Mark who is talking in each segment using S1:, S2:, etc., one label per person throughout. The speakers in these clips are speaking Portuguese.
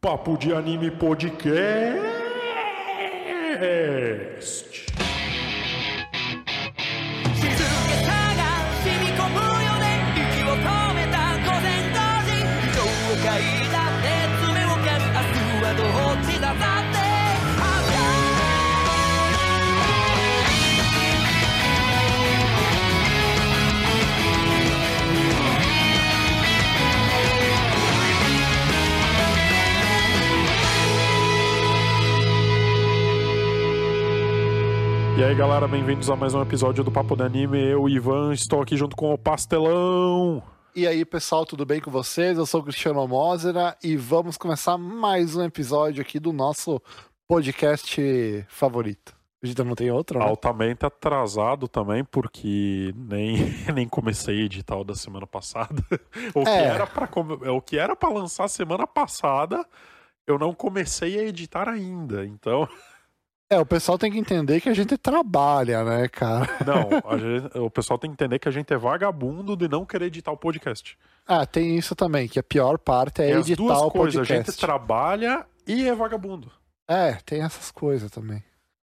S1: Papo de Anime Podcast.
S2: 静けさが染み込むよね息を止めた午前同時情を嗅いだって爪を噛む明日はどっちだだって
S1: E aí galera, bem-vindos a mais um episódio do Papo de Anime. Eu, Ivan, estou aqui junto com o Pastelão.
S3: E aí, pessoal, tudo bem com vocês? Eu sou o Cristiano Mosera e vamos começar mais um episódio aqui do nosso podcast favorito. A gente não tem outro, né?
S1: Altamente atrasado também, porque nem, nem comecei a editar o da semana passada. O que,
S3: É.
S1: era pra, come- o que era pra lançar semana passada, eu não comecei a editar ainda. Então,
S3: É, o pessoal tem que entender que a gente trabalha, né, cara?
S1: não, a gente- o pessoal tem que entender que a gente é vagabundo de não querer editar o podcast.
S3: Ah, tem isso também, que a pior parte é,
S1: É as
S3: editar
S1: duas
S3: o
S1: coisas, a
S3: podcast.
S1: gente trabalha e é vagabundo.
S3: É, tem essas coisas também.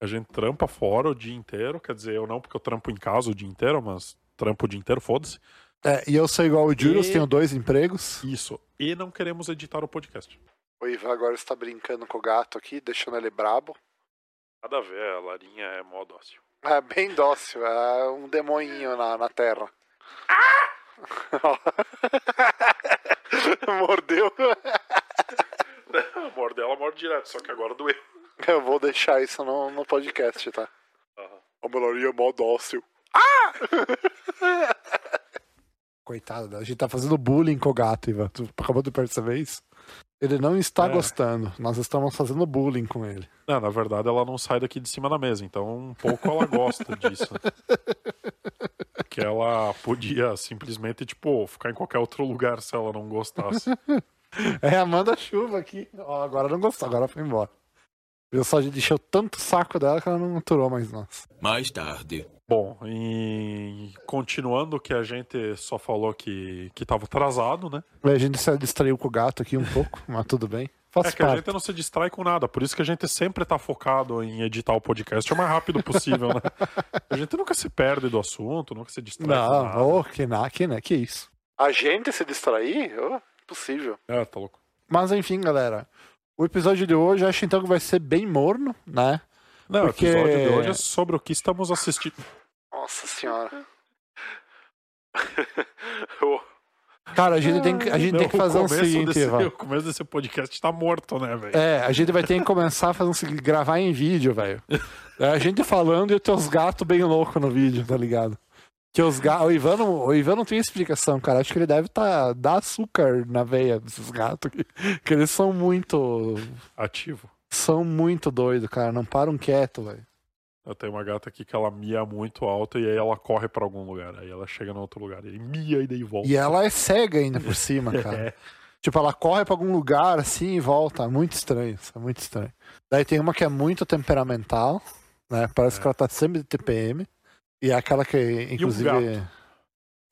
S1: A gente trampa fora o dia inteiro, quer dizer, eu não, porque eu trampo em casa o dia inteiro, mas trampo o dia inteiro, foda-se.
S3: É, e eu sou igual o Julius,
S1: E-
S3: tenho dois empregos.
S1: Isso. E não queremos editar o podcast.
S3: O Ivan agora está brincando com o gato aqui, deixando ele brabo.
S1: Nada a ver, a Larinha é mó dócil.
S3: É bem dócil, é um demoninho na, na terra. Ah! Mordeu.
S1: A morde ela morde direto, só que agora doeu.
S3: Eu vou deixar isso no, no podcast, tá? Ah! A Meloria é mó dócil. Coitado, a gente tá fazendo bullying com o gato, Ivan. Tu acabou de perceber isso? Ele não está
S1: É.
S3: gostando. Nós estamos fazendo bullying com ele.
S1: Não, na verdade ela não sai daqui de cima da mesa, então um pouco ela gosta disso. Que ela podia simplesmente, tipo, ficar em qualquer outro lugar se ela não gostasse.
S3: É a Amanda Chuva aqui. Ó, agora não gostou, agora foi embora. Eu só a gente encheu tanto o saco dela que ela não aturou mais nós.
S4: Mais tarde.
S1: Bom, e continuando que a gente só falou que, que tava atrasado, né?
S3: A gente se distraiu com o gato aqui um pouco, mas tudo bem. Faz
S1: É que a
S3: parte.
S1: gente não se distrai com nada, por isso que a gente sempre tá focado em editar o podcast o mais rápido possível, né? A gente nunca se perde do assunto, nunca se distrai com nada.
S3: Não, ô, que, na, que, né, que isso. A gente se distrair? possível.
S1: É, tá louco.
S3: Mas enfim, galera. O episódio de hoje, eu acho então que vai ser bem morno, né?
S1: Não,
S3: Porque-
S1: o episódio de hoje é sobre o que estamos assistindo.
S3: Nossa senhora. Cara, a gente tem que, a gente
S1: Não,
S3: tem que fazer
S1: o
S3: um
S1: começo
S3: seguinte,
S1: desse,
S3: Ivan.
S1: O começo desse podcast tá morto, né, velho?
S3: É, a gente vai ter que começar a fazer um seguinte, gravar em vídeo, velho. É, a gente falando e tem os gatos bem loucos no vídeo, tá ligado? Que os gatos. O Ivan, não, o Ivan não tem explicação, cara. Acho que ele deve tá, dar açúcar na veia desses gatos. Que, que eles são muito.
S1: Ativo.
S3: São muito doidos, cara. Não param quieto, velho.
S1: Eu tenho uma gata aqui que ela mia muito alto e aí ela corre pra algum lugar. Aí ela chega no outro lugar e mia e daí volta.
S3: E ela é cega ainda por cima, cara.
S1: É.
S3: Tipo, ela corre pra algum lugar assim e volta. Muito estranho, isso é muito estranho. Daí tem uma que é muito temperamental, né? Parece
S1: É.
S3: que ela tá sempre de TPM. E é aquela que, inclusive.
S1: um gato?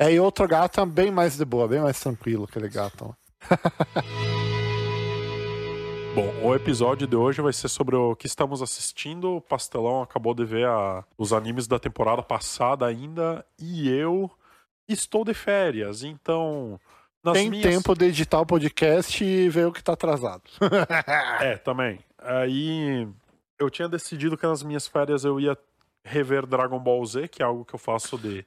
S3: É, e outro gato é bem mais de boa, bem mais tranquilo aquele gato. lá.
S1: Bom, o episódio de hoje vai ser sobre o que estamos assistindo. O Pastelão acabou de ver a- os animes da temporada passada ainda e eu estou de férias, então nas
S3: Tem
S1: minhas...
S3: tempo de editar o podcast e ver o que tá atrasado.
S1: É, também. Aí eu tinha decidido que nas minhas férias eu ia rever Dragon Ball Z, que é algo que eu faço de,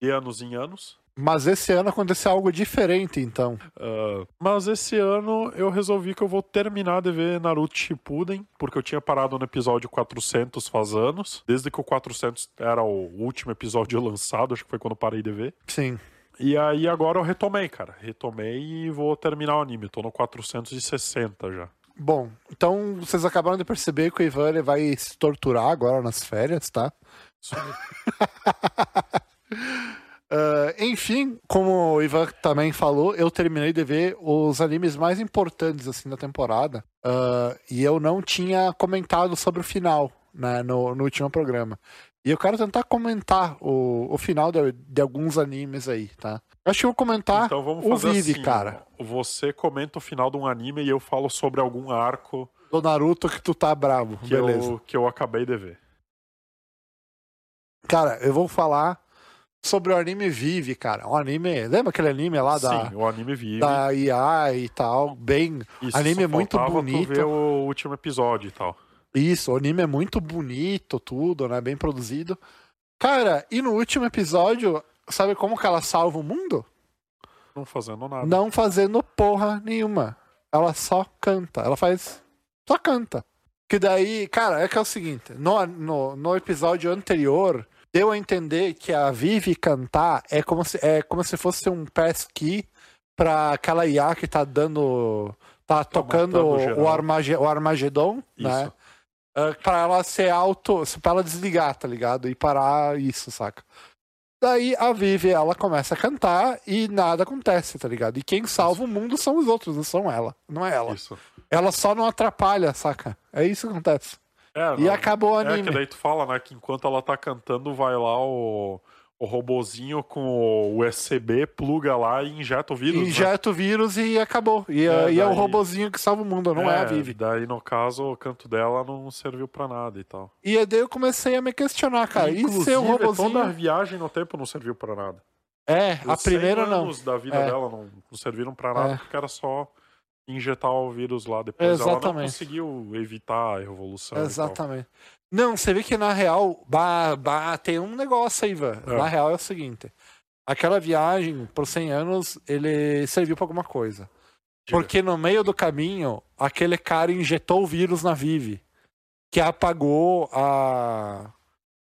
S1: de anos em anos.
S3: Mas esse ano aconteceu algo diferente, então.
S1: Ah, mas esse ano eu resolvi que eu vou terminar de ver Naruto Shippuden, porque eu tinha parado no episódio 400 faz anos. Desde que o 400 era o último episódio lançado, acho que foi quando eu parei de ver.
S3: Sim.
S1: E aí agora eu retomei, cara. Retomei e vou terminar o anime. Tô no 460 já.
S3: Bom, então vocês acabaram de perceber que o Ivan ele vai se torturar agora nas férias, tá?
S1: Só-
S3: Ah, enfim, como o Ivan também falou, eu terminei de ver os animes mais importantes assim da temporada. Ah, e eu não tinha comentado sobre o final né, no, no último programa. E eu quero tentar comentar o, o final de, de alguns animes aí, tá? Acho que eu vou comentar
S1: Então vamos
S3: o
S1: fazer
S3: Vive,
S1: assim,
S3: cara.
S1: Você comenta o final de um anime e eu falo sobre algum arco
S3: Do Naruto que tu tá brabo.
S1: que,
S3: Beleza.
S1: eu, que eu acabei de ver.
S3: Cara, eu vou falar sobre o anime Vive, cara. Um anime. Lembra aquele anime lá da,
S1: Sim, o anime vive.
S3: da IA e tal? Bem.
S1: Isso,
S3: anime
S1: só
S3: é muito
S1: faltava tu
S3: bonito.
S1: ver o último episódio e tal.
S3: Isso, o anime é muito bonito, tudo, né? Bem produzido. Cara, e no último episódio, sabe como que ela salva o mundo?
S1: Não fazendo nada.
S3: Não fazendo porra nenhuma. Ela só canta. Ela faz. Só canta. Que daí, cara, é que é o seguinte: no, no, no episódio anterior, deu a entender que a Vivi cantar é como se, é como se fosse um pass key pra aquela IA que tá dando. tá tocando
S1: matando
S3: o,
S1: geral.
S3: Armage, o Armagedon,
S1: Isso.
S3: né? Ah, Pra ela ser auto. Pra ela desligar, tá ligado? E parar isso, saca? Daí a Vivi, ela começa a cantar e nada acontece, tá ligado? E quem salva o mundo são os outros, não são ela. Não é ela.
S1: Isso.
S3: Ela só não atrapalha, saca? É isso que acontece.
S1: É,
S3: E
S1: não-
S3: acabou o
S1: É que
S3: anime.
S1: daí tu fala, né, que enquanto ela tá cantando, vai lá o, o robozinho com o USB, pluga lá e injeta o vírus. né?
S3: Injeta o vírus e acabou. E
S1: É,
S3: é, e é o
S1: daí-
S3: robozinho que salva o mundo, não é, a Vivi.
S1: Daí, no caso, o canto dela não serviu pra nada e tal.
S3: E daí eu comecei a me questionar, cara. e seu robozinho.
S1: toda a viagem no tempo não serviu pra nada.
S3: É, a
S1: Os 100
S3: primeira não.
S1: anos da vida
S3: É.
S1: dela não, não serviram pra nada,
S3: É.
S1: porque era só injetar o vírus lá. Depois ela não
S3: Exatamente.
S1: conseguiu evitar a revolução.
S3: Exatamente. Não, você vê que na real, bah, bah, tem um negócio aí, velho.
S1: É.
S3: Na real é o seguinte: aquela viagem por 100 anos, ele serviu pra alguma coisa.
S1: Diga.
S3: Porque no meio do caminho, aquele cara injetou o vírus na Vive, que apagou a.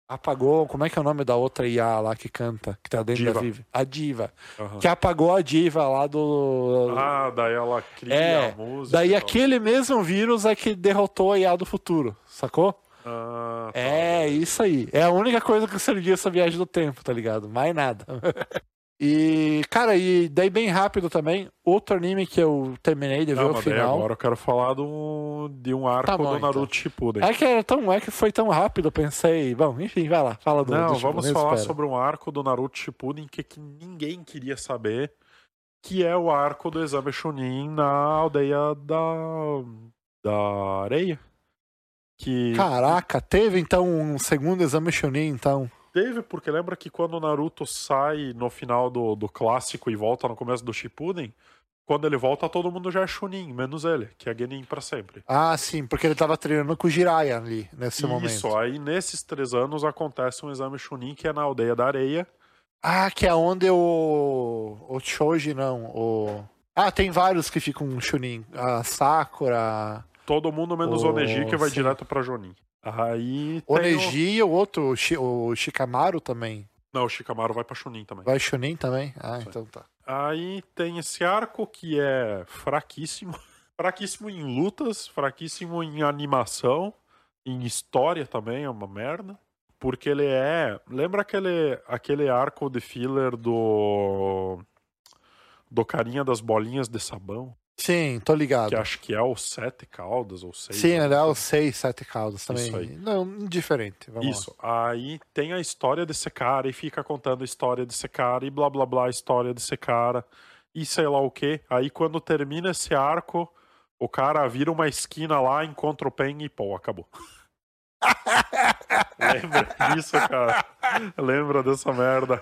S3: Apagou, como é que é o nome da outra IA lá que canta, que tá dentro da
S1: Diva.
S3: Vive? A Diva.
S1: E tal. Aham.
S3: Que apagou a Diva lá do.
S1: Ah, daí ela cria
S3: É,
S1: a música. e
S3: Daí
S1: tal.
S3: aquele mesmo vírus é que derrotou a IA do futuro, sacou?
S1: Ah, tá.
S3: É, isso aí. É a única coisa que serviu essa viagem do tempo, tá ligado? Mais nada. e, cara, e daí bem rápido também, outro anime que eu terminei de ver
S1: Não,
S3: o
S1: mas daí
S3: final.
S1: agora eu quero falar de um, de um arco
S3: Tá bom,
S1: do
S3: então.
S1: Naruto Shippuden.
S3: É que era tão, é que foi tão rápido, eu pensei, bom, enfim, vai lá, fala do
S1: Não,
S3: do
S1: vamos
S3: japonês,
S1: falar
S3: espera.
S1: sobre um arco do Naruto Shippuden que, que ninguém queria saber, que é o arco do exame Chunin na aldeia da da areia. Que
S3: Caraca, teve então um segundo exame Chunin, então.
S1: teve, porque lembra que quando o Naruto sai no final do, do clássico e volta no começo do Shippuden, quando ele volta todo mundo já é Chunin, menos ele, que é Genin pra sempre.
S3: Ah, sim, porque ele tava treinando com o Jiraiya ali, nesse
S1: Isso,
S3: momento.
S1: aí nesses três anos acontece um exame Chunin que é na aldeia da areia.
S3: Ah, que é onde o. O Choji, não, o. Ah, tem vários que ficam Chunin. A Sakura,
S1: Todo mundo menos
S3: Oh,
S1: o Oneji que vai
S3: sim.
S1: direto pra Jonin. Aí tem
S3: O Neji e o outro, o, Shi, o Shikamaru também.
S1: O... Não, o Shikamaru vai pra Chunin também.
S3: Vai Chunin também? Ah, então tá.
S1: Aí tem esse arco que é fraquíssimo. fraquíssimo em lutas, fraquíssimo em animação, em história também é uma merda. Porque ele é. Lembra aquele, aquele arco de filler do. Do carinha das bolinhas de sabão?
S3: Sim, tô ligado.
S1: que acho que é o Sete Caldas ou seis.
S3: Sim,
S1: né?
S3: ele é o 6, 7 caudas também.
S1: Isso aí.
S3: Não, indiferente. Vamos lá.
S1: Isso. Aí tem a história desse cara e fica contando a história desse cara e blá blá blá, a história desse cara e sei lá o que. Aí quando termina esse arco, o cara vira uma esquina lá, encontra o Pen e pô, acabou. Lembra disso, cara? Lembra dessa merda?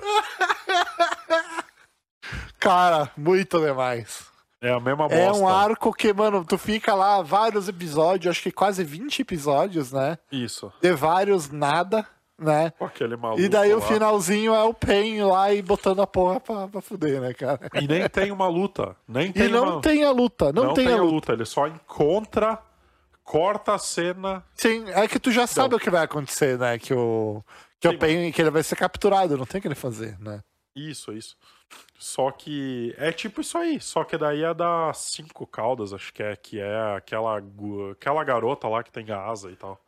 S3: Cara, muito demais.
S1: É a mesma bosta.
S3: É um arco que, mano, tu fica lá vários episódios, acho que quase 20 episódios, né?
S1: Isso.
S3: De vários nada, né?
S1: Com aquele maluco.
S3: E daí o
S1: lá.
S3: finalzinho é o Pen lá e botando a porra pra, pra fuder, né, cara?
S1: E nem tem uma luta. Nem tem
S3: E não
S1: uma...
S3: tem a luta, não, tem, a luta.
S1: Ele só encontra, corta a cena.
S3: Sim, é que tu já sabe o que vai acontecer, né? Que o. Que
S1: Sim.
S3: o Pen, que ele vai ser capturado, não tem o que ele fazer, né?
S1: Isso, isso. Só que é tipo isso aí. Só que daí é da Cinco Caldas, acho que é, que é aquela, gu- aquela garota lá que tem a asa e tal.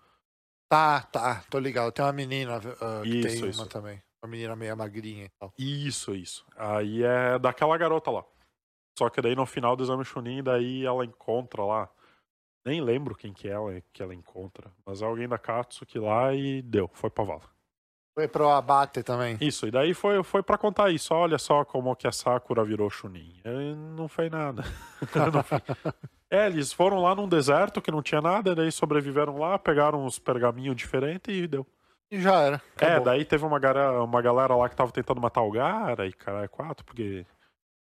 S3: Tá, tá, tô ligado. Tem uma menina ah, que
S1: Isso,
S3: tem
S1: isso.
S3: uma também. Uma menina meio magrinha e tal.
S1: Isso, isso. Aí é daquela garota lá. Só que daí no final do exame Chunin, daí ela encontra lá. Nem é lembro quem que ela que ela encontra, mas é alguém da Katsuki lá e deu, foi pra vala.
S3: Foi pro abate também.
S1: Isso, e daí foi, foi para contar isso. Olha só como que a Sakura virou Chunin. E não fez nada. Não fez. É, eles foram lá num deserto que não tinha nada, daí sobreviveram lá, pegaram uns pergaminhos diferentes e deu.
S3: E já era.
S1: É,
S3: Acabou.
S1: daí teve uma, gara, uma galera lá que tava tentando matar o Gara e caralho, é quatro, porque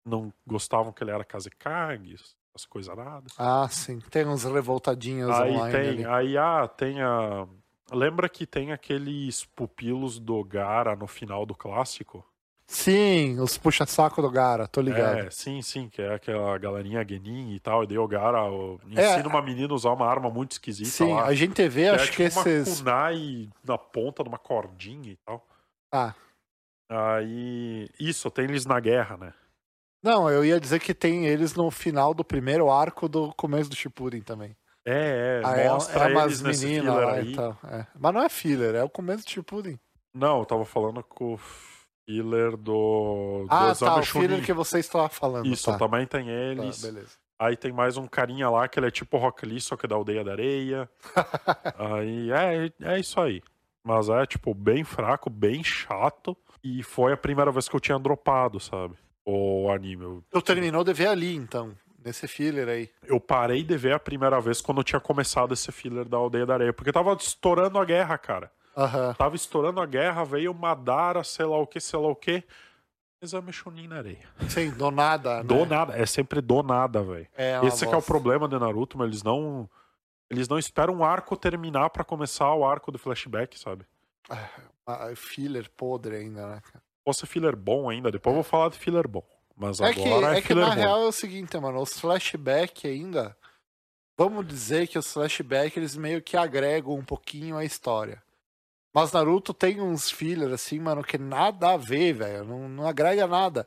S1: não gostavam que ele era Kazekage, as coisas nada.
S3: Ah, sim. Tem uns revoltadinhos
S1: Aí
S3: online
S1: tem,
S3: ali.
S1: aí ah, tem a. Lembra que tem aqueles pupilos do Gara no final do clássico?
S3: Sim, os puxa-saco do Gara, tô ligado.
S1: É, sim, sim, que é aquela galerinha Genin e tal, e daí o Gara o-
S3: É,
S1: ensina uma menina a usar uma arma muito esquisita
S3: sim,
S1: lá.
S3: a gente vê,
S1: é,
S3: acho
S1: tipo
S3: que
S1: uma
S3: esses.
S1: kunai na ponta de uma cordinha e tal.
S3: Ah.
S1: Aí. Isso, tem eles na guerra, né?
S3: Não, eu ia dizer que tem eles no final do primeiro arco do começo do Shippuden também.
S1: É, é.
S3: Ah, é,
S1: mostra
S3: é umas
S1: eles nesse
S3: meninas
S1: filler
S3: lá
S1: aí.
S3: e tal. é. Mas não é filler, é o começo do Shippuden.
S1: Não, eu tava falando com o filler do. do
S3: Ah,
S1: Exame
S3: tá, o
S1: Chunin.
S3: filler que você estava falando.
S1: é Isso,
S3: tá.
S1: também tem
S3: Tá,
S1: eles.
S3: beleza.
S1: Aí tem mais um carinha lá que ele é tipo Rock Lee, só que da Aldeia da Areia. aí é, é isso aí. Mas é, tipo, bem fraco, bem chato. E foi a primeira vez que eu tinha dropado, sabe? O anime. Eu,
S3: Tu terminou de ver ali, então, nesse filler aí.
S1: eu parei de ver a primeira vez quando eu tinha começado esse filler da Aldeia da Areia. Porque tava estourando a guerra, cara.
S3: Aham.
S1: Tava estourando a guerra, veio Madara, sei lá o que, sei lá o que. Exame Chunin na areia.
S3: Sim, do nada. Né?
S1: Do nada, é sempre do nada, velho.
S3: É uma
S1: Esse que é o
S3: bosta.
S1: problema de Naruto, mas eles não. Eles não esperam um arco terminar pra começar o arco do flashback, sabe?
S3: Ah, filler podre ainda, né? cara?
S1: Posso filler bom ainda, depois eu vou falar de filler bom. Mas
S3: É que,
S1: agora é,
S3: é que
S1: filler
S3: na
S1: bom.
S3: real é o seguinte, mano, os flashbacks ainda. Vamos dizer que os flashbacks eles meio que agregam um pouquinho a história. Mas Naruto tem uns fillers assim, mano, que nada a ver, velho. Não, não agrega nada.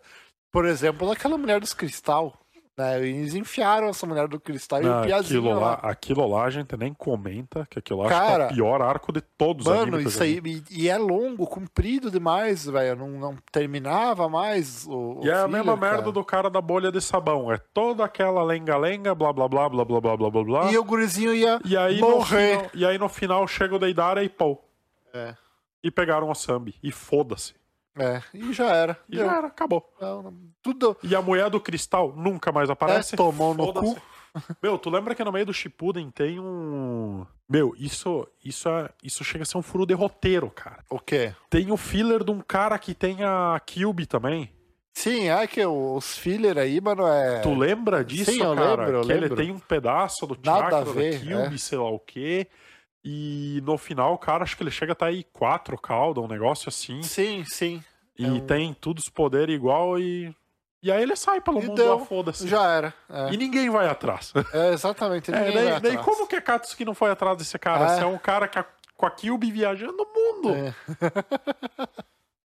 S3: Por exemplo, daquela mulher dos cristal. Né? Eles enfiaram essa mulher do cristal e
S1: Não,
S3: o piazinho
S1: aquilo, lá,
S3: lá.
S1: aquilo lá a gente nem comenta, que aquilo lá acho que é
S3: Cara,
S1: o pior arco de todos os
S3: Mano,
S1: animes que eu
S3: isso
S1: já
S3: aí.
S1: vi.
S3: E, e é longo, comprido demais, velho. Não, não terminava mais o. o
S1: E é a
S3: filler,
S1: mesma merda
S3: cara.
S1: do cara da bolha de sabão. É toda aquela lenga-lenga, blá blá blá blá blá blá blá blá blá.
S3: E o gurizinho ia
S1: E aí, no
S3: morrer.
S1: final, e aí no final chega o Deidara e pô.
S3: É.
S1: E pegaram a Sambi. E foda-se.
S3: É, e já era.
S1: E
S3: Deu.
S1: já era, acabou.
S3: Não, não. Tudo.
S1: E a mulher do cristal nunca mais aparece.
S3: É, tomou no
S1: Foda-se.
S3: cu.
S1: Meu, tu lembra que no meio do Shippuden tem um. Meu, isso, isso, é, isso chega a ser um furo de roteiro, cara.
S3: O quê?
S1: Tem o filler de um cara que tem a Cube também.
S3: Sim, é que o- os filler aí, mano, é.
S1: Tu lembra disso,
S3: Sim, eu
S1: cara?
S3: lembro, eu
S1: que ele
S3: lembro.
S1: tem um pedaço do
S3: Nada
S1: chakra
S3: a ver,
S1: da Cube,
S3: é.
S1: sei lá o quê. E no final, cara, acho que ele chega até aí quatro calda, um negócio assim.
S3: Sim, sim.
S1: E
S3: É um-
S1: tem todos os poderes igual e. E aí ele sai pelo
S3: E
S1: mundo
S3: deu.
S1: lá, foda-se.
S3: Já era. É,
S1: E ninguém vai atrás.
S3: É, exatamente.
S1: É,
S3: ninguém
S1: daí,
S3: vai
S1: daí
S3: atrás.
S1: como que a Katsuki não foi atrás desse cara?
S3: É.
S1: Você é um cara que a- com a Kyubi viajando no mundo.
S3: É,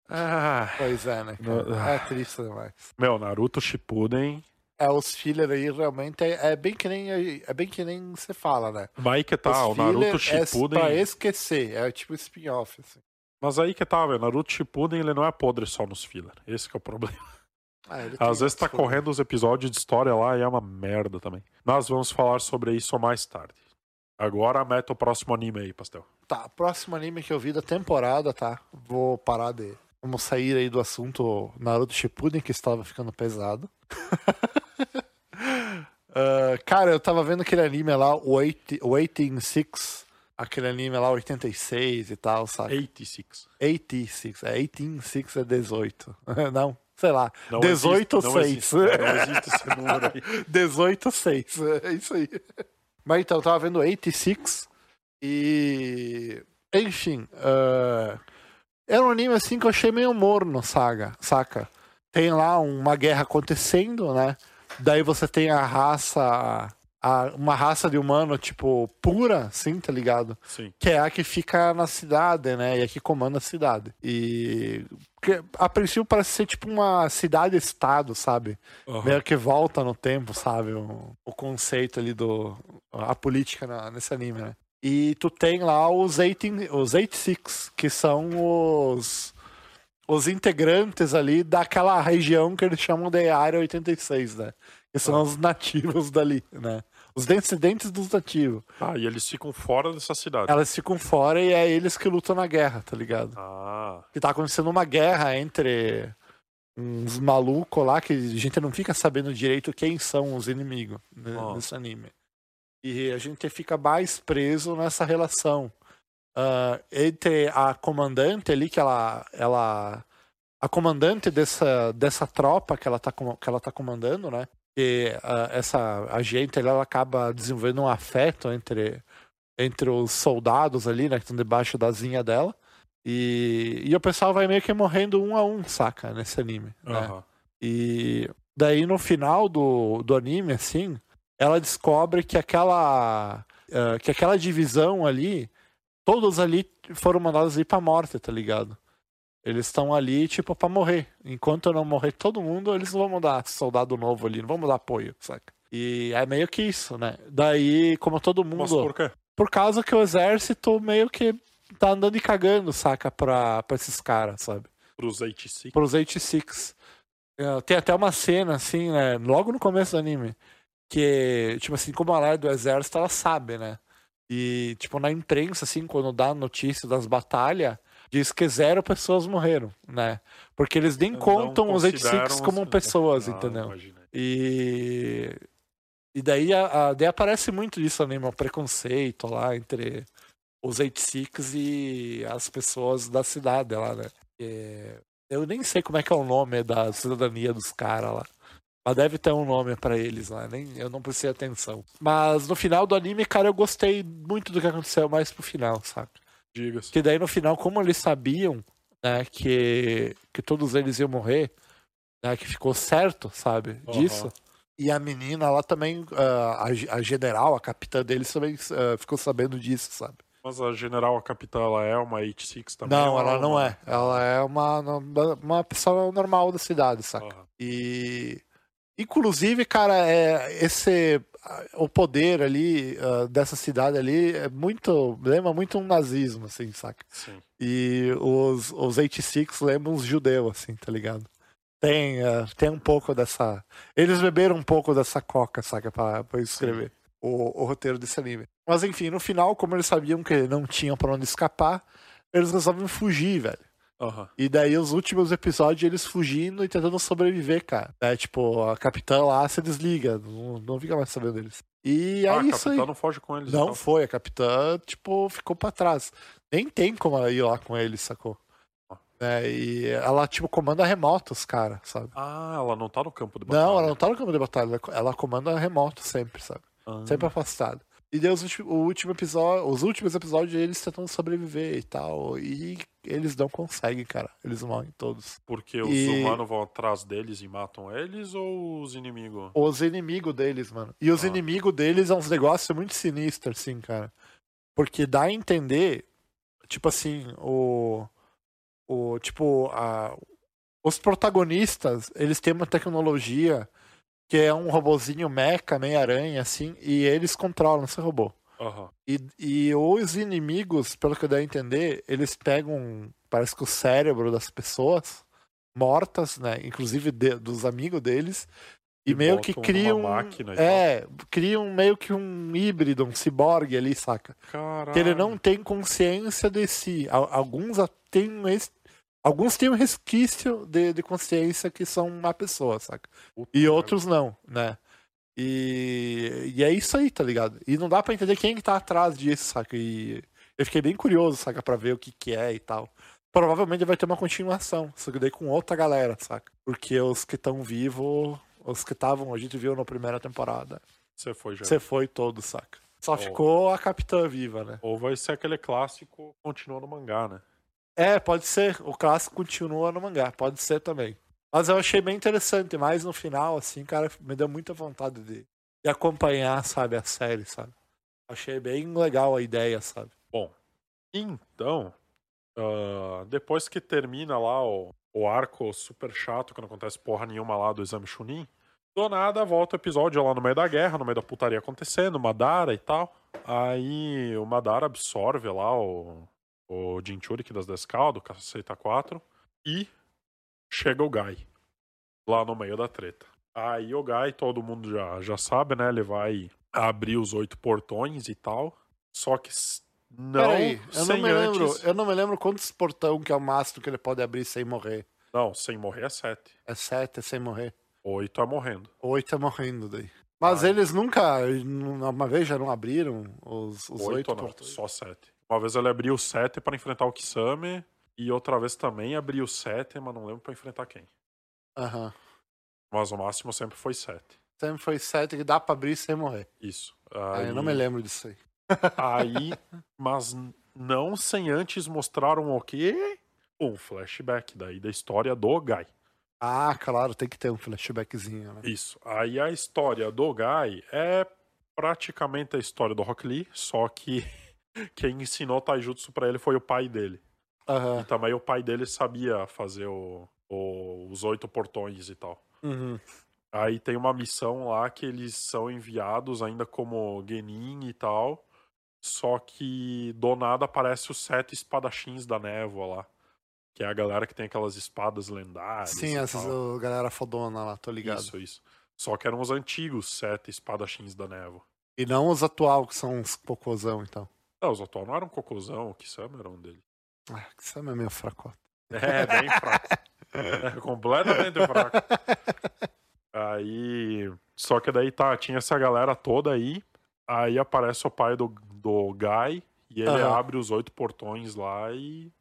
S1: Ah,
S3: pois é, né? cara?
S1: No- Ah.
S3: É triste demais.
S1: meu, Naruto Shippuden.
S3: É, os filler aí realmente é, é bem que nem é bem que nem você fala, né?
S1: Aí que
S3: os
S1: tá, o
S3: filler
S1: Naruto
S3: é
S1: Shippuden.
S3: pra esquecer, é tipo spin-off, assim.
S1: Mas aí que tá, velho. Naruto Shippuden ele não é podre só nos filler. Esse que é o problema.
S3: Ah, ele tem
S1: Às vezes tá
S3: outros problemas.
S1: correndo os episódios de história lá e é uma merda também. Nós vamos falar sobre isso mais tarde. Agora meta o próximo anime aí, Pastel.
S3: Tá, próximo anime que eu vi da temporada, tá? Vou parar de. Vamos sair aí do assunto Naruto Shippuden, que estava ficando pesado. Ah, cara, eu tava vendo aquele anime lá, o Eight- o 186. Aquele anime lá, 86 e tal, sabe?
S1: 86.
S3: 86. É, 186 é 18. Não, sei lá.
S1: Não
S3: 18
S1: existe, não existe, é,
S3: 6.
S1: Não existe esse número aí.
S3: 18 6. É isso aí. Mas então, eu tava vendo 86 e. Enfim. ah, Era um anime assim que eu achei meio morno, saga, saca? Tem lá uma guerra acontecendo, né? Daí você tem a raça. a- uma raça de humano, tipo, pura, assim, tá ligado?
S1: Sim.
S3: que é a que fica na cidade, né? E a que comanda a cidade. E que, a princípio parece ser tipo uma cidade-estado, sabe?
S1: Aham.
S3: Meio que volta no tempo, sabe? O, o conceito ali do. a política na- nesse anime, né? E tu tem lá os 18 os 86, que são os. os integrantes ali daquela região que eles chamam de Área 86, né? Que são os nativos dali, né? Os descendentes dos nativos.
S1: Ah, e eles ficam fora dessa cidade.
S3: Elas ficam fora e é eles que lutam na guerra, tá ligado?
S1: Ah,
S3: Que tá acontecendo uma guerra entre uns malucos lá que a gente não fica sabendo direito quem são os inimigos né,
S1: Ó.
S3: nesse anime. E a gente fica mais preso nessa relação. ah, entre a comandante ali, que ela. ela a comandante dessa, dessa tropa que ela tá, com- que ela tá comandando, né? que ah, essa agente ela acaba desenvolvendo um afeto entre, entre os soldados ali, né, que estão debaixo da zinha dela. E, e o pessoal vai meio que morrendo um a um, saca, nesse anime. né?
S1: aham.
S3: E daí no final do, do anime, assim, ela descobre que aquela. ah, que aquela divisão ali, todos ali foram mandados ir pra morte, tá ligado? Eles estão ali, tipo, pra morrer. Enquanto não morrer todo mundo, eles não vão mandar soldado novo ali, não vão mandar apoio, saca? E é meio que isso, né? Daí, como todo mundo
S1: Mas por quê?
S3: por causa que o exército meio que tá andando e cagando, saca, pra, pra esses caras, sabe?
S1: Pros 86.
S3: Pros 86. É, Tem até uma cena, assim, né, logo no começo do anime, que, tipo assim, como ela é do exército, ela sabe, né? E, tipo, na imprensa, assim, quando dá a notícia das batalhas, diz que zero pessoas morreram, né? Porque eles nem
S1: Não
S3: contam os 86
S1: consideram
S3: como
S1: as-
S3: pessoas,
S1: Ah,
S3: entendeu?
S1: imaginei.
S3: E. E daí, a, a- daí aparece muito isso né, o preconceito lá entre os 86 e as pessoas da cidade lá, né? É, eu nem sei como é que é o nome da cidadania dos caras lá. Mas deve ter um nome pra eles lá, nem, eu não prestei atenção. Mas no final do anime, cara, eu gostei muito do que aconteceu mais pro final, sabe?
S1: Diga-se.
S3: Que daí no final, como eles sabiam né, que, que todos eles iam morrer, né, que ficou certo, sabe,
S1: Aham.
S3: disso. E a menina lá também, ah, a, ge- a general, a capitã deles também ah, ficou sabendo disso, sabe?
S1: Mas a General, a capitã, ela é uma 86 também?
S3: não,
S1: ou
S3: ela não
S1: uma-
S3: é. Ela é uma, uma pessoa normal da cidade, saca?
S1: Aham.
S3: E inclusive, cara, é esse ah, o poder ali ah, dessa cidade ali é muito lembra muito um nazismo assim, saca?
S1: Sim.
S3: E os os 86 lembram os judeus assim, tá ligado? Tem, ah, tem um pouco dessa. Eles beberam um pouco dessa coca, saca? Pra, pra escrever o, o roteiro desse anime. Mas enfim, no final, como eles sabiam que não tinham pra onde escapar, eles resolvem fugir, velho.
S1: Aham.
S3: E daí os últimos episódios eles fugindo e tentando sobreviver, cara. É, tipo, a capitã lá se desliga, não, não fica mais sabendo deles. E
S1: Ah,
S3: é
S1: a
S3: isso
S1: capitã
S3: aí.
S1: não foge com eles.
S3: Não
S1: então.
S3: foi, a capitã, tipo, ficou pra trás. Nem tem como ela ir lá com eles, sacou? É, e ela, tipo, comanda remoto os caras, sabe?
S1: Ah, ela não tá no campo de batalha.
S3: Não, ela não tá no campo de batalha, ela- ela comanda remoto sempre, sabe?
S1: Ah,
S3: Sempre afastado. E deu os, ulti- o último episódio, os últimos episódios eles tentando sobreviver e tal. E eles não conseguem, cara. Eles morrem todos.
S1: Porque os
S3: é E-
S1: humanos vão atrás deles e matam eles ou os inimigos?
S3: Os inimigos deles, mano. E os
S1: Ah.
S3: inimigos deles é uns negócios muito sinistros, assim, cara. Porque dá a entender, tipo assim, o. o tipo, a, os protagonistas, eles têm uma tecnologia que é um robozinho meca, meio aranha, assim, e eles controlam esse robô.
S1: Aham.
S3: E, e os inimigos, pelo que eu dei a entender, eles pegam, parece que o cérebro das pessoas mortas, né? Inclusive de- dos amigos deles. E,
S1: E
S3: meio que
S1: botam
S3: criam. um
S1: numa máquina e
S3: é, criam meio que um híbrido, um ciborgue ali, saca?
S1: Caralho.
S3: Que ele não tem consciência de si. Al- Alguns a- têm. res- Alguns têm um resquício de, de consciência que são uma pessoa, saca?
S1: Puta
S3: E
S1: merda.
S3: outros não, né? E, e é isso aí, tá ligado? E não dá pra entender quem que tá atrás disso, saca? E eu fiquei bem curioso, saca, pra ver o que que é e tal. Provavelmente vai ter uma continuação, só que daí com outra galera, saca? Porque os que estão vivos, os que estavam, a gente viu na primeira temporada,
S1: Você foi já.
S3: você foi todo, saca? Só
S1: Oh.
S3: ficou a Capitã viva, né?
S1: Ou vai ser aquele clássico continua no mangá, né?
S3: É, pode ser. O clássico continua no mangá, pode ser também. Mas eu achei bem interessante, mas no final, assim, cara, me deu muita vontade de, de acompanhar, sabe, a série, sabe? Achei bem legal a ideia, sabe?
S1: Então, ah, depois que termina lá o, o arco super chato, que não acontece porra nenhuma lá do exame Chunin, do nada volta o episódio lá no meio da guerra, no meio da putaria acontecendo, Madara e tal. Aí o Madara absorve lá o, o Jinchuriki das 10 do Caceta 4, e chega o Gai lá no meio da treta. Aí o Gai, todo mundo já, já sabe, né? Ele vai abrir os oito portões e tal. Só que s- não
S3: Peraí, eu não
S1: sem
S3: me lembro.
S1: antes.
S3: Eu não me lembro quantos portão que é o máximo que ele pode abrir sem morrer.
S1: Não, sem morrer é sete.
S3: É sete é sem morrer.
S1: Oito é morrendo.
S3: Oito é morrendo daí. Mas
S1: Ah.
S3: eles nunca, n- uma vez já não abriram os, os
S1: oito
S3: oito,
S1: não,
S3: portões.
S1: só sete. Uma vez ele abriu sete pra enfrentar o Kisame. E outra vez também abriu sete, mas não lembro pra enfrentar quem.
S3: Aham.
S1: Mas o máximo sempre foi sete.
S3: Sempre foi sete que dá pra abrir sem morrer.
S1: Isso.
S3: Ah, eu não me lembro disso aí.
S1: Aí, mas n- não sem antes mostraram o quê? Um flashback daí da história do Guy.
S3: Ah, claro, tem que ter um flashbackzinho, né?
S1: Isso. Aí a história do Guy é praticamente a história do Rock Lee, só que quem ensinou Taijutsu pra ele foi o pai dele. E
S3: Aham.
S1: também Tá, o pai dele sabia fazer o- o- os oito portões e tal.
S3: Uhum.
S1: Aí tem uma missão lá que eles são enviados ainda como Genin e tal. Só que do nada aparece os sete espadachins da névoa lá. Que é a galera que tem aquelas espadas lendárias.
S3: Sim,
S1: e
S3: essas
S1: tal.
S3: ô, galera fodona lá, tô ligado.
S1: Isso, isso. Só que eram os antigos sete espadachins da névoa.
S3: E não os atual, que são uns cocôzão, então.
S1: Não, os atual não eram um cocôzão, o Kisama era um deles.
S3: Ah, que isso é meio fracota.
S1: É, bem fraco. É, completamente fraco. Aí. Só que daí tá, tinha essa galera toda aí. Aí aparece o pai do, do Guy e ele
S3: Aham.
S1: abre os oito portões lá e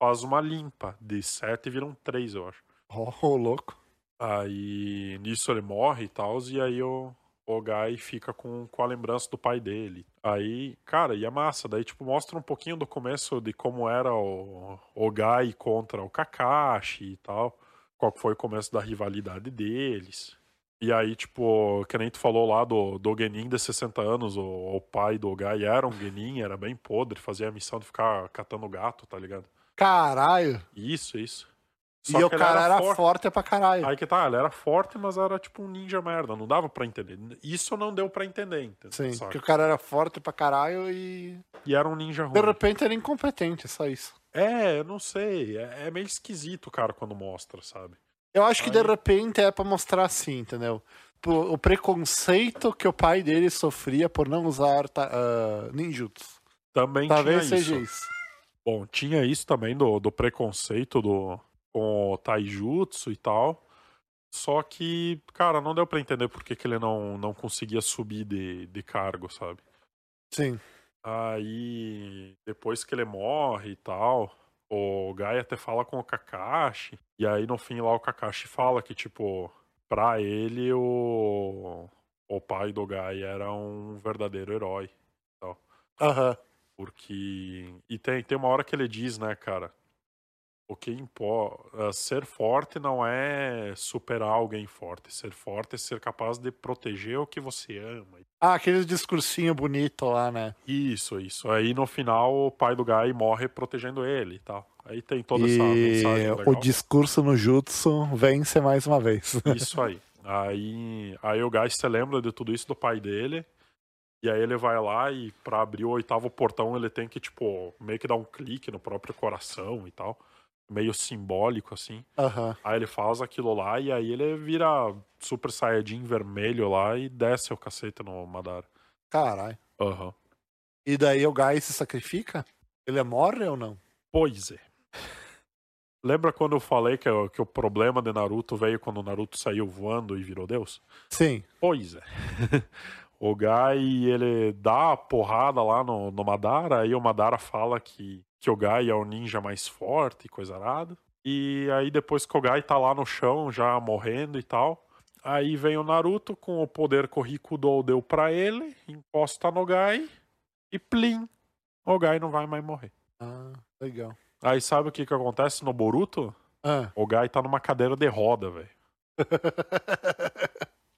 S1: faz uma limpa. De sete viram três, eu acho.
S3: Ó, ô, louco.
S1: Aí nisso ele morre e tal, e aí o, o Guy fica com, com a lembrança do pai dele. Aí, cara, e é massa. Daí, tipo, mostra um pouquinho do começo de como era o, o Guy contra o Kakashi e tal. Qual que foi o começo da rivalidade deles. E aí, tipo, que nem tu falou lá do, do Genin de 60 anos, o, o pai do Guy era um Genin, era bem podre, fazia a missão de ficar catando gato, tá ligado?
S3: Caralho.
S1: Isso, isso.
S3: e o
S1: que ele
S3: cara era
S1: forte.
S3: forte, pra caralho.
S1: Aí que tá, ele era forte, mas era tipo um ninja merda, não dava pra entender. Isso não deu pra entender, entendeu?
S3: Sim,
S1: Saca?
S3: porque o cara era forte pra caralho e.
S1: E era um ninja ruim.
S3: De repente era incompetente, só isso.
S1: É, eu não sei, é, é meio esquisito, cara, quando mostra, sabe?
S3: Eu acho que de
S1: Aí-
S3: repente é pra mostrar assim, entendeu? Pô, O preconceito que o pai dele sofria por não usar ta- ah, ninjutsu.
S1: Também
S3: Talvez
S1: tinha
S3: seja
S1: isso.
S3: isso.
S1: Bom, tinha isso também do, do preconceito do, com o taijutsu e tal. Só que, cara, não deu pra entender por que, que ele não, não conseguia subir de, de cargo, sabe?
S3: Sim.
S1: Aí, depois que ele morre e tal, o Gai até fala com o Kakashi. E aí, no fim, lá o Kakashi fala que, tipo, pra ele, o, o pai do Gai era um verdadeiro herói.
S3: Aham.
S1: Porque. E tem, tem uma hora que ele diz, né, cara? O que importa. Ser forte não é superar alguém forte. Ser forte é ser capaz de proteger o que você ama
S3: Ah, aquele discursinho bonito lá, né?
S1: Isso, isso. Aí no final o pai do Guy morre protegendo ele e tal. Aí tem toda essa
S3: E é
S1: mensagem legal.
S3: o discurso no jutsu vence mais uma vez.
S1: Isso aí. aí. Aí o Guy se lembra de tudo isso do pai dele. E aí ele vai lá e pra abrir o oitavo portão ele tem que, tipo, meio que dar um clique no próprio coração e tal. Meio simbólico, assim.
S3: Aham.
S1: Aí ele faz aquilo lá e aí ele vira Super Saiyajin vermelho lá e desce o cacete no Madara.
S3: Caralho.
S1: Aham.
S3: E daí o Gai se sacrifica? Ele morre ou não?
S1: Pois é. Lembra quando eu falei que, o- que o problema de Naruto veio quando o Naruto saiu voando e virou Deus?
S3: Sim.
S1: Pois é. o Gai, ele dá a porrada lá no, no Madara, aí o Madara fala que, que o Gai é o ninja mais forte e coisa arada. E aí depois que o Gai tá lá no chão, já morrendo e tal, aí vem o Naruto com o poder que o Rikudo deu pra ele, encosta no Gai e plim, o Gai não vai mais morrer.
S3: Ah, legal.
S1: Aí sabe o que que acontece no Boruto?
S3: Ah.
S1: O Gai tá numa cadeira de roda, velho.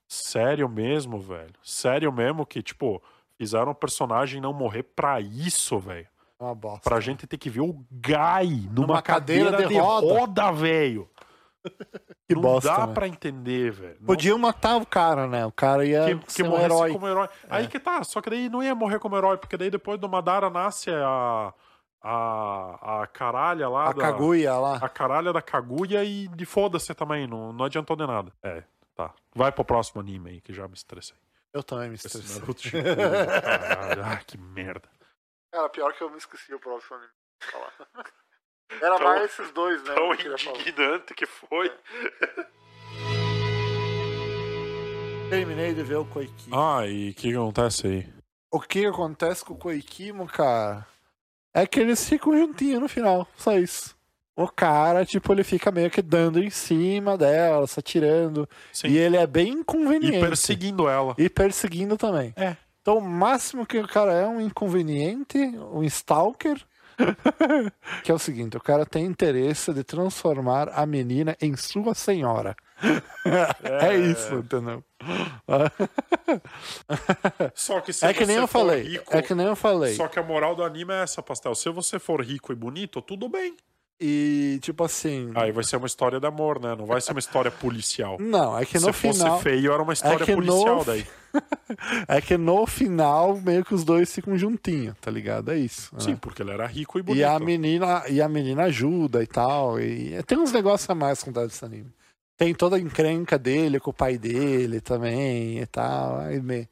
S1: Sério mesmo, velho. Sério mesmo que, tipo, fizeram o personagem não morrer pra isso, velho.
S3: é Uma bosta.
S1: Pra gente ter que ver o Gai numa,
S3: Numa
S1: cadeira,
S3: cadeira
S1: de,
S3: de
S1: roda,
S3: roda.
S1: velho.
S3: que
S1: não
S3: bosta.
S1: dá
S3: né?
S1: pra entender, velho. Não-
S3: Podiam matar o cara, né? O cara ia
S1: que, que
S3: ser um
S1: morresse
S3: herói. É.
S1: como herói. Aí que tá, só que daí não ia morrer como herói, porque daí depois do Madara nasce a. A, a caralha lá
S3: A
S1: da-
S3: Kaguya lá.
S1: a caralha da Kaguya e de foda-se também, não, não adiantou de nada. É, tá. Vai pro próximo anime aí, que já me estressei.
S3: Eu também me
S1: Esse
S3: estressei.
S1: Naruto Shippuden, caralho. Ah, que merda.
S4: Cara, pior que eu me esqueci o próximo anime pra falar. Era
S1: Tão-
S4: mais esses dois, né?
S1: É Tão
S4: que eu queria falar.
S1: indignante que foi.
S3: Terminei de ver o Koikimo.
S1: Ah, e o que que acontece aí?
S3: O que acontece com o Koikimo, cara, é que eles ficam juntinhos no final. Só isso. O cara, tipo, ele fica meio que dando em cima dela, se atirando.
S1: Sim.
S3: E ele é bem
S1: E
S3: inconveniente.
S1: perseguindo ela.
S3: E perseguindo também.
S1: É.
S3: Então, o máximo que o cara é um inconveniente, um stalker. que é o seguinte: o cara tem interesse de transformar a menina em sua senhora. É, isso, entendeu?
S1: Só que se
S3: É que nem
S1: você
S3: eu
S1: for
S3: falei.
S1: rico-
S3: é que nem eu falei.
S1: Só que a moral do anime é essa, Pastel. Se você for rico e bonito, tudo bem.
S3: E, tipo assim.
S1: Aí vai ser uma história de amor, né? Não vai ser uma história policial.
S3: Não, é que
S1: Se
S3: no
S1: fosse
S3: final. é
S1: feio, era uma história
S3: que no
S1: policial daí.
S3: É que no final, meio que os dois ficam juntinhos, tá ligado? É isso. né?
S1: Sim, porque ele era rico e bonito.
S3: E a menina, e a menina ajuda e tal. E tem uns negócios a mais com o desse anime. Tem toda a encrenca dele com o pai dele também e tal. aí me-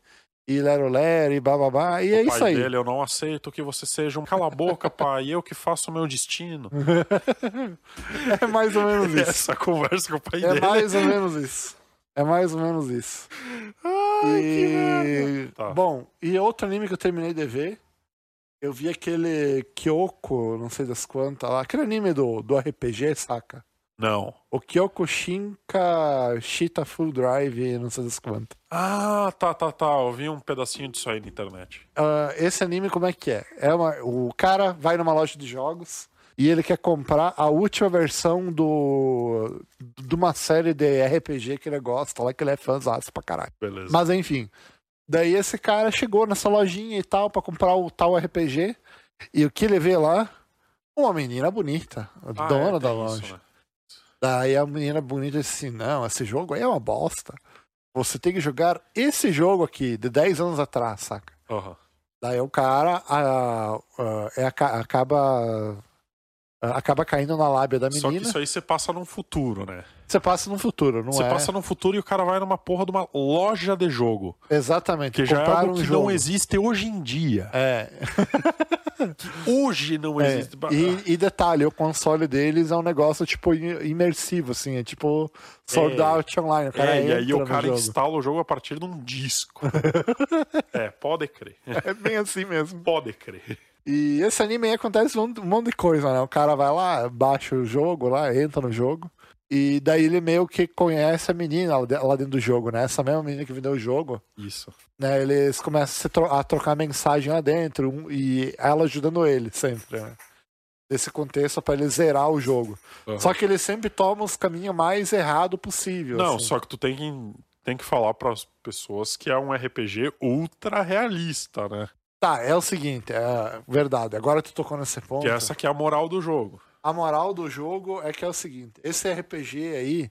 S3: E Lero Lero e bababá. E é
S1: o pai
S3: isso aí.
S1: dele, eu não aceito que você seja um cala a boca, pai. Eu que faço o meu destino.
S3: É mais ou menos isso.
S1: Essa conversa com o pai
S3: É
S1: dele.
S3: mais ou menos isso. É mais ou menos isso.
S1: Ai, que merda.
S3: E...
S1: Tá.
S3: Bom, e outro anime que eu terminei de ver, eu vi aquele Kyoko, não sei das quantas lá, aquele anime do, do RPG, saca?
S1: Não.
S3: O Kyoko Shinka Shita Full Drive, não sei das quantas.
S1: Ah, tá, tá, tá. Eu vi um pedacinho disso aí na internet.
S3: Ah, esse anime, como é que é? é uma, o cara vai numa loja de jogos e ele quer comprar a última versão do de uma série de RPG que ele gosta, lá que ele é fãzaço pra caralho.
S1: Beleza. Ah,
S3: Mas enfim. Daí esse cara chegou nessa lojinha e tal pra comprar o tal RPG. E o que ele vê lá? Uma menina bonita, a
S1: Ah,
S3: dona
S1: é,
S3: da
S1: tem isso,
S3: loja.
S1: né?
S3: Daí a menina bonita disse assim: Não, esse jogo aí é uma bosta. Você tem que jogar esse jogo aqui, de 10 anos atrás, saca?
S1: Aham.
S3: Daí o cara a- a- é, aca- acaba. Acaba caindo na lábia da
S1: Só que
S3: menina.
S1: isso aí você passa num futuro, né?
S3: Você passa no futuro, não
S1: você
S3: é?
S1: passa num futuro e o cara vai numa porra de uma loja de jogo.
S3: Exatamente.
S1: Que já é
S3: comprar
S1: algo que
S3: um jogo.
S1: não existe hoje em dia.
S3: É,
S1: Hoje não
S3: É,
S1: existe.
S3: e, e detalhe, o console deles é um negócio, tipo, im- imersivo, assim, é tipo Sword
S1: É.
S3: Art Online. O
S1: Ah,
S3: cara
S1: é, e aí
S3: entra
S1: o
S3: no
S1: cara
S3: jogo.
S1: instala o jogo a partir de um disco. é, pode crer.
S3: É bem assim mesmo.
S1: Pode crer.
S3: E esse anime aí acontece um, um monte de coisa, né? O cara vai lá, baixa o jogo lá, entra no jogo. E daí ele meio que conhece a menina lá de- lá dentro do jogo, né? Essa mesma menina que vendeu o jogo.
S1: Isso.
S3: né, eles começam a, se tro- a trocar mensagem lá dentro um- e ela ajudando ele sempre, né? Nesse contexto pra ele zerar o jogo.
S1: Aham.
S3: Só que ele sempre toma os caminhos mais errado possível.
S1: Não,
S3: assim.
S1: só que tu tem que, tem que falar para as pessoas que é um RPG ultra realista, né?
S3: Tá, é o seguinte, é verdade. Agora tu tocou nesse ponto.
S1: Que essa que é a moral do jogo.
S3: A moral do jogo é que é o seguinte: esse RPG aí,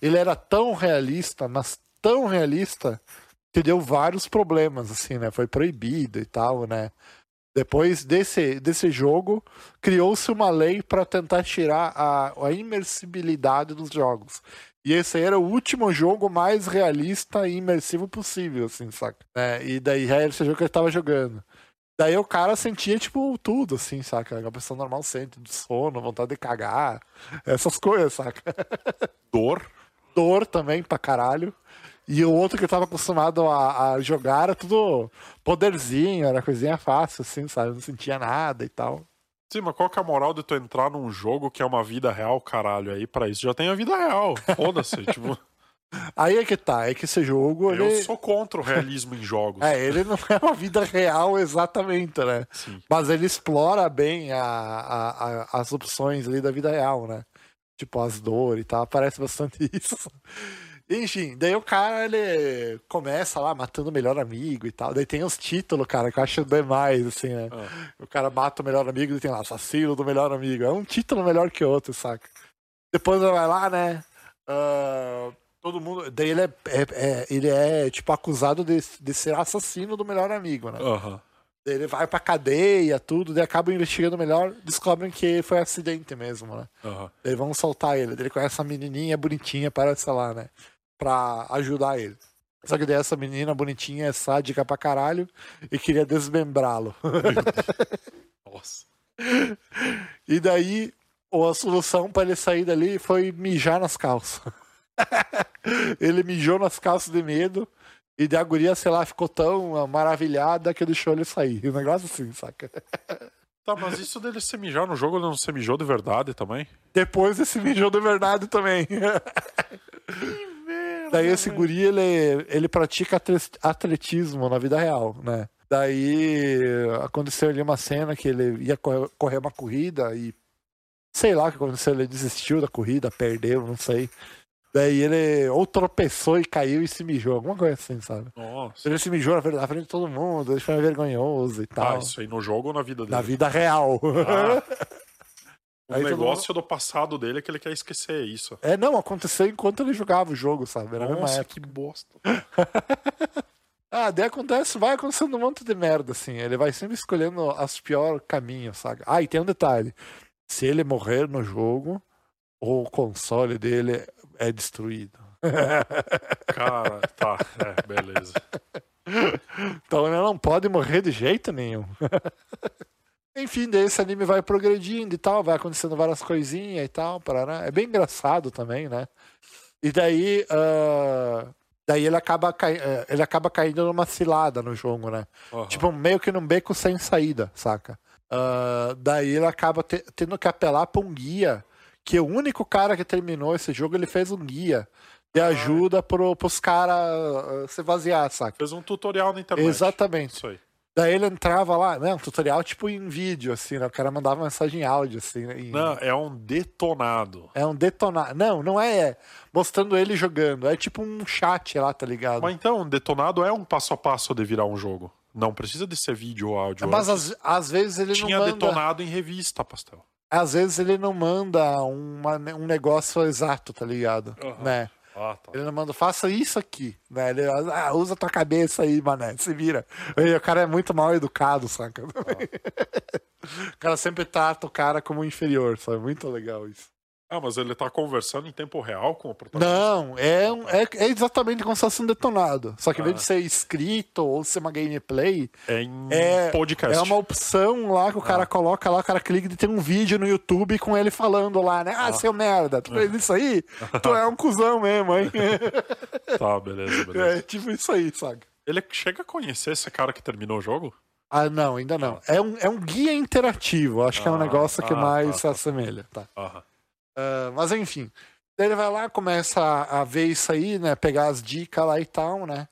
S3: ele era tão realista, mas tão realista, que deu vários problemas, assim, né? Foi proibido e tal, né? Depois desse, desse jogo, criou-se uma lei para tentar tirar a, a imersibilidade dos jogos. E esse aí era o último jogo mais realista e imersivo possível, assim, saca? Né? E daí já era esse jogo que ele tava jogando. Daí o cara sentia, tipo, tudo, assim, saca? A pessoa normal sente de sono, vontade de cagar, essas coisas, saca?
S1: Dor.
S3: Dor também pra caralho. E o outro que tava acostumado a, a jogar era tudo poderzinho, era coisinha fácil, assim, sabe? Não sentia nada e tal.
S1: Sim, mas qual que é a moral de tu entrar num jogo que é uma vida real, caralho? Aí pra isso já tem a vida real. Foda-se. tipo,
S3: Aí é que tá, é que esse jogo.
S1: eu
S3: Ele...
S1: sou contra o realismo em jogos.
S3: É, ele não é uma vida real exatamente, né?
S1: Sim.
S3: Mas ele explora bem a, a- a- as opções ali da vida real, né? Tipo, as dores e tal, aparece bastante isso. Enfim, daí o cara, ele começa lá matando o melhor amigo e tal. Daí tem os títulos, cara, que eu acho demais, assim, né? O cara mata o melhor amigo e tem lá, assassino do melhor amigo. É um título melhor que outro, saca? Depois ele vai lá, né? Ah, todo mundo... Daí ele é, é- é- ele é, tipo, acusado de, de ser assassino do melhor amigo, né?
S1: Aham.
S3: Daí Ele vai pra cadeia, tudo, daí acabam investigando melhor, descobrem que foi acidente mesmo, né?
S1: Aham.
S3: Daí vão soltar ele. Daí Ele conhece uma menininha bonitinha, parece sei lá, né? Pra ajudar ele. Só que daí essa menina bonitinha é sádica pra caralho e queria desmembrá-lo.
S1: Nossa.
S3: E daí, ou a solução pra ele sair dali foi mijar nas calças. ele mijou nas calças de medo. E daí a guria, sei lá, ficou tão ah, maravilhada que deixou ele sair. Um negócio assim, saca?
S1: Tá, mas isso dele se mijar no jogo, ele não se mijou de verdade também?
S3: Depois esse mijou de verdade também. Daí esse guri, ele, ele pratica atlet- atletismo na vida real, né? Daí aconteceu ali uma cena que ele ia correr, correr uma corrida e sei lá o que aconteceu, ele desistiu da corrida, perdeu, não sei. Daí ele ou tropeçou e caiu e se mijou, alguma coisa assim, sabe?
S1: Nossa.
S3: Ele se mijou na frente- na frente de todo mundo, ele foi vergonhoso e
S1: Tá,
S3: tal.
S1: isso aí no jogo ou na vida dele?
S3: na vida real.
S1: Ah. O
S3: Aí todo
S1: negócio do passado dele é que ele quer esquecer isso.
S3: É, não, aconteceu enquanto ele jogava o jogo, sabe? Era a mesma
S1: Nossa,
S3: época.
S1: que bosta.
S3: Ah, daí acontece, vai acontecendo um monte de merda, assim. Ele vai sempre escolhendo as pior caminhos, sabe? Ah, e tem um detalhe. Se ele morrer no jogo, o console dele é destruído.
S1: Cara, tá, é, beleza.
S3: Então ele não pode morrer de jeito nenhum. Enfim, daí esse anime vai progredindo e tal, vai acontecendo várias coisinhas e tal, parará. É bem engraçado também, né? E daí, ah, daí ele acaba, cai- eh, ele acaba caindo numa cilada no jogo, né?
S1: Aham.
S3: Tipo, meio que num beco sem saída, saca? Ah, daí ele acaba te- tendo que apelar pra um guia, que o único cara que terminou esse jogo, ele fez um guia de ajuda pro, pros caras se vaziar, saca?
S1: Fez um tutorial na internet.
S3: Exatamente.
S1: Isso aí.
S3: Daí ele entrava lá, né? Um tutorial tipo em vídeo, assim, né? O cara mandava mensagem em áudio, assim, né? em-
S1: Não, é um detonado.
S3: É um detonar. Não, não é, é mostrando ele jogando. É tipo um chat lá, tá ligado?
S1: Mas então, detonado é um passo a passo de virar um jogo. Não precisa de ser vídeo ou áudio.
S3: É, Mas às, às vezes ele
S1: Tinha
S3: não manda.
S1: detonado em revista, Pastel.
S3: Às vezes ele não manda uma- um negócio exato, tá ligado?
S1: Aham.
S3: Né?
S1: Ah, tá.
S3: Ele não manda, faça isso aqui, né? Ele, ah, usa tua cabeça aí, mané, se vira. E o cara é muito mal educado, saca? o cara sempre trata o cara como um inferior, sabe? Muito legal isso.
S1: Ah, mas ele tá conversando em tempo real com o protagonista?
S3: Não, é, um- é, é exatamente como se fosse um detonado. Só que em vez de
S1: Ah.
S3: ser escrito ou ser uma gameplay,
S1: É em
S3: é,
S1: podcast.
S3: é uma opção lá que o
S1: Ah.
S3: cara coloca lá, o cara clica e tem um vídeo no YouTube com ele falando lá, né? Ah, seu merda, tu fez isso aí? tu é um cuzão mesmo, hein?
S1: Tá, beleza, beleza.
S3: é tipo isso aí, saca?
S1: Ele chega a conhecer esse cara que terminou o jogo?
S3: Ah, não, ainda não. É um, é um guia interativo, acho que é um
S1: Ah,
S3: negócio que
S1: ah,
S3: mais
S1: tá,
S3: se
S1: tá.
S3: assemelha, tá?
S1: Aham.
S3: Ah, mas enfim. Daí ele vai lá, começa a, a ver isso aí, né? Pegar as dicas lá e tal, né?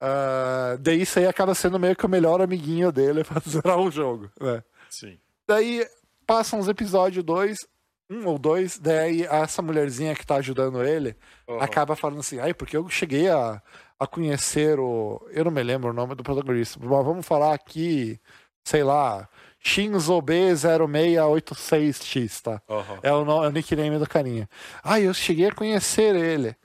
S3: Ah, daí isso aí acaba sendo meio que o melhor amiguinho dele pra zerar o jogo, né?
S1: Sim.
S3: Daí passam uns episódios dois, um ou dois, daí essa mulherzinha que tá ajudando ele
S1: Uhum.
S3: acaba falando assim, ai, porque eu cheguei a, a conhecer o. Eu não me lembro o nome do protagonista, mas vamos falar aqui, sei lá, Shinzo B0686X, tá?
S1: Aham.
S3: É o, no- é o nickname do carinha. Ah, eu cheguei a conhecer ele.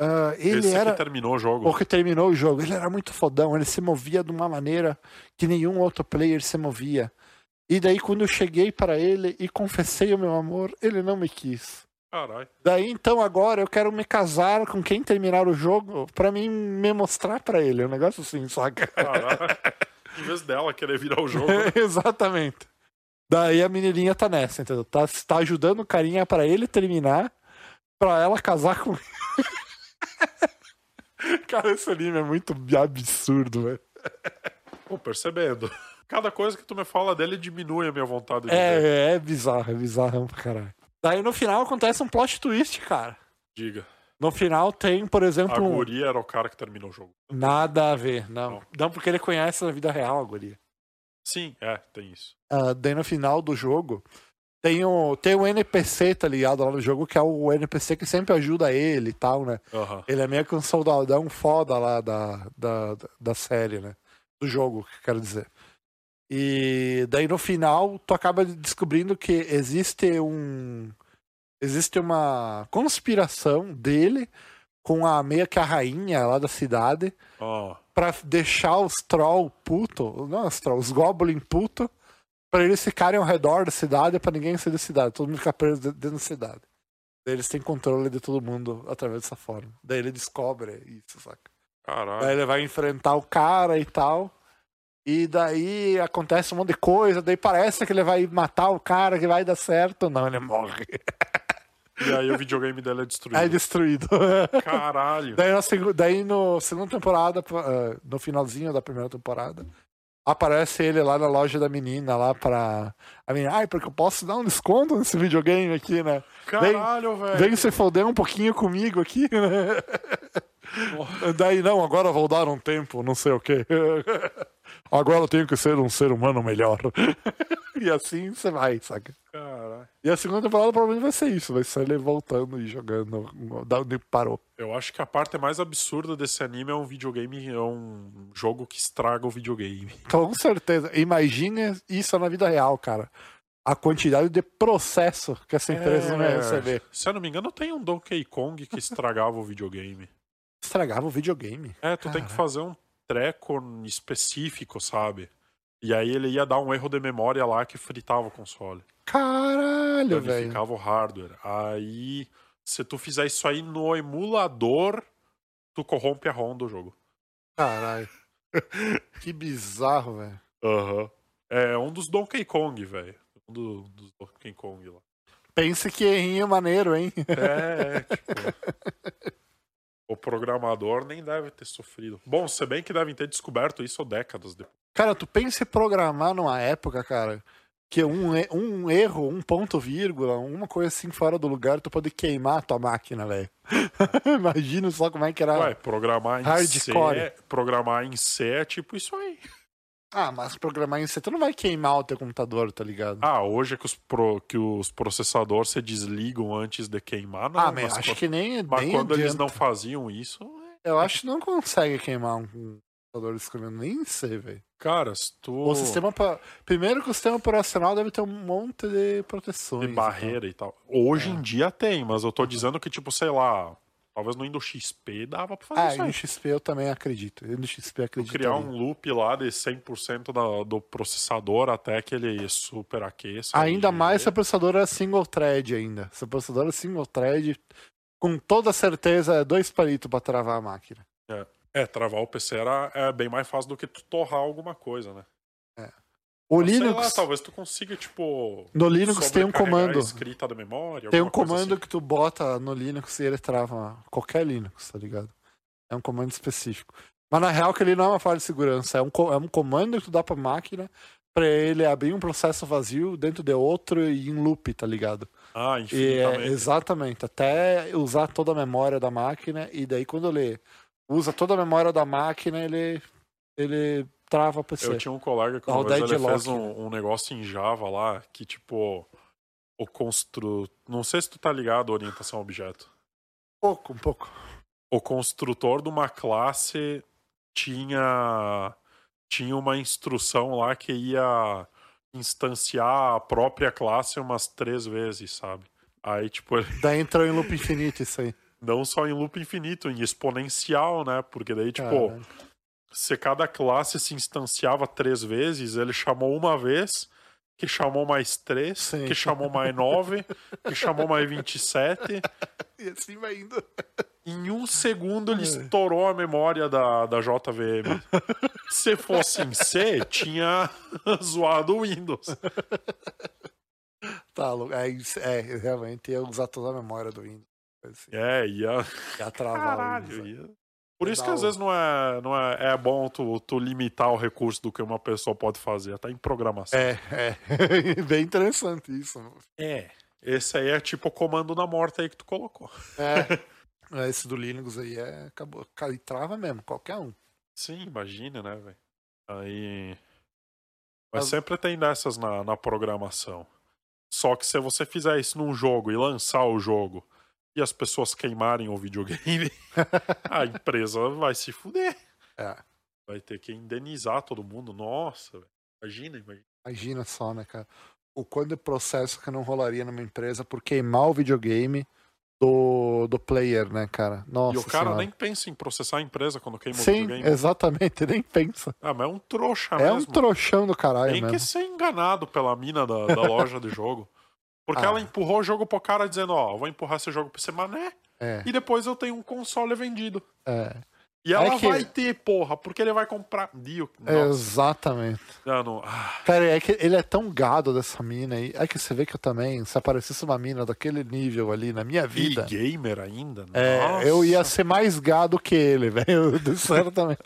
S3: Ah, ele
S1: Esse tá
S3: era
S1: que terminou o jogo.
S3: o que terminou o jogo. Ele era muito fodão. Ele se movia de uma maneira que nenhum outro player se movia. E daí, quando eu cheguei para ele e confessei o meu amor, ele não me quis.
S1: Caralho.
S3: Daí, então, agora eu quero me casar com quem terminar o jogo pra mim me mostrar pra ele. É um negócio assim, saca?
S1: Caralho. em vez dela querer virar o jogo.
S3: Exatamente. Daí a menininha tá nessa, entendeu? Tá, tá ajudando o carinha pra ele terminar, pra ela casar com Cara, esse anime é muito absurdo, velho.
S1: Tô percebendo. Cada coisa que tu me fala dele diminui a minha vontade de ver.
S3: É, é bizarro, é bizarrão pra caralho. Daí no final acontece um plot twist, cara.
S1: Diga.
S3: No final tem, por
S1: A
S3: exemplo, um-
S1: guria era o cara que terminou o jogo.
S3: nada a ver, não.
S1: Não.
S3: Não porque ele conhece na vida real a guria.
S1: Sim, é, tem isso.
S3: Ah, daí no final do jogo tem um, tem um NPC, tá ligado? Lá no jogo, que é o NPC que sempre ajuda ele e tal, né?
S1: Aham.
S3: Ele é meio que um soldadão foda lá da, da, da série, né? Do jogo, que eu quero dizer. E daí no final, tu acaba descobrindo que existe um. Existe uma conspiração dele com a meia que a rainha lá da cidade
S1: Ó.
S3: pra deixar os troll puto, não os troll, os goblin puto, pra eles ficarem ao redor da cidade, pra ninguém sair da cidade, todo mundo ficar preso de- dentro da cidade. Daí eles têm controle de todo mundo através dessa forma. Daí ele descobre isso, saca?
S1: Caralho.
S3: Daí ele vai enfrentar o cara e tal. E daí acontece um monte de coisa, daí parece que ele vai matar o cara, que vai dar certo. Não, ele morre.
S1: E aí o videogame dela é destruído.
S3: É destruído.
S1: Caralho.
S3: daí, na segu- daí no segunda temporada, pô, ah, no finalzinho da primeira temporada, aparece ele lá na loja da menina, lá pra. A menina, ai, porque eu posso dar um desconto nesse videogame aqui, né?
S1: Caralho, velho.
S3: Vem se foder um pouquinho comigo aqui, né? Daí, não, agora vou dar um tempo, não sei o quê. Agora eu tenho que ser um ser humano melhor. E assim você vai, saca?
S1: Caralho.
S3: E a segunda temporada provavelmente vai ser isso, vai ser ele voltando e jogando da onde parou.
S1: Eu acho que a parte mais absurda desse anime é um videogame, é um jogo que estraga o videogame.
S3: Com certeza. Imagine isso na vida real, cara. A quantidade de processo que essa empresa não vai receber.
S1: É. Se eu não me engano, tem um Donkey Kong que estragava o videogame.
S3: Estragava o videogame.
S1: É, tu tem que fazer um treco específico, sabe? E aí ele ia dar um erro de memória lá que fritava o console.
S3: Caralho, um velho.
S1: danificava o hardware. Aí, se tu fizer isso aí no emulador, tu corrompe a ROM do jogo.
S3: Caralho. que bizarro, velho.
S1: Aham. É um dos Donkey Kong, velho. Um do- dos Donkey Kong lá.
S3: Pense que errinho maneiro, hein?
S1: É, é tipo. O programador nem deve ter sofrido. Bom, se bem que devem ter descoberto isso décadas depois.
S3: Cara, tu pensa em programar numa época, cara, que um, e- um erro, um ponto vírgula, uma coisa assim fora do lugar, tu pode queimar a tua máquina, velho. Imagina só como é que era.
S1: Ué, programar em
S3: Hardcore.
S1: C. é- Programar em C é tipo isso aí.
S3: Ah, mas programar em C, tu não vai queimar o teu computador, tá ligado?
S1: Ah, hoje é que os, pro, que os processadores se desligam antes de queimar, não.
S3: Ah, mas acho
S1: quando-
S3: que nem.
S1: mas
S3: nem
S1: quando eles
S3: adianta.
S1: não faziam isso,
S3: Eu acho que não consegue queimar um computador escrevendo nem em C, velho.
S1: Cara, se tu.
S3: O sistema. pa- Primeiro que o sistema operacional deve ter um monte de proteções.
S1: De
S3: e tal.
S1: barreira e tal. Hoje
S3: É.
S1: em dia tem, mas eu
S3: Uhum.
S1: tô dizendo que, tipo, sei lá. Talvez no Windows XP dava pra fazer
S3: Ah,
S1: isso
S3: no
S1: aí.
S3: XP eu também acredito. Eu no XP acredito.
S1: Criar um loop lá de 100% da, do processador até que ele superaqueça.
S3: Ah, Ainda
S1: e-
S3: mais se a processadora é single thread ainda. Se a processadora é single thread, com toda certeza é dois palitos pra travar a máquina.
S1: É, travar o PC era, é bem mais fácil do que tu torrar alguma coisa, né?
S3: O
S1: Sei
S3: Linux,
S1: lá, talvez tu consiga, tipo.
S3: no Linux tem um
S1: sobrecarregar a
S3: comando.
S1: escrita da memória.
S3: Tem um
S1: alguma coisa
S3: comando
S1: assim.
S3: que tu bota no Linux e ele trava qualquer Linux, tá ligado? É um comando específico. Mas na real que ele não é uma falha de segurança, é um, co- é um comando que tu dá pra máquina pra ele abrir um processo vazio dentro de outro e em loop, tá ligado?
S1: Ah,
S3: E é,
S1: infinitamente.
S3: exatamente, até usar toda a memória da máquina e daí quando ele usa toda a memória da máquina, ele ele trava o PC.
S1: Eu tinha um colega que
S3: Ah,
S1: uma
S3: o
S1: vez ele
S3: Deadlock,
S1: fez um, um negócio em Java lá que, tipo, o constru... Não sei se tu tá ligado à orientação a objeto.
S3: pouco, um pouco.
S1: O construtor de uma classe tinha, tinha uma instrução lá que ia instanciar a própria classe umas três vezes, sabe? Aí, tipo, ele-
S3: Daí entrou em loop infinito isso aí.
S1: não só em loop infinito, em exponencial, né? Porque daí, tipo,
S3: Caralho.
S1: se cada classe se instanciava três vezes, ele chamou uma vez, que chamou mais três,
S3: Sim.
S1: que chamou mais nove, que chamou mais 27.
S3: E assim vai indo.
S1: Em um segundo
S3: É.
S1: ele estourou a memória da, da JVM. Se fosse em C, tinha zoado o Windows.
S3: Tá, louco. é, isso- é, realmente ia usar toda a memória do Windows. Assim,
S1: É, ia.
S3: ia travar o
S1: Caralho,
S3: Windows. né?
S1: ia. Por isso
S3: Ia
S1: que
S3: dar
S1: às
S3: o-
S1: vezes não é, não é, é bom tu, tu limitar o recurso do que uma pessoa pode fazer, até em programação.
S3: É, é. Bem interessante isso.
S1: é. Esse aí é tipo o comando da morte aí que tu colocou.
S3: É. Esse do Linux aí é. Acabou. Cara, e trava mesmo, qualquer um.
S1: Sim, imagina, né, velho? Aí. Mas
S3: Mas-
S1: sempre tem dessas na, na programação. Só que se você fizer isso num jogo e lançar o jogo e as pessoas queimarem o videogame, a empresa vai se fuder.
S3: É.
S1: Vai ter que indenizar todo mundo. Nossa, velho. Imagina, imagina.
S3: Imagina só, né, cara? O quanto de processo que não rolaria numa empresa por queimar o videogame do, do player, né, cara? Nossa.
S1: e o cara
S3: senhora.
S1: nem pensa em processar a empresa quando queima o
S3: Sim,
S1: videogame. né?
S3: exatamente, nem pensa.
S1: Ah, mas é um trouxa
S3: é
S1: mesmo.
S3: um trouxão do caralho
S1: Tem que
S3: mesmo.
S1: ser enganado pela mina da, da loja de jogo. Porque
S3: Ah.
S1: ela empurrou o jogo pro cara né? dizendo, ó, vou empurrar esse jogo pra você, mané,
S3: É,
S1: e depois eu tenho um console vendido.
S3: é.
S1: E ela
S3: É que- É,
S1: vai ter, porra, porque ele vai comprar. Dio. Nossa,
S3: Exatamente.
S1: não, não. Ah,
S3: Cara, é que ele é tão gado dessa mina aí. É que você vê que eu também, se aparecesse uma mina daquele nível ali na minha
S1: e
S3: vida,
S1: gamer ainda?
S3: é,
S1: Nossa.
S3: eu ia ser mais gado que ele, velho. do Certamente.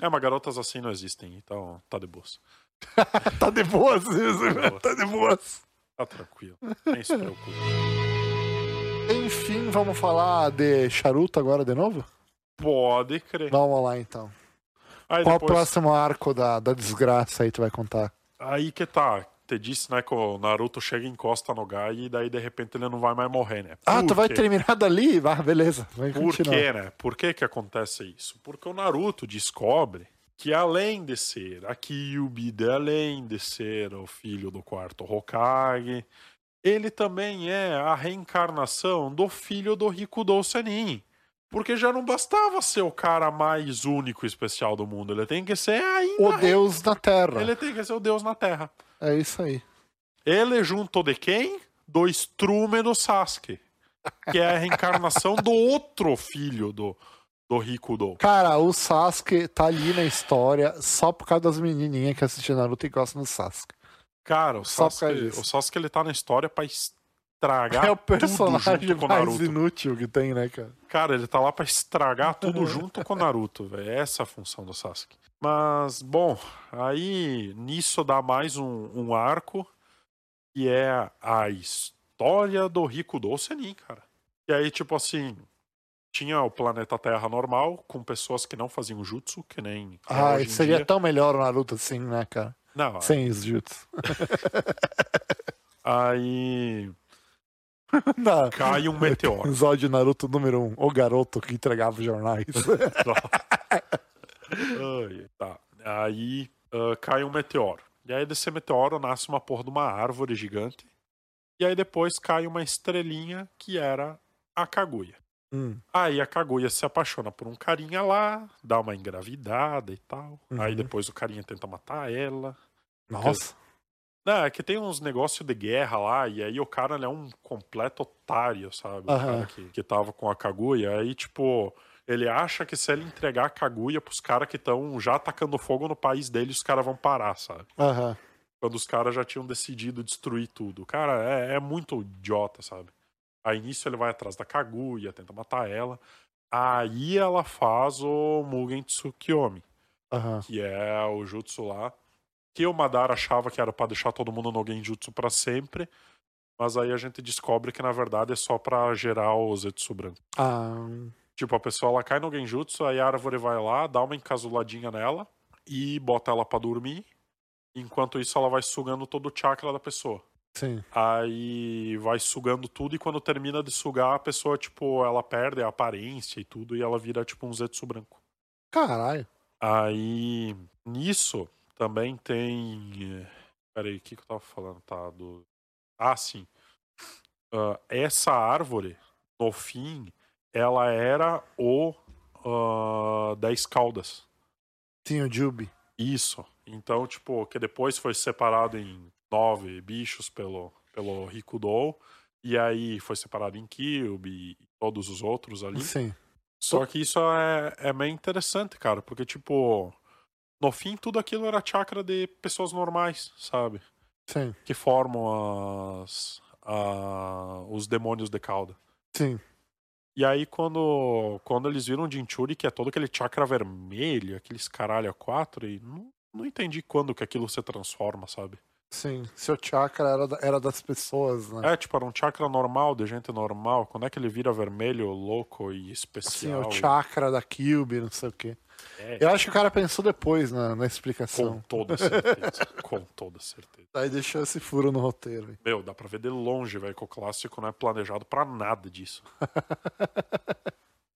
S1: É, mas garotas assim não existem, então tá de boas.
S3: tá de boas isso, velho. Tá de boas.
S1: Tá tranquilo. Nem se preocupe.
S3: Enfim, vamos falar de charuto agora de novo?
S1: Pode crer.
S3: Vamos lá então.
S1: Aí
S3: Qual o
S1: depois-
S3: próximo arco da, da desgraça aí tu vai contar?
S1: Aí que tá. Te disse, né, que o Naruto chega e encosta no Gai e daí de repente ele não vai mais morrer, né?
S3: Ah,
S1: Por
S3: tu vai
S1: quê?
S3: terminar dali? Ah, beleza. Vai
S1: Por
S3: continuar.
S1: quê, né? Por que que acontece isso? Porque o Naruto descobre que além de ser a Kyuubi, de além de ser o filho do quarto Hokage, ele também é a reencarnação do filho do Rikudou Senin. Porque já não bastava ser o cara mais único e especial do mundo, ele tem que ser ainda...
S3: O Deus né? da Terra.
S1: Ele tem que ser o deus na Terra.
S3: É isso aí.
S1: Ele junto de quem? Do Strume do Sasuke. Que é a reencarnação do outro filho do, do Rikudo.
S3: Cara, o Sasuke tá ali na história só por causa das menininhas que assistem Naruto e gostam do Sasuke.
S1: Cara, o
S3: Só por
S1: Sasuke,
S3: causa disso.
S1: o Sasuke ele tá na história pra estragar
S3: é o
S1: tudo
S3: personagem
S1: junto com o
S3: mais
S1: Naruto.
S3: inútil que tem, né, cara?
S1: Cara, ele tá lá pra estragar tudo junto com o Naruto, velho. Essa é a função do Sasuke. Mas, bom, aí nisso dá mais um, um arco, que é a história do Rikudo Senin, cara. E aí, tipo assim, tinha o planeta Terra normal, com pessoas que não faziam jutsu, que nem. é
S3: Ah,
S1: hoje em
S3: seria
S1: dia.
S3: tão melhor o Naruto assim, né, cara?
S1: Não,
S3: Sem os jutsu.
S1: aí
S3: Não.
S1: cai um meteoro.
S3: Episódio Naruto número 1, um, o garoto que entregava os jornais.
S1: Ai, tá. Aí ah, cai um meteoro. E aí desse meteoro nasce uma porra de uma árvore gigante. E aí depois cai uma estrelinha que era a Kaguya.
S3: Hum,
S1: Aí a Kaguya se apaixona por um carinha lá, dá uma engravidada e tal.
S3: Uhum.
S1: Aí depois o carinha tenta matar ela.
S3: Nossa.
S1: Não, é que tem uns negócios de guerra lá, e aí o cara ele é um completo otário, sabe? O
S3: Aham.
S1: cara que, que tava com a Kaguya, aí tipo, ele acha que se ele entregar a Kaguya pros caras que estão já atacando fogo no país dele, os caras vão parar, sabe?
S3: Aham.
S1: Quando os caras já tinham decidido destruir tudo. Cara, é, é muito idiota, sabe? Aí nisso ele vai atrás da Kaguya, tenta matar ela. Aí ela faz o Mugen Tsukiyomi
S3: Aham.
S1: que é o jutsu lá, que o Madara achava que era pra deixar todo mundo no genjutsu pra sempre, mas aí a gente descobre que na verdade é só pra gerar o Zetsu branco.
S3: Ah,
S1: Tipo, a pessoa ela cai no genjutsu, aí a árvore vai lá, dá uma encasuladinha nela e bota ela pra dormir. Enquanto isso ela vai sugando todo o chakra da pessoa.
S3: sim.
S1: Aí vai sugando tudo e quando termina de sugar, a pessoa tipo, ela perde a aparência e tudo e ela vira tipo um Zetsu branco.
S3: Caralho.
S1: Aí, nisso, também tem. eh, Peraí, o que, que eu tava falando? Tá, do... Ah, sim. Ah, essa árvore, no fim, ela era o ah, Dez Caldas.
S3: Tinha o Jubi.
S1: Isso. Então, tipo, que depois foi separado em nove bichos pelo, pelo Rikudou. E aí foi separado em Kyubi e todos os outros ali.
S3: Sim.
S1: Só que isso é, é meio interessante, cara, porque, tipo, no fim tudo aquilo era chakra de pessoas normais, sabe?
S3: Sim.
S1: Que formam as, a- os demônios de cauda.
S3: Sim.
S1: E aí, quando, quando eles viram o Jinchuri, que é todo aquele chakra vermelho, aqueles caralho a quatro, e não, não entendi quando que aquilo se transforma, sabe?
S3: Sim. Seu chakra era, da- era das pessoas, né?
S1: É, tipo, era um chakra normal, de gente normal. Quando é que ele vira vermelho, louco e
S3: Sim,
S1: especial?
S3: Assim, o chakra da Cube, não sei o quê.
S1: É.
S3: Eu acho que o cara pensou depois na, na
S1: Com
S3: explicação.
S1: toda certeza. com toda certeza.
S3: Aí deixou esse furo no roteiro. hein?
S1: Meu, dá pra ver de longe, velho, que o clássico não é planejado pra nada disso.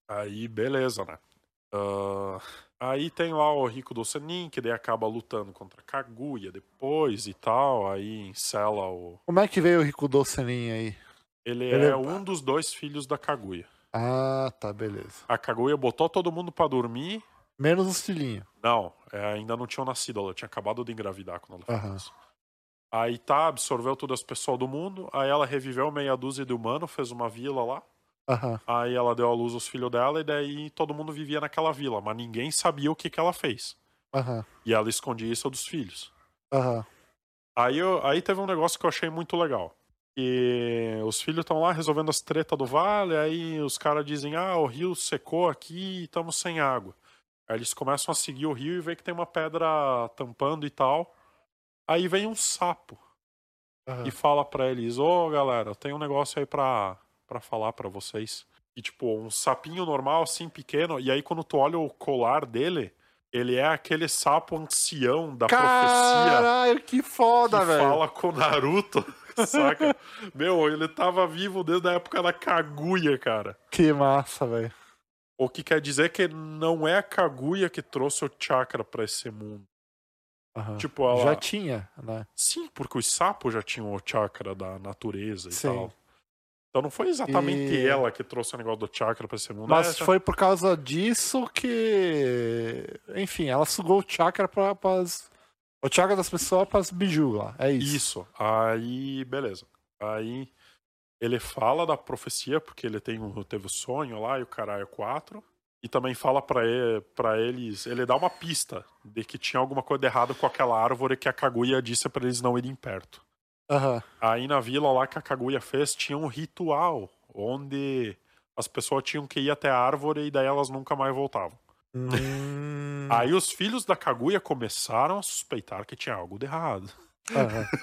S1: aí, beleza, né? Ah, aí tem lá o Rico do Senin, que daí acaba lutando contra a Kaguya depois e tal. Aí encela o.
S3: Como é que veio o Rico Docenin aí?
S1: Ele,
S3: Ele
S1: é,
S3: é-
S1: um dos dois filhos da Kaguya.
S3: Ah, tá, beleza.
S1: A Kaguya botou todo mundo pra dormir.
S3: Menos os filhinhos.
S1: Não, é, ainda não tinha nascido, ela tinha acabado de engravidar quando ela fez
S3: Aham.
S1: isso. Aí tá, absorveu todas as pessoas do mundo, aí ela reviveu meia dúzia de humano, fez uma vila lá.
S3: Aham.
S1: Aí ela deu à luz os filhos dela e daí todo mundo vivia naquela vila, mas ninguém sabia o que, que ela fez.
S3: Aham.
S1: E ela escondia isso dos filhos.
S3: Aham.
S1: Aí, eu- aí teve um negócio que eu achei muito legal. Que os filhos estão lá resolvendo as tretas do vale, aí os caras dizem, ah, o rio secou aqui e estamos sem água. Aí eles começam a seguir o rio e vê que tem uma pedra tampando e tal. Aí vem um sapo
S3: Aham.
S1: e fala pra eles, ô galera, eu tenho um negócio aí pra, pra falar pra vocês. E tipo, um sapinho normal, assim, pequeno, e aí quando tu olha o colar dele, ele é aquele sapo ancião da profecia
S3: Caralho, que foda,
S1: que
S3: velho.
S1: fala com o Naruto, saca? Meu, ele tava vivo desde a época da Kaguya, cara.
S3: Que massa, velho.
S1: O que quer dizer que não é a Kaguya que trouxe o chakra pra esse mundo.
S3: Aham.
S1: Tipo, ela...
S3: Já tinha, né?
S1: Sim, porque os sapos já tinham o chakra da natureza e
S3: Sim.
S1: tal. Então não foi exatamente
S3: E-
S1: ela que trouxe o negócio do chakra pra esse mundo.
S3: Mas
S1: é,
S3: foi por causa disso que. Enfim, ela sugou o chakra pra, pras. O chakra das pessoas pras biju lá. É isso.
S1: Isso. Aí, beleza. Aí ele fala da profecia, porque ele tem, um- teve o sonho lá e o caralho 4. E também fala pra ele, pra eles. Ele dá uma pista de que tinha alguma coisa errada com aquela árvore que a Kaguya disse pra eles não irem perto.
S3: Aham.
S1: Aí na vila lá que a Kaguya fez, tinha um ritual onde as pessoas tinham que ir até a árvore e daí elas nunca mais voltavam.
S3: Hum,
S1: Aí os filhos da Kaguya começaram a suspeitar que tinha algo de errado.
S3: aham.
S1: Ah.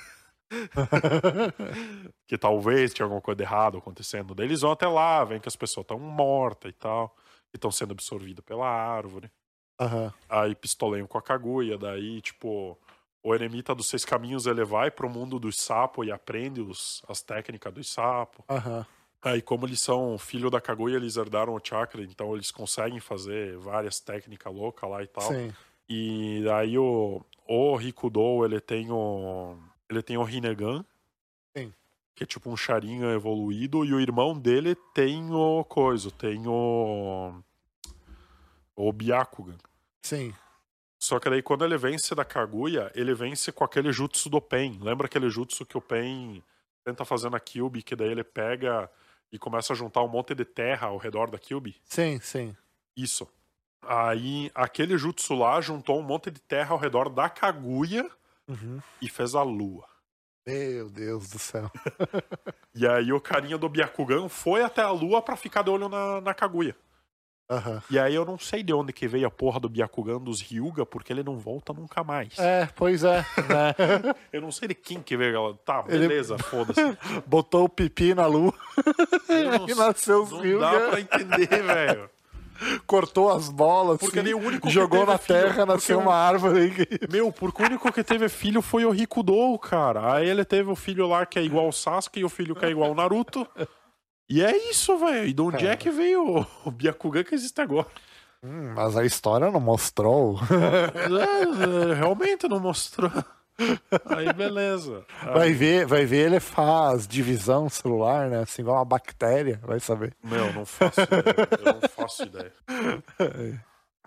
S1: que talvez tinha alguma coisa errada acontecendo. Daí eles vão até lá, veem que as pessoas estão mortas e tal, que estão sendo absorvidas pela árvore.
S3: Aham.
S1: Aí pistoleiam com a Kaguya, daí, tipo, o eremita dos seis caminhos ele vai pro mundo dos sapos e aprende os, as técnicas dos sapos.
S3: Aham.
S1: Aí, É, como eles são filho da Kaguya, eles herdaram o chakra, então eles conseguem fazer várias técnicas loucas lá e tal.
S3: Sim.
S1: E daí o, o Rikudo, ele tem o. Ele tem o Rinnegan.
S3: Sim.
S1: Que é tipo um Sharingan evoluído. E o irmão dele tem o coisa, tem o. O Byakugan.
S3: Sim.
S1: Só que daí quando ele vence da Kaguya, ele vence com aquele jutsu do Pen. Lembra aquele jutsu que o Pen tenta fazer na Kyubi, que daí ele pega e começa a juntar um monte de terra ao redor da Kyubi?
S3: Sim, sim.
S1: Isso. Aí, aquele jutsu lá juntou um monte de terra ao redor da Kaguya
S3: Uhum.
S1: e fez a lua.
S3: Meu Deus do céu.
S1: E aí, o carinha do Byakugan foi até a lua pra ficar de olho na, na Kaguya.
S3: Aham.
S1: E aí, eu não sei de onde que veio a porra do Byakugan dos Ryuga, porque ele não volta nunca mais.
S3: É, pois é. né?
S1: Eu não sei de quem que veio ela. Tá,
S3: Ele-
S1: beleza, foda-se.
S3: Botou o pipi na lua
S1: Eu não
S3: e nasceu os
S1: Não
S3: rios.
S1: dá pra entender, velho.
S3: Cortou as bolas.
S1: Porque
S3: assim,
S1: ele é o único que
S3: Jogou
S1: teve
S3: na
S1: filho,
S3: terra,
S1: porque
S3: nasceu
S1: o-
S3: uma árvore. que-
S1: Meu, porque o único que teve filho foi o Rikudo, cara. Aí ele teve o filho lá que é igual o Sasuke e o filho que é igual o Naruto. E é isso, velho. E de onde é que veio o- o Byakugan que existe agora?
S3: Hum, mas a história não mostrou.
S1: É, é, realmente não mostrou. Aí beleza. Ah,
S3: Vai ver, vai ver, ele faz divisão celular, né? Assim, igual uma bactéria, vai saber.
S1: Meu, não faço ideia. Eu não faço ideia.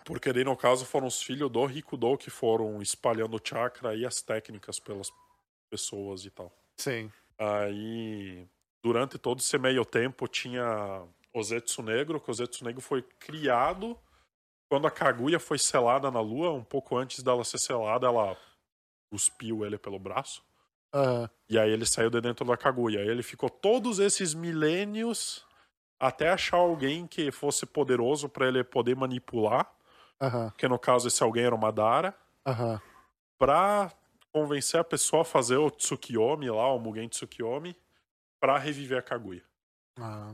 S1: Porque daí, no caso, foram os filhos do Rikudo que foram espalhando o chakra e as técnicas pelas pessoas e tal.
S3: Sim.
S1: Aí, durante todo esse meio tempo, tinha o Zetsu Negro, que o Zetsu Negro foi criado quando a Kaguya foi selada na lua, um pouco antes dela ser selada, ela cuspiu ele pelo braço.
S3: Aham.
S1: E aí ele saiu de dentro da Kaguya. Aí ele ficou todos esses milênios até achar alguém que fosse poderoso pra ele poder manipular,
S3: Aham.
S1: que no caso esse alguém era o Madara,
S3: Aham.
S1: pra convencer a pessoa a fazer o Tsukiyomi lá, o Mugen Tsukiyomi, pra reviver a Kaguya.
S3: Ah,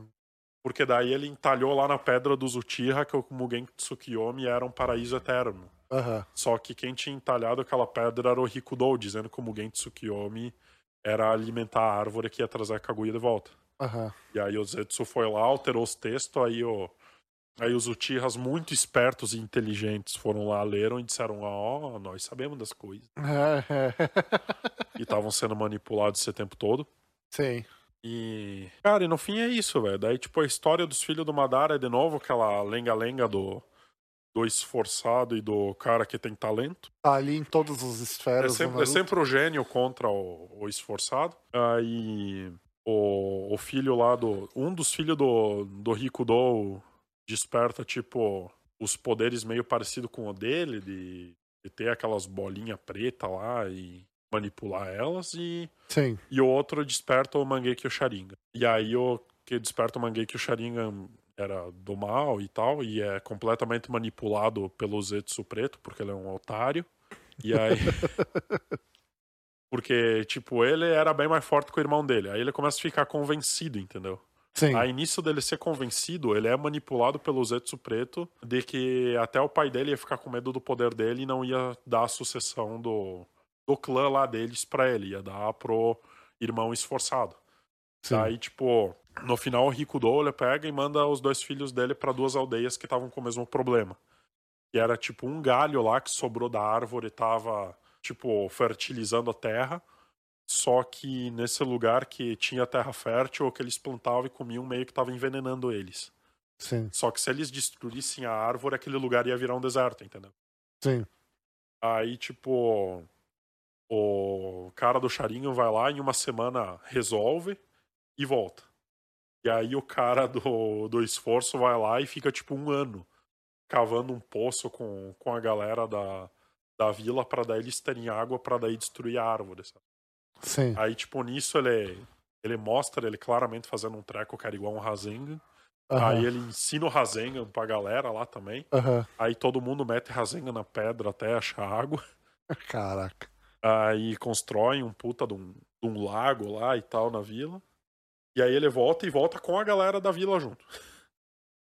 S1: Porque daí ele entalhou lá na pedra dos Uchiha que o Mugen Tsukiyomi era um paraíso eterno.
S3: Aham.
S1: Só que quem tinha entalhado aquela pedra era o Rikudou, dizendo que o Mugen Tsukiyomi era alimentar a árvore que ia trazer a Kaguya de volta.
S3: Aham.
S1: E aí o Zetsu foi lá, alterou os textos, aí o... Aí os Uchihas muito espertos e inteligentes foram lá, leram e disseram, ó, nós sabemos das coisas. E estavam sendo manipulados esse tempo todo.
S3: Sim.
S1: E. Cara, e no fim é isso, velho. Daí, tipo, a história dos filhos do Madara é de novo aquela lenga-lenga do. Do esforçado e do cara que tem talento.
S3: Tá ali em todas as
S1: É
S3: esferas. do
S1: sempre, é
S3: Naruto.
S1: sempre o gênio contra o, o esforçado. Aí. o, o filho lá do. Um dos filhos do, do Rico Dou desperta, tipo, os poderes meio parecido com o dele, de, de ter aquelas bolinhas preta lá e manipular elas, e,
S3: Sim.
S1: e o outro desperta o Mangekyo Sharingan. E aí o que desperta o Mangekyo Sharingan era do mal e tal, e é completamente manipulado pelo Zetsu Preto, porque ele é um otário. E aí. Porque, tipo, ele era bem mais forte que o irmão dele. Aí ele começa a ficar convencido, entendeu?
S3: Sim.
S1: Aí nisso dele ser convencido, ele é manipulado pelo Zetsu Preto de que até o pai dele ia ficar com medo do poder dele e não ia dar a sucessão do, do clã lá deles pra ele, ia dar pro irmão esforçado.
S3: sim.
S1: Daí, tipo, no final o Rico Doula pega e manda os dois filhos dele pra duas aldeias que estavam com o mesmo problema. Que era tipo um galho lá que sobrou da árvore e tava, tipo, fertilizando a terra. Só que nesse lugar que tinha terra fértil, que eles plantavam e comiam, meio que tava envenenando eles.
S3: Sim.
S1: Só que se eles destruíssem a árvore, aquele lugar ia virar um deserto, entendeu?
S3: Sim.
S1: Aí, tipo, o cara do Charinho vai lá, em uma semana resolve e volta. E aí o cara do, do esforço vai lá e fica, tipo, um ano cavando um poço com, com a galera da, da vila pra daí eles terem água pra daí destruir a árvore. sabe?
S3: Sim.
S1: Aí, tipo, nisso ele, ele mostra ele claramente fazendo um treco que era igual um Rasengan. Aí
S3: Aham.
S1: ele ensina o Rasengan pra galera lá também.
S3: Aham.
S1: Aí todo mundo mete Rasengan na pedra até achar água.
S3: Caraca.
S1: Aí constroem um puta de um, de um lago lá e tal na vila. E aí ele volta e volta com a galera da vila junto.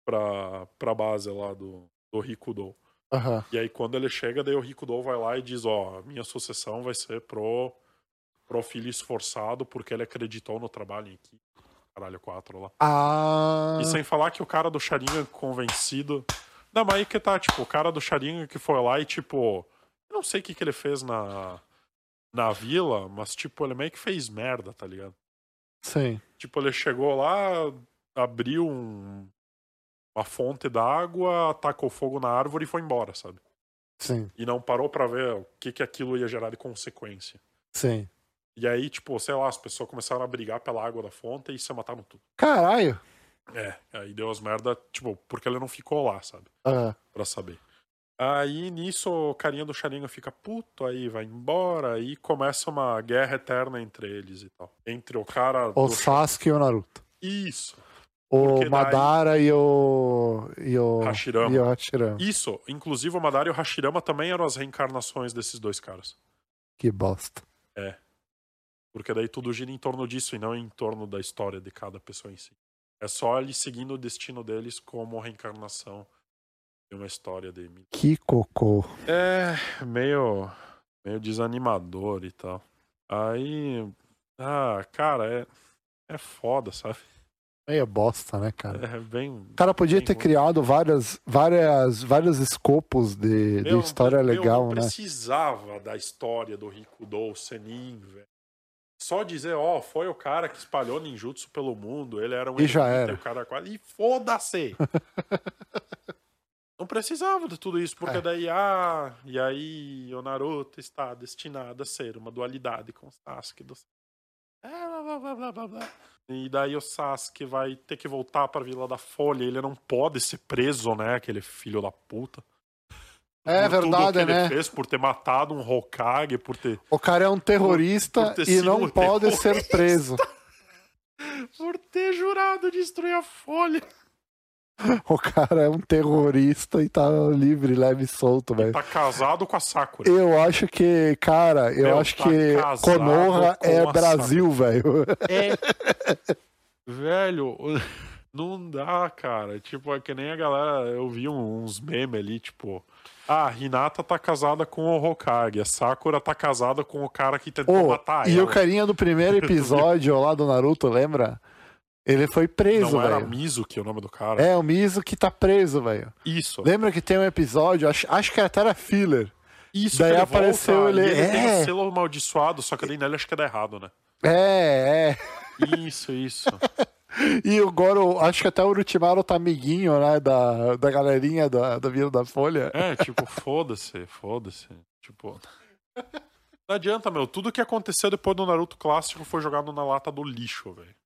S1: pra, pra base lá do, do Rikudo.
S3: Aham.
S1: E aí quando ele chega, daí o Rikudo vai lá e diz, ó, minha sucessão vai ser pro, pro filho esforçado, porque ele acreditou no trabalho em equipe. Caralho, quatro lá.
S3: Ah.
S1: E sem falar que o cara do Sharingan convencido. Não, mas aí que tá, tipo, o cara do Sharingan que foi lá e, tipo, eu não sei o que, que ele fez na, na vila, mas, tipo, ele meio que fez merda, tá ligado?
S3: Sim.
S1: Tipo, ele chegou lá, abriu um, uma fonte d'água, tacou fogo na árvore e foi embora, sabe?
S3: Sim.
S1: E não parou pra ver o que, que aquilo ia gerar de consequência.
S3: Sim.
S1: E aí, tipo, sei lá, as pessoas começaram a brigar pela água da fonte e se mataram tudo.
S3: Caralho.
S1: É, aí deu as merda, tipo, porque ele não ficou lá, sabe?
S3: Aham.
S1: Pra saber. Aí nisso o carinha do Sharingan fica puto, aí vai embora, aí começa uma guerra eterna entre eles e tal. Entre o cara
S3: O
S1: do
S3: Sasuke e o Naruto.
S1: Isso.
S3: O
S1: Porque daí-
S3: Madara e o. E o.
S1: Hashirama.
S3: E o Hashirama.
S1: Isso. Inclusive o Madara e o Hashirama também eram as reencarnações desses dois caras.
S3: Que bosta.
S1: Porque daí tudo gira em torno disso e não em torno da história de cada pessoa em si. É só eles seguindo o destino deles como reencarnação de uma história de mil.
S3: Que cocô.
S1: É, meio, meio desanimador e tal. Aí, ah, cara, é, é foda, sabe?
S3: Meia bosta, né, cara?
S1: É bem...
S3: O cara podia
S1: Sim,
S3: ter
S1: muito.
S3: criado várias, várias, vários escopos de, de
S1: Meu,
S3: história
S1: meu,
S3: legal,
S1: não
S3: né?
S1: precisava da história do Rikudo, Senin, velho. Só dizer, ó, foi o cara que espalhou ninjutsu pelo mundo, ele era um
S3: E já
S1: erudito,
S3: era.
S1: e o cara quase... E foda-se! não precisava de tudo isso, porque
S3: É.
S1: daí, ah, e aí o Naruto está destinado a ser uma dualidade com o Sasuke do... É, blá, blá, blá, blá, blá, blá. E daí o Sasuke vai ter que voltar pra Vila da Folha, ele não pode ser preso, né, aquele filho da puta
S3: É
S1: por tudo
S3: verdade,
S1: que
S3: né?
S1: Ele fez por ter matado um Hokage, por ter,
S3: O cara é um terrorista
S1: Por ter
S3: e
S1: sido
S3: não
S1: um
S3: pode
S1: terrorista.
S3: ser preso.
S1: por ter jurado destruir a Folha.
S3: O cara é um terrorista e tá livre, leve e solto, velho.
S1: Tá casado com a Sakura.
S3: Eu acho que, cara, eu
S1: né? Meu,
S3: acho
S1: tá
S3: que
S1: casado
S3: Konoha
S1: com
S3: é
S1: a
S3: Brasil, velho.
S1: É. Velho, não dá, cara. Tipo, é que nem a galera. Eu vi um- uns memes ali, tipo. Ah, a Hinata tá casada com o Hokage. A Sakura tá casada com o cara que tentou
S3: Ô,
S1: matar
S3: e
S1: ela.
S3: o carinha do primeiro episódio lá do Naruto, lembra? Ele foi preso,
S1: Não era
S3: velho.
S1: Mizuki o nome do cara.
S3: É, o Mizu que tá preso, velho.
S1: Isso.
S3: Lembra que tem um episódio, acho, acho que até era filler.
S1: Isso
S3: Daí
S1: que ele
S3: apareceu
S1: volta,
S3: ele-
S1: e ele tem
S3: é.
S1: um selo amaldiçoado, só que daí nele acho que dá errado, né?
S3: É, é.
S1: Isso, isso.
S3: E o Goro, acho que até o Uruchimaru tá amiguinho, né? Da, da galerinha da, da Vila da Folha.
S1: É, tipo, foda-se, foda-se. Tipo. Não adianta, meu. Tudo que aconteceu depois do Naruto clássico foi jogado na lata do lixo, velho.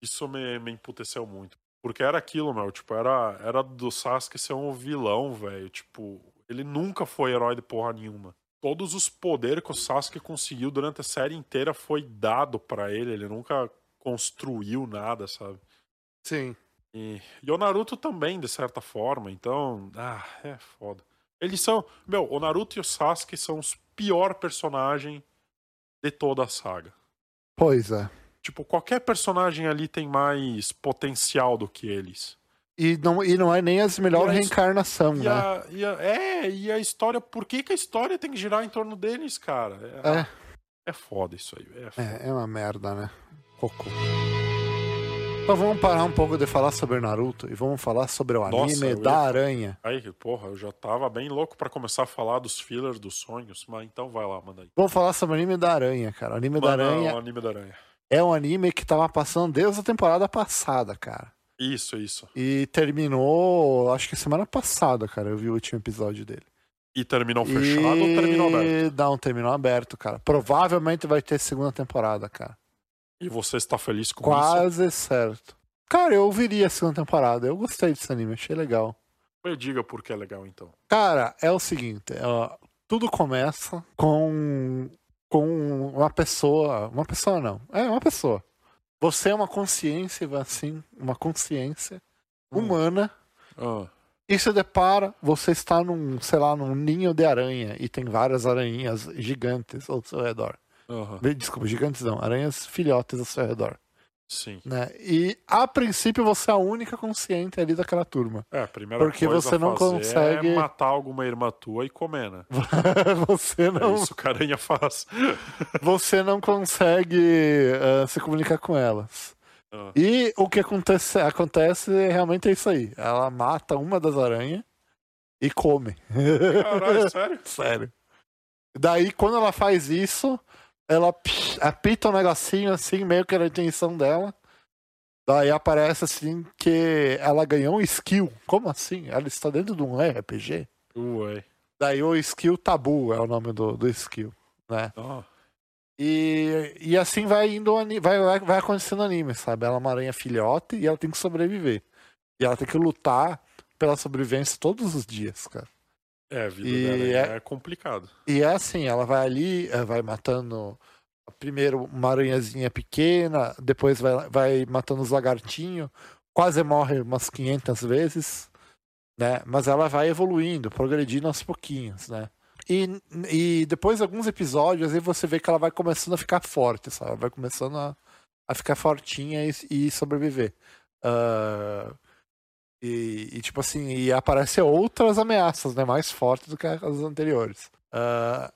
S1: Isso me, me emputeceu muito. Porque era aquilo, meu. Tipo, era, era do Sasuke ser um vilão, velho. Tipo, ele nunca foi herói de porra nenhuma. Todos os poderes que o Sasuke conseguiu durante a série inteira foi dado pra ele. Ele nunca construiu nada, sabe?
S3: Sim.
S1: E, e o Naruto também, de certa forma. Então, ah, é foda. Eles são. Meu, o Naruto e o Sasuke são os pior personagem de toda a saga.
S3: Pois é.
S1: Tipo, qualquer personagem ali tem mais potencial do que eles.
S3: E não, e não é nem as melhores
S1: E a his-
S3: reencarnações,
S1: E
S3: né?
S1: a, e a- é, e a história. Por que, que a história tem que girar em torno deles, cara? É,
S3: É,
S1: é foda isso aí. É foda.
S3: é, é uma merda, né? Cocô. Então vamos parar um pouco de falar sobre Naruto e vamos falar sobre o
S1: Nossa,
S3: anime
S1: eu ia-
S3: da aranha.
S1: Aí, porra, eu já tava bem louco pra começar a falar dos fillers dos sonhos, mas então vai lá, manda aí.
S3: Vamos falar sobre o anime da aranha, cara. O anime da
S1: Manda
S3: aranha
S1: o anime da aranha.
S3: é um anime que tava passando desde a temporada passada, cara.
S1: Isso, isso.
S3: E terminou, acho que semana passada, cara, eu vi o último episódio dele.
S1: E terminou fechado ou terminou aberto?
S3: E Não, terminou aberto, cara. Provavelmente vai ter segunda temporada, cara.
S1: E você está feliz com isso?
S3: Quase certo. Cara, eu viria a segunda temporada. Eu gostei desse anime, achei legal.
S1: Me diga por que é legal, então.
S3: Cara, é o seguinte, ó, tudo começa com com uma pessoa, uma pessoa não, é uma pessoa. Você é uma consciência, assim, uma consciência
S1: Hum.
S3: humana
S1: Ah,
S3: e se depara, você está num, sei lá, num ninho de aranha e tem várias aranhas gigantes ao seu redor.
S1: aham.
S3: Desculpa, gigantes não, aranhas filhotes ao seu redor,
S1: Sim.
S3: né? E a princípio você é a única consciente ali daquela turma.
S1: É, a primeira
S3: Porque
S1: coisa
S3: você
S1: a
S3: não
S1: fazer
S3: consegue-
S1: é matar alguma irmã tua e comer, né?
S3: você não
S1: É isso que a aranha faz.
S3: você não consegue ah, se comunicar com elas.
S1: Ah.
S3: E o que acontece, acontece é realmente é isso aí. Ela mata uma das aranhas e come.
S1: Caralho, é sério?
S3: Sério. Daí, quando ela faz isso, ela psh, apita um negocinho assim, meio que era a intenção dela. Daí aparece assim que ela ganhou um skill. Como assim? Ela está dentro de um RPG?
S1: Ué.
S3: Daí o skill tabu é o nome do, do skill, né?
S1: Ah,
S3: E, e assim vai indo, o ani- vai, vai, vai acontecendo o anime, sabe? Ela é uma aranha filhote e ela tem que sobreviver. E ela tem que lutar pela sobrevivência todos os dias, cara.
S1: é, a vida
S3: E
S1: da aranha
S3: é-
S1: é... complicado.
S3: E é assim, ela vai ali, eh, vai matando primeiro uma aranhazinha pequena, depois vai, vai matando os lagartinhos, quase morre umas 500 vezes, né? Mas ela vai evoluindo, progredindo aos pouquinhos, né? E, e depois de alguns episódios, aí você vê que ela vai começando a ficar forte, sabe? Ela vai começando a, a ficar fortinha e, e sobreviver. Ah, e, e, tipo assim, e aparecem outras ameaças, né? Mais fortes do que as anteriores. Ah,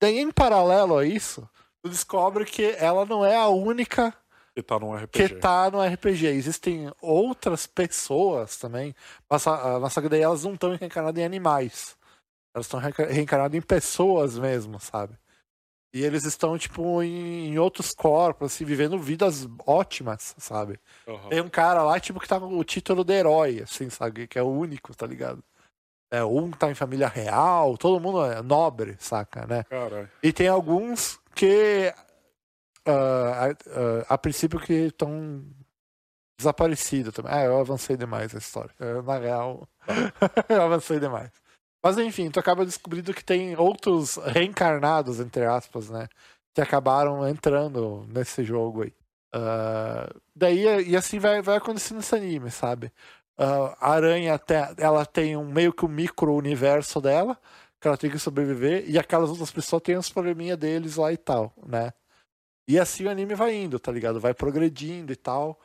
S3: daí, em paralelo a isso, tu descobre que ela não é a única
S1: E tá num RPG.
S3: que tá no RPG. Existem outras pessoas também, mas, a- a- mas só que daí elas não estão reencarnadas em animais. Elas estão reenca- reencarnadas em pessoas mesmo, sabe? E eles estão, tipo, em, em outros corpos, assim, vivendo vidas ótimas, sabe?
S1: Aham.
S3: Tem um cara lá, tipo, que tá com o título de herói, assim, sabe? Que é o único, tá ligado? É, um tá em família real, todo mundo é nobre, saca, né?
S1: Caralho.
S3: E tem alguns que ah, a, a- a princípio que estão desaparecidos também. Ah, eu avancei demais a história. Eu, na real, eu avancei demais. Mas enfim, tu acaba descobrindo que tem outros reencarnados, entre aspas, né? Que acabaram entrando nesse jogo aí. Ah, daí, e assim vai, vai acontecendo esse anime, sabe? Ah, a aranha até, ela tem um meio que um micro-universo dela que ela tem que sobreviver e aquelas outras pessoas têm os probleminha deles lá e tal, né? E assim o anime vai indo, tá ligado? Vai progredindo e tal.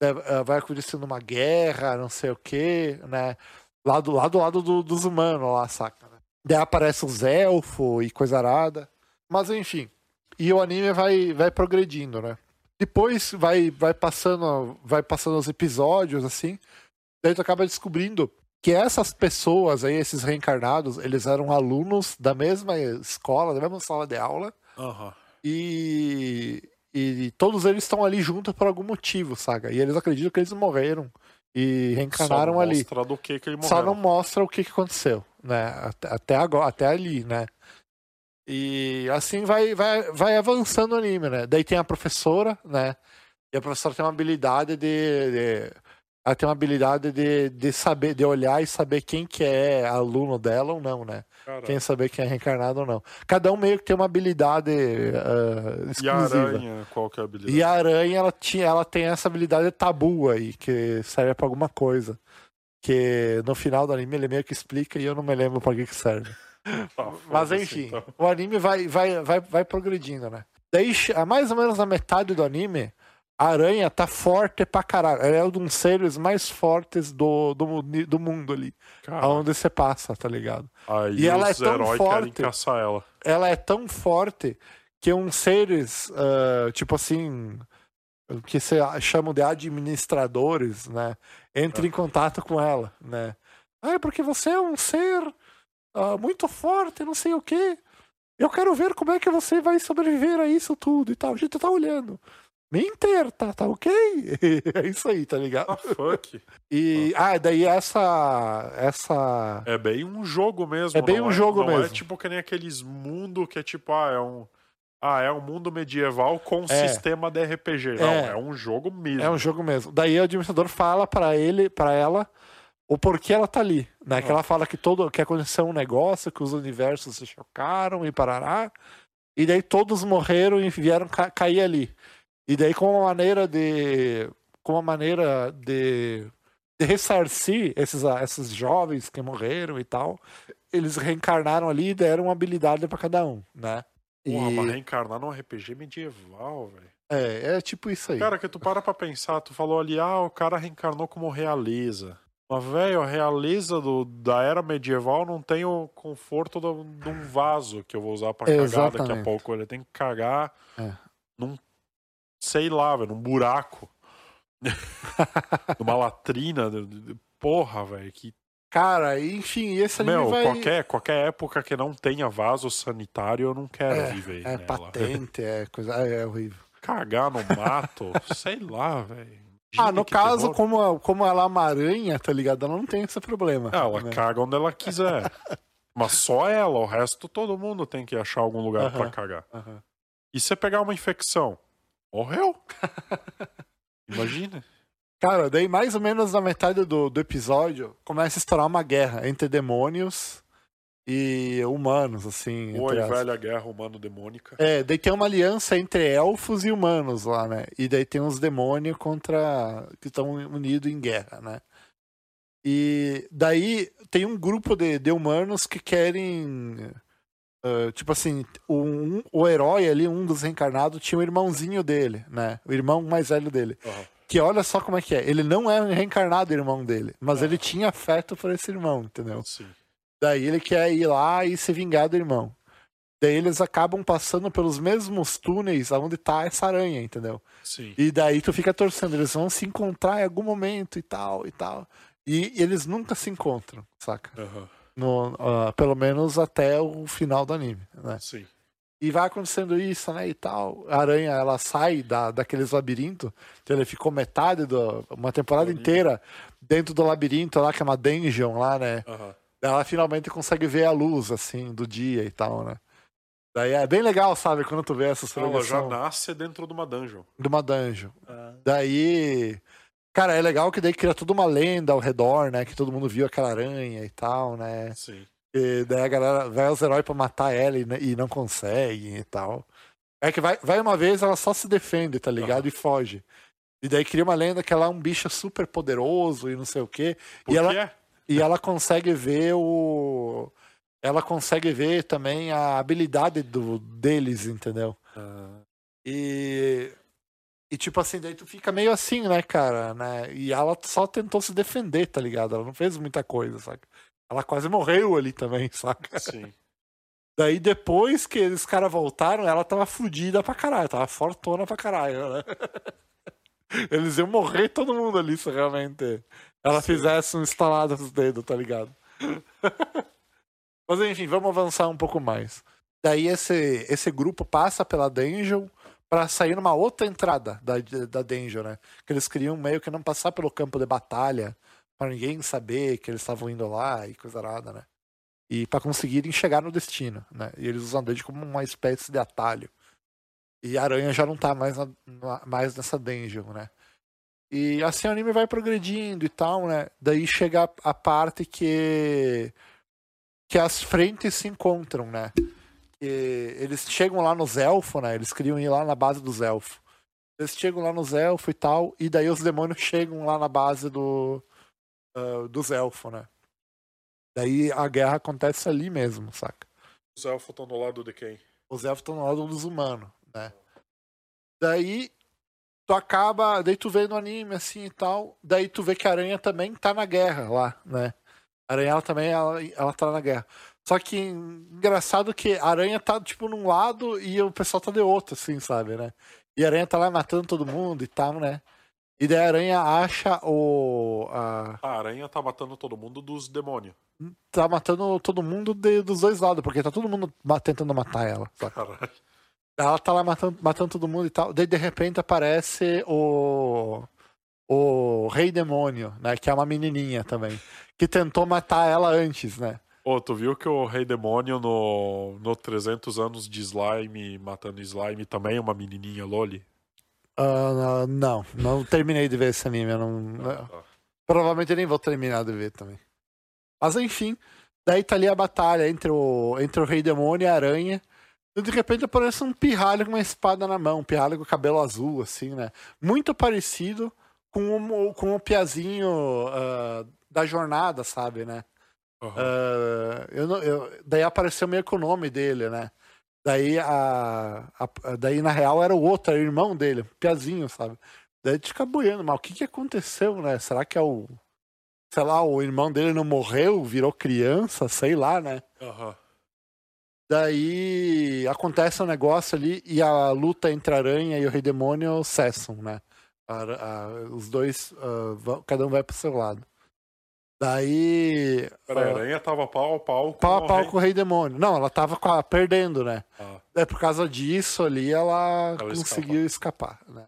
S3: né? Eh, Vai acontecendo uma guerra, não sei o que, né? Lá do lá do lado do- dos humanos lá, saca? né? Daí aparece os elfos e coisa arada. Mas enfim. E o anime vai, vai progredindo, né? Depois vai, vai passando vai passando os episódios, assim. Daí tu acaba descobrindo que essas pessoas aí, esses reencarnados, eles eram alunos da mesma escola, da mesma sala de aula,
S1: Aham.
S3: e, e todos eles estão ali juntos por algum motivo, saca? E eles acreditam que eles morreram e reencarnaram
S1: Só
S3: ali.
S1: Mostra do que que ele
S3: Só
S1: morreu.
S3: não mostra o que, que aconteceu, né? Até, até agora, até ali, né? E assim vai, vai, vai avançando o anime, né? Daí tem a professora, né? E a professora tem uma habilidade de. de- ela tem uma habilidade de, de saber, de olhar e saber quem que é aluno dela ou não, né?
S1: Cara,
S3: Quem saber quem é reencarnado ou não. Cada um meio que tem uma habilidade ah,
S1: e a
S3: exclusiva.
S1: aranha, qual que é a habilidade?
S3: E a aranha, ela, tinha, ela tem essa habilidade tabu aí, que serve pra alguma coisa. Que no final do anime ele meio que explica e eu não me lembro pra que, que serve.
S1: Tá,
S3: Mas
S1: foda-se,
S3: enfim,
S1: então.
S3: o anime vai, vai, vai, vai progredindo, né? Daí, che- a mais ou menos na metade do anime, a aranha tá forte pra caralho. Ela é um dos seres mais fortes do, do, mu- do mundo ali.
S1: Cara,
S3: Aonde você passa, tá ligado?
S1: aí
S3: e ela
S1: os
S3: é tão
S1: heróis querem
S3: forte.
S1: caçar ela.
S3: ela é tão forte que uns seres, ah, tipo assim, que se chamam de administradores, né? Entram em contato com ela, né? Ah, é porque você é um ser ah, muito forte, não sei o quê. Eu quero ver como é que você vai sobreviver a isso tudo e tal. A gente tá olhando. Me inteira, tá, tá ok? é isso aí, tá ligado?
S1: Ah, fuck.
S3: E, ah, daí essa. Essa.
S1: É bem um jogo mesmo.
S3: É bem
S1: não
S3: um jogo
S1: não é
S3: mesmo.
S1: tipo que nem aqueles mundo que é tipo, ah, é um. Ah, é um mundo medieval com
S3: É.
S1: sistema de RPG. Não,
S3: É.
S1: é um jogo mesmo.
S3: É um jogo mesmo. Daí o administrador fala pra ele, para ela, o porquê ela tá ali, né? Que ela fala que todo que aconteceu um negócio, que os universos se chocaram e parará. E daí todos morreram e vieram ca- cair ali. E daí com uma maneira de com uma maneira de, de ressarcir esses esses jovens que morreram e tal, eles reencarnaram ali e deram uma habilidade pra cada um, né?
S1: Porra,
S3: E-
S1: mas reencarnar num RPG medieval, velho.
S3: é, é tipo isso aí.
S1: Cara, que tu para pra pensar, tu falou ali, ah, o cara reencarnou como realeza. Mas, velho, a realeza do, da era medieval não tem o conforto do- de um vaso que eu vou usar pra cagar daqui a
S3: Exatamente.
S1: pouco. Ele tem que cagar
S3: É.
S1: num, sei lá, velho, num buraco. numa latrina. de- de- de- Porra, velho, que
S3: Cara, enfim, esse anime
S1: meu,
S3: vai
S1: qualquer, qualquer época que não tenha vaso sanitário, eu não quero viver
S3: É
S1: nela.
S3: patente, é coisa. É, é horrível.
S1: Cagar no mato, sei lá, velho.
S3: Ah, no
S1: Que
S3: caso,
S1: terror.
S3: como, como ela é uma aranha, tá ligado? Ela não tem esse problema.
S1: Ah, ela
S3: né?
S1: caga onde ela quiser. Mas só ela, o resto todo mundo tem que achar algum lugar pra
S3: Aham.
S1: cagar.
S3: Aham.
S1: E se pegar uma infecção? Morreu? Imagina.
S3: Cara, daí mais ou menos na metade do, do episódio começa a estourar uma guerra entre demônios e humanos, assim. entre
S1: Oi,
S3: aspas.
S1: velha guerra humano-demônica.
S3: É, daí tem uma aliança entre elfos e humanos lá, né? E daí tem uns demônios contra. que estão unidos em guerra, né? E daí tem um grupo de, de humanos que querem. ah, tipo assim, um, o herói ali, um dos reencarnados, tinha um irmãozinho dele, né? O irmão mais velho dele.
S1: Aham.
S3: Que olha só como é que é. Ele não é reencarnado, irmão dele, mas ele tinha afeto por esse irmão, entendeu?
S1: Sim.
S3: Daí ele quer ir lá e se vingar do irmão. Daí eles acabam passando pelos mesmos túneis onde tá essa aranha, entendeu?
S1: Sim.
S3: E daí tu fica torcendo, eles vão se encontrar em algum momento e tal e tal. E eles nunca se encontram, saca?
S1: Aham.
S3: No, ah, pelo menos até o final do anime, né?
S1: Sim.
S3: E vai acontecendo isso, né, e tal. A aranha, ela sai da, daqueles labirinto, então ele ficou metade, do, uma temporada
S1: Labirinto.
S3: inteira dentro do labirinto lá, que é uma dungeon lá, né?
S1: Aham.
S3: ela finalmente consegue ver a luz, assim, do dia e tal, né? Daí é bem legal, sabe, quando tu vê essa
S1: Ela já
S3: celebração
S1: nasce dentro de uma dungeon.
S3: de uma dungeon. Daí, cara, é legal que daí cria toda uma lenda ao redor, né? Que todo mundo viu aquela aranha e tal, né?
S1: Sim.
S3: E daí a galera vai aos heróis pra matar ela e, n- e não consegue e tal. É que vai, vai uma vez, ela só se defende, tá ligado? E foge. E daí cria uma lenda que ela é um bicho super poderoso e não sei o quê.
S1: Por
S3: e ela,
S1: que é?
S3: e ela consegue ver o. Ela consegue ver também a habilidade do, deles, entendeu? Ah. E. E tipo assim, daí tu fica meio assim, né, cara? Né? E ela só tentou se defender, tá ligado? Ela não fez muita coisa, saca? Ela quase morreu ali também, saca?
S1: Sim.
S3: Daí depois que eles caras voltaram, ela tava fudida pra caralho, tava fortona pra caralho, né? Eles iam morrer todo mundo ali se realmente ela fizesse um estalado dos dedos, tá ligado? Mas enfim, vamos avançar um pouco mais. Daí esse, esse grupo passa pela dungeon pra sair numa outra entrada da, da dungeon, né? Que eles queriam meio que não passar pelo campo de batalha pra ninguém saber que eles estavam indo lá e coisa nada, né? e para conseguirem chegar no destino, né? E eles usam a dengue como uma espécie de atalho. E a aranha já não tá mais, na- na- mais nessa dungeon, né? E assim o anime vai progredindo e tal, né? Daí chega a, a parte que que as frentes se encontram, né? E eles chegam lá nos elfos, né? Eles queriam ir lá na base dos elfos. Eles chegam lá nos elfos e tal, e daí os demônios chegam lá na base do ah, dos elfos, né? Daí a guerra acontece ali mesmo, saca?
S1: Os elfos estão do lado de quem?
S3: Os elfos estão no lado dos humanos, né? Daí tu acaba, daí tu vê no anime assim e tal, daí tu vê que a aranha também tá na guerra lá, né? A aranha ela também ela, ela tá na guerra. Só que engraçado que a aranha tá tipo num lado e o pessoal tá de outro, assim, sabe, né? E a aranha tá lá matando todo mundo e tal, né? E daí a aranha acha o a-
S1: A aranha tá matando todo mundo dos demônios.
S3: tá matando todo mundo de- dos dois lados, porque tá todo mundo ma- tentando matar ela, saca?
S1: Caralho.
S3: Ela tá lá matando, matando todo mundo e tal. Daí, de repente, aparece o. O Rei Demônio, né? Que é uma menininha também. Que tentou matar ela antes, né?
S1: Ô, tu viu que o Rei Demônio no, no 300 anos de slime, matando slime, também é uma menininha Loli?
S3: Ah, não, não terminei de ver esse anime. Eu não,
S1: Ah, tá.
S3: Provavelmente eu nem vou terminar de ver também. Mas enfim, daí tá ali a batalha entre o, entre o Rei Demônio e a Aranha. E de repente aparece um pirralho com uma espada na mão, um pirralho com cabelo azul, assim, né? Muito parecido com o, com o piazinho ah, da jornada, sabe, né?
S1: Aham.
S3: Ah, eu não- eu- daí apareceu meio que o nome dele, né? Daí, a, a- daí na real era o outro, era o irmão dele, um piazinho, sabe? Daí tu fica boiando, mas o que, que aconteceu, né? Será que é o. Sei lá, o irmão dele não morreu, virou criança, sei lá, né?
S1: Aham.
S3: Daí acontece um negócio ali e a luta entre a aranha e o rei demônio cessam, né? A ara- a- os dois, ah, vão- cada um vai pro seu lado. Daí.
S1: Peraí,
S3: ah,
S1: a aranha tava pau a pau com
S3: pau
S1: o
S3: a pau
S1: rei-
S3: com o Rei Demônio. Não, ela tava com a- perdendo, né?
S1: Ah,
S3: É por causa disso ali ela,
S1: Ela
S3: conseguiu escapar, né?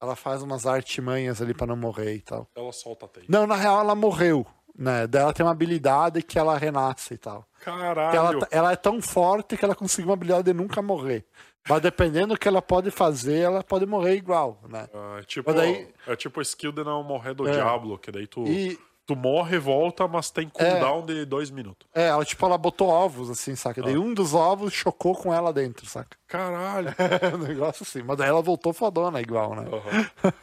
S3: Ela faz umas artimanhas ali pra não morrer e tal.
S1: ela solta a teia.
S3: Não, na real ela morreu, né? Daí ela tem uma habilidade que ela renasce e tal. Que
S1: Caralho!
S3: ela, tá- ela é tão forte que ela conseguiu uma habilidade de nunca morrer. Mas dependendo do que ela pode fazer, ela pode morrer igual, né?
S1: Ah, é, tipo,
S3: Mas daí-
S1: é tipo a skill de não morrer do
S3: É.
S1: Diablo, que daí tu,
S3: E,
S1: tu morre e volta, mas tem cooldown de dois minutos.
S3: é, ela tipo, ela botou ovos, assim, saca?
S1: Ah.
S3: Daí um dos ovos chocou com ela dentro, saca?
S1: Caralho!
S3: um negócio assim. Mas daí ela voltou fodona igual, né?
S1: Aham.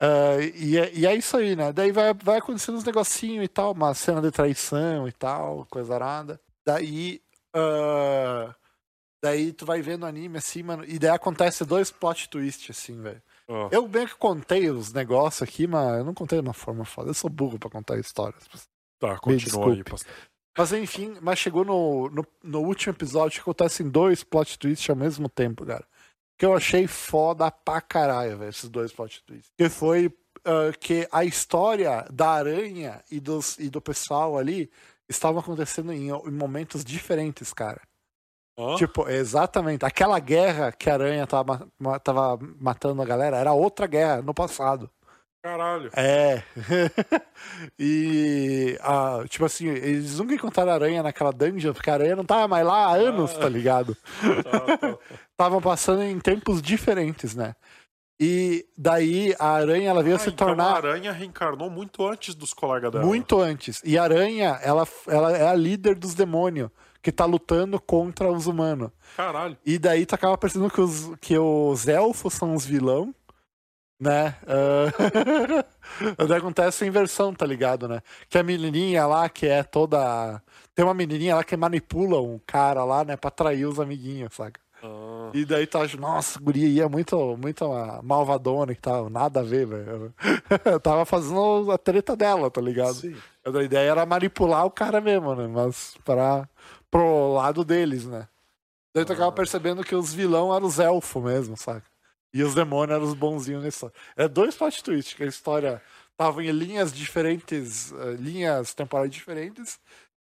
S3: Ah, e, é, e é isso aí, né? Daí vai, vai acontecendo uns negocinhos e tal, uma cena de traição e tal, coisa arada. Daí. ah, daí tu vai vendo o anime assim, mano. E daí acontece dois plot twists, assim, velho.
S1: Ah.
S3: Eu bem que contei os negócios aqui, mas eu não contei de uma forma foda. Eu sou burro pra contar histórias.
S1: Tá, continua aí,
S3: desculpe.
S1: pastor.
S3: Mas enfim, mas chegou no, no, no último episódio que acontecem dois plot twists ao mesmo tempo, cara. Que eu achei foda pra caralho, velho, esses dois plot twists. Que foi ah, que a história da aranha e, dos, e do pessoal ali estavam acontecendo em, em momentos diferentes, cara.
S1: Hã?
S3: Tipo, exatamente. Aquela guerra que a aranha tava, ma- ma- tava matando a galera era outra guerra no passado.
S1: Caralho!
S3: É. e, ah, tipo assim, eles nunca encontraram aranha naquela dungeon, porque a aranha não tava mais lá há anos,
S1: Ah.
S3: tá ligado?
S1: Tá, tá, tá.
S3: Estavam passando em tempos diferentes, né? E daí a aranha, ela veio
S1: Ah,
S3: se
S1: então a
S3: tornar
S1: aranha reencarnou muito antes dos colegas dela.
S3: muito antes. E a aranha, ela, ela é a líder dos demônios, que tá lutando contra os humanos.
S1: Caralho!
S3: E daí tu acaba percebendo que os, que os elfos são os vilão, né? Ah, daí acontece a inversão, tá ligado, né? Que a menininha lá que é toda... Tem uma menininha lá que manipula um cara lá, né? Pra atrair os amiguinhos, saca?
S1: Ah.
S3: E daí tu acha, nossa, guria aí é muito, muito uma malvadona e tal. Nada a ver, velho. Eu tava fazendo a treta dela, tá ligado?
S1: Sim.
S3: A ideia era manipular o cara mesmo, né? Mas pra, pro lado deles, né? Daí tu acaba percebendo que os vilão eram os elfos mesmo, saca? E os demônios eram os bonzinhos nessa. É dois plot twists que a história tava em linhas diferentes, eh, linhas temporais diferentes,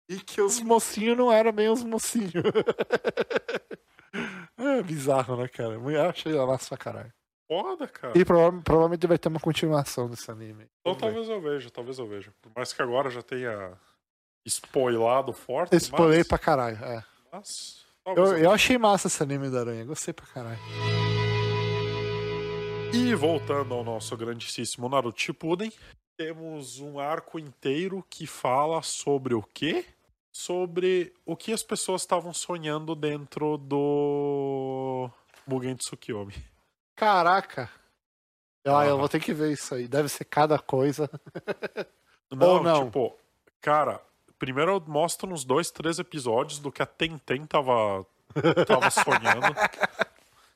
S3: e que os mocinhos não eram bem os mocinhos. é bizarro, né, cara? Eu achei lá massa pra caralho.
S1: Foda, cara.
S3: E prova- provavelmente vai ter uma continuação desse anime.
S1: Então talvez eu veja, talvez eu veja. Por mais que agora já tenha spoilado forte.
S3: Eu spoilei
S1: mas-
S3: pra caralho. é.
S1: mas-
S3: Eu, eu achei massa esse anime da aranha, gostei pra caralho.
S1: E voltando ao nosso grandíssimo Naruto Shippuden, temos um arco inteiro que fala sobre o quê? Sobre o que as pessoas estavam sonhando dentro do Mugen Tsukiyomi.
S3: Caraca! Ah,
S1: Ah.
S3: eu vou ter que ver isso aí. Deve ser cada coisa.
S1: Não,
S3: Ou não?
S1: tipo, cara, primeiro eu mostro uns dois, três episódios do que a Tenten tava, tava sonhando.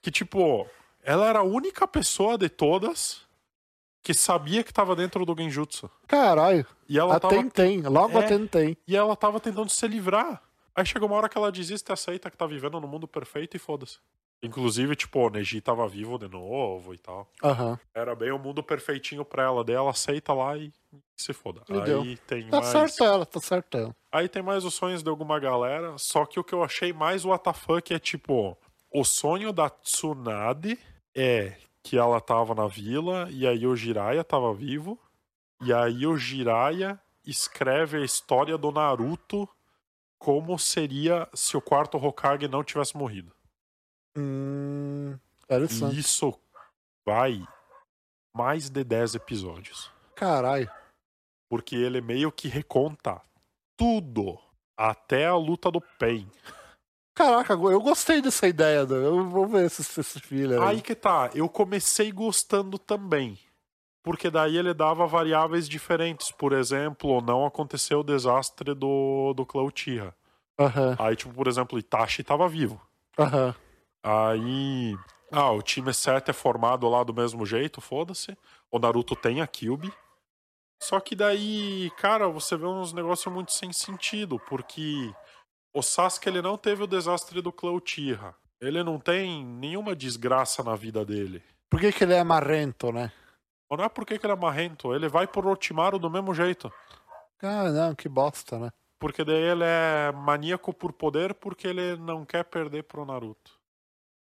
S1: que, tipo, ela era a única pessoa de todas que sabia que tava dentro do Genjutsu.
S3: Caralho.
S1: E ela
S3: a
S1: tava
S3: Tentem, logo
S1: É.
S3: a Tentem.
S1: E ela tava tentando se livrar. Aí chegou uma hora que ela desiste e aceita que tá vivendo no mundo perfeito e foda-se. Inclusive, tipo, o Neji tava vivo de novo e tal.
S3: Aham.
S1: Era bem o mundo perfeitinho pra ela. Daí ela aceita lá e se foda.
S3: Me
S1: aí
S3: deu.
S1: tem
S3: Tá
S1: mais.
S3: certo ela, tá certo ela.
S1: Aí tem mais os sonhos de alguma galera. Só que o que eu achei mais WTF é tipo: o sonho da Tsunade é que ela tava na vila e aí o Jiraiya tava vivo. E aí o Jiraiya escreve a história do Naruto como seria se o quarto Hokage não tivesse morrido.
S3: Hum. Interessante.
S1: E isso vai mais de 10 episódios.
S3: Caralho.
S1: Porque ele meio que reconta tudo. Até a luta do Pain.
S3: Caraca, eu gostei dessa ideia. do- Eu vou ver esse, esse filler aí.
S1: Aí que tá, eu comecei gostando também. Porque daí ele dava variáveis diferentes. Por exemplo, não aconteceu o desastre do, do Cloutia.
S3: Aham,
S1: Aí, tipo, por exemplo, Itachi tava vivo.
S3: aham.
S1: Aí. Ah, o time 7 é formado lá do mesmo jeito, foda-se. O Naruto tem a Kyubi. Só que daí, cara, você vê uns negócios muito sem sentido, porque o Sasuke ele não teve o desastre do Cloutia. Ele não tem nenhuma desgraça na vida dele.
S3: Por que, que ele é amarrento, né?
S1: Mas não é porque que ele é marrento, ele vai pro Orochimaru do mesmo jeito.
S3: Ah, não, que bosta, né?
S1: Porque daí ele é maníaco por poder porque ele não quer perder pro Naruto.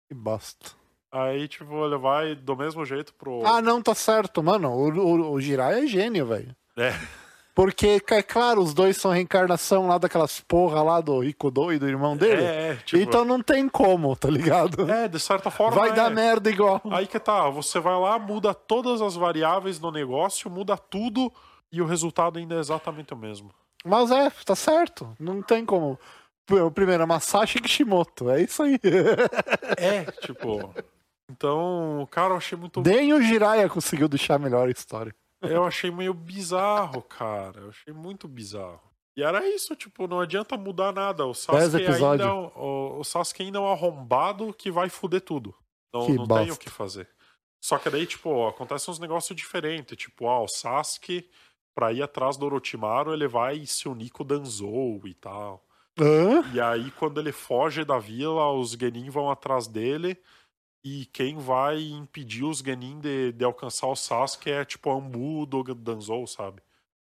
S3: Que bosta.
S1: Aí, tipo, ele vai do mesmo jeito pro.
S3: Ah, não, tá certo, mano. O, o, o Jiraiya é gênio, velho.
S1: É.
S3: Porque, é claro, os dois são reencarnação lá daquelas porra lá do Rico e do irmão dele.
S1: É, é, tipo-
S3: Então não tem como, tá ligado?
S1: É, de certa forma.
S3: Vai
S1: é.
S3: dar merda igual.
S1: Aí que tá, você vai lá, muda todas as variáveis do negócio, muda tudo e o resultado ainda é exatamente o mesmo.
S3: Mas é, tá certo. Não tem como. P- O primeiro é Masashi Kishimoto. É isso aí.
S1: É, tipo. Então, cara, eu achei muito.
S3: Nem o Jiraiya conseguiu deixar melhor a história.
S1: Eu achei meio bizarro, cara. Eu achei muito bizarro. E era isso, tipo, não adianta mudar nada. O
S3: Dez
S1: Sasuke, ainda é
S3: episódios.
S1: um, o, o Sasuke ainda é um arrombado que vai fuder tudo. Não,
S3: Que
S1: não tem
S3: bosta.
S1: o que fazer. Só que daí, tipo, acontece uns negócios diferentes. Tipo, ah, o Sasuke, pra ir atrás do Orochimaru, ele vai se unir com o Danzou e tal.
S3: Hã?
S1: E aí, quando ele foge da vila, os Genin vão atrás dele. E quem vai impedir os Genin de, de alcançar o Sasuke é tipo a Ambu do Danzou, sabe?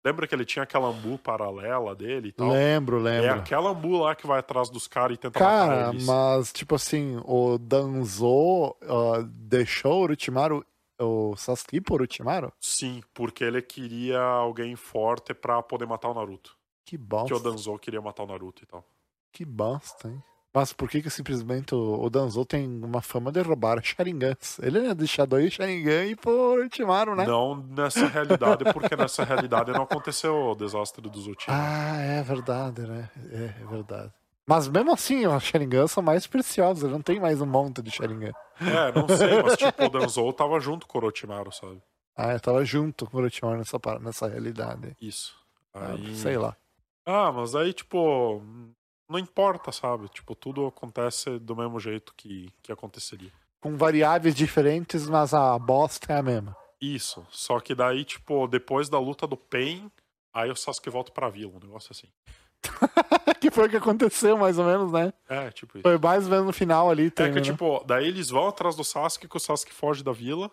S1: Lembra que ele tinha aquela Ambu paralela dele e tal?
S3: Lembro,
S1: É
S3: lembro.
S1: aquela Ambu lá que vai atrás dos caras e tenta matar
S3: Cara,
S1: eles.
S3: mas tipo assim, o Danzo ah, deixou o Orochimaru, o Sasuke por Orochimaru?
S1: Sim, porque ele queria alguém forte pra poder matar o Naruto.
S3: Que
S1: Que o
S3: bosta,
S1: Danzou queria matar o Naruto e tal.
S3: que bosta, hein? Mas por que que simplesmente o, o Danzo tem uma fama de roubar Sharingans? Ele ia deixar dois Sharingan e por Orochimaru, né?
S1: Não nessa realidade, porque nessa realidade não aconteceu o desastre dos Uchiha.
S3: Ah, é verdade, né? É, é verdade. Mas mesmo assim, os Sharingans são mais preciosos, ele não tem mais um monte de Sharingan.
S1: É, não sei, mas tipo, o Danzou tava junto com o Orochimaru, sabe?
S3: Ah, eu tava junto com o Orochimaru nessa, par- nessa realidade.
S1: Isso.
S3: Ah,
S1: Aí...
S3: Sei lá.
S1: Ah, mas aí, tipo, não importa, sabe? Tipo, tudo acontece do mesmo jeito que, que aconteceria.
S3: com variáveis diferentes, mas a bosta é a mesma.
S1: Isso. Só que daí, tipo, depois da luta do Pain, aí o Sasuke volta pra vila, um negócio assim.
S3: que foi o que aconteceu, mais ou menos, né?
S1: É, tipo isso.
S3: Foi mais ou menos no final ali.
S1: É que,
S3: terminou.
S1: tipo, daí eles vão atrás do Sasuke, que o Sasuke foge da vila.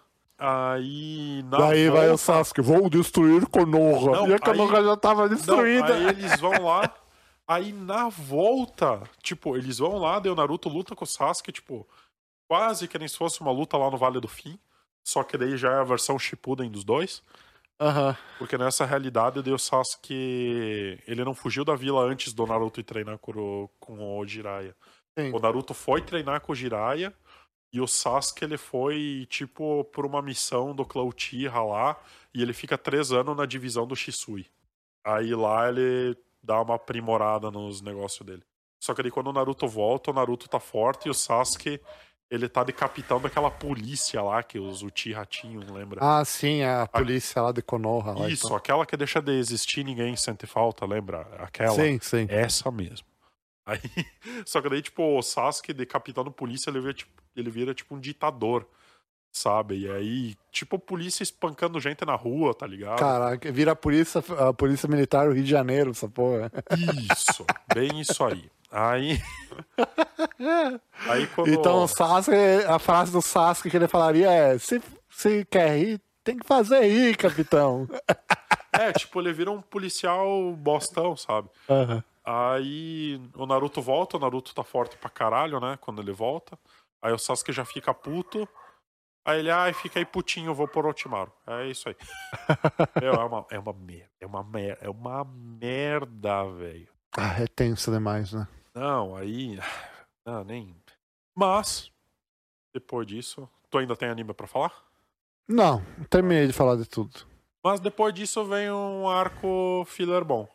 S1: Aí. Na
S3: Daí vai
S1: volta-
S3: o Sasuke, vou destruir Konoha.
S1: Não,
S3: e a Konoha
S1: aí-
S3: já tava
S1: Não,
S3: destruída.
S1: aí eles vão lá. Aí na volta, tipo, eles vão lá, daí o Naruto luta com o Sasuke, tipo, quase que nem se fosse uma luta lá no Vale do Fim. Só que daí já é a versão Shippuden dos dois.
S3: Aham.
S1: Porque nessa realidade, daí o Sasuke. Ele não fugiu da vila antes do Naruto ir treinar com o, com o Jiraiya.
S3: Sim.
S1: O Naruto foi treinar com o Jiraiya. E o Sasuke, ele foi, tipo, por uma missão do Cloutira lá. E ele fica três anos na divisão do Shisui. Aí lá ele dá uma aprimorada nos negócios dele. Só que aí quando o Naruto volta, o Naruto tá forte e o Sasuke, ele tá de capitão daquela polícia lá, que os Uchiha tinham, lembra?
S3: Ah, sim, a polícia lá de Konoha. Lá,
S1: Isso,
S3: então.
S1: aquela que deixa de existir ninguém sente falta, lembra? Aquela.
S3: Sim, sim.
S1: Essa mesmo. Aí, só que daí, tipo, o Sasuke de capitão da polícia, ele vira, tipo, ele vira tipo um ditador, sabe? E aí, tipo, polícia espancando gente na rua, tá ligado?
S3: Caraca, vira a polícia, a polícia militar do Rio de Janeiro, essa porra.
S1: Isso, bem isso aí. Aí. aí quando.
S3: Então o Sasuke, a frase do Sasuke que ele falaria é: se, se quer rir, tem que fazer rir, capitão.
S1: É, tipo, ele vira um policial bostão, sabe?
S3: Aham.
S1: Aí o Naruto volta, o Naruto tá forte pra caralho, né? Quando ele volta. Aí o Sasuke já fica puto. Aí ele, ai, fica aí putinho, vou por Otimaru. É isso aí. Meu, é uma, é uma merda, é uma merda, é uma merda, velho.
S3: Ah, é tenso demais, né?
S1: Não, aí. Não, nem. Mas, depois disso. Tu ainda tem anime pra falar?
S3: Não, terminei de falar de tudo.
S1: Mas depois disso vem um arco filler bom.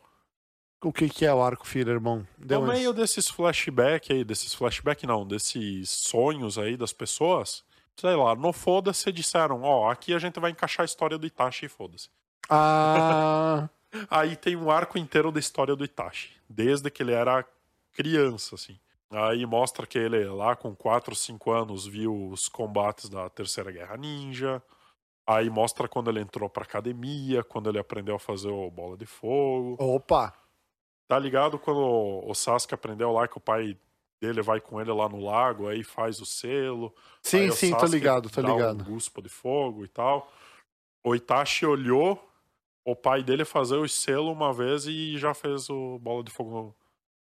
S3: O que, que é o arco filler, bom? Deu
S1: no
S3: um-
S1: meio desses flashback aí, desses flashback não, desses sonhos aí das pessoas, sei lá, no foda-se disseram, ó, aqui a gente vai encaixar a história do Itachi e foda-se.
S3: Ah,
S1: Aí tem um arco inteiro da história do Itachi, desde que ele era criança, assim. Aí mostra que ele lá com 4, 5 anos viu os combates da Terceira Guerra Ninja. Aí mostra quando ele entrou pra academia, quando ele aprendeu a fazer o bola de fogo.
S3: opa.
S1: Tá ligado quando o Sasuke aprendeu lá que o pai dele vai com ele lá no lago, aí faz o selo. aí
S3: Sim,
S1: o
S3: sim, tô
S1: Sasuke
S3: ligado, tô
S1: dá um
S3: ligado.
S1: guspo de fogo e tal. O Itachi olhou o pai dele fazer o selo uma vez e já fez o bola de fogo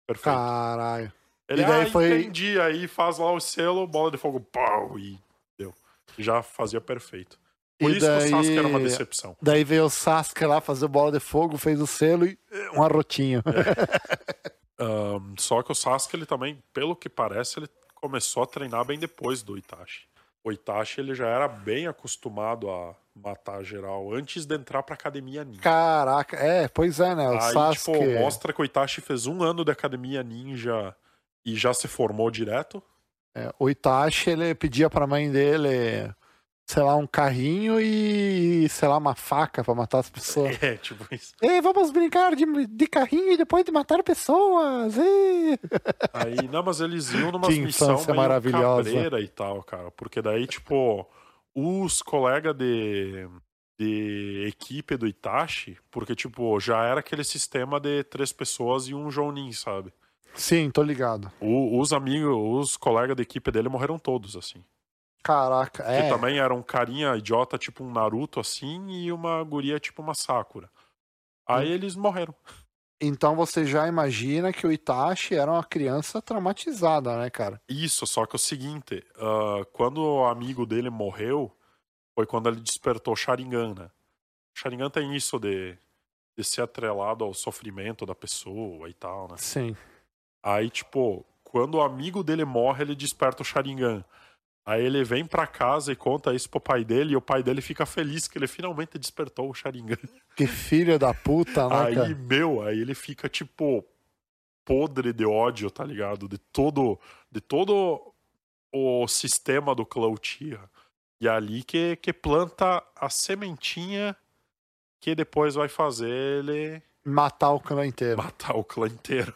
S1: perfeito.
S3: Caralho.
S1: ele
S3: Tá, e daí
S1: ah,
S3: foi-
S1: entendi, aí faz lá o selo, bola de fogo, pau, e deu. Já fazia perfeito. Por
S3: E
S1: isso que o Sasuke era uma
S3: daí-
S1: decepção.
S3: Daí veio o Sasuke lá fazer bola de fogo, fez o selo e eh, um arrotinho.
S1: É. Ahn, Um, só que o Sasuke, ele também, pelo que parece, ele começou a treinar bem depois do Itachi. O Itachi, ele já era bem acostumado a matar geral antes de entrar pra academia ninja.
S3: Caraca, é, pois é, né? O
S1: Aí,
S3: Sasuke.
S1: tipo, mostra que o Itachi fez um ano de academia ninja e já se formou direto.
S3: É, o Itachi, ele pedia pra mãe dele, sei lá, um carrinho e, sei lá, uma faca pra matar as pessoas.
S1: É, tipo isso.
S3: Ei, vamos brincar de, de carrinho e depois de matar pessoas. ei.
S1: Aí, não, mas eles iam numa
S3: Que
S1: missão
S3: infância
S1: meio
S3: maravilhosa.
S1: cabreira e tal, cara. Porque daí, tipo, os colegas de, de equipe do Itachi, porque, tipo, já era aquele sistema de três pessoas e um Jounin, sabe?
S3: Sim, tô ligado.
S1: O- os amigos, os colegas da equipe dele morreram todos, assim.
S3: Caraca,
S1: Que
S3: é.
S1: também era um carinha idiota, tipo um Naruto, assim, e uma guria, tipo uma Sakura. Aí eles morreram.
S3: Então você já imagina que o Itachi era uma criança traumatizada, né, cara?
S1: Isso, só que é o seguinte, ah, quando o amigo dele morreu, foi quando ele despertou Sharingan, né? Sharingan tem isso de, de ser atrelado ao sofrimento da pessoa e tal, né?
S3: Sim.
S1: Aí, tipo, quando o amigo dele morre, ele desperta o Sharingan. Aí ele vem pra casa e conta isso pro pai dele, e o pai dele fica feliz que ele finalmente despertou o Sharingan.
S3: Que filho da puta, né,
S1: Aí,
S3: cara?
S1: meu, aí ele fica tipo podre de ódio, tá ligado? De todo de todo o sistema do Cloutira. E é ali que que planta a sementinha que depois vai fazer ele
S3: Matar o clã inteiro.
S1: matar o clã inteiro.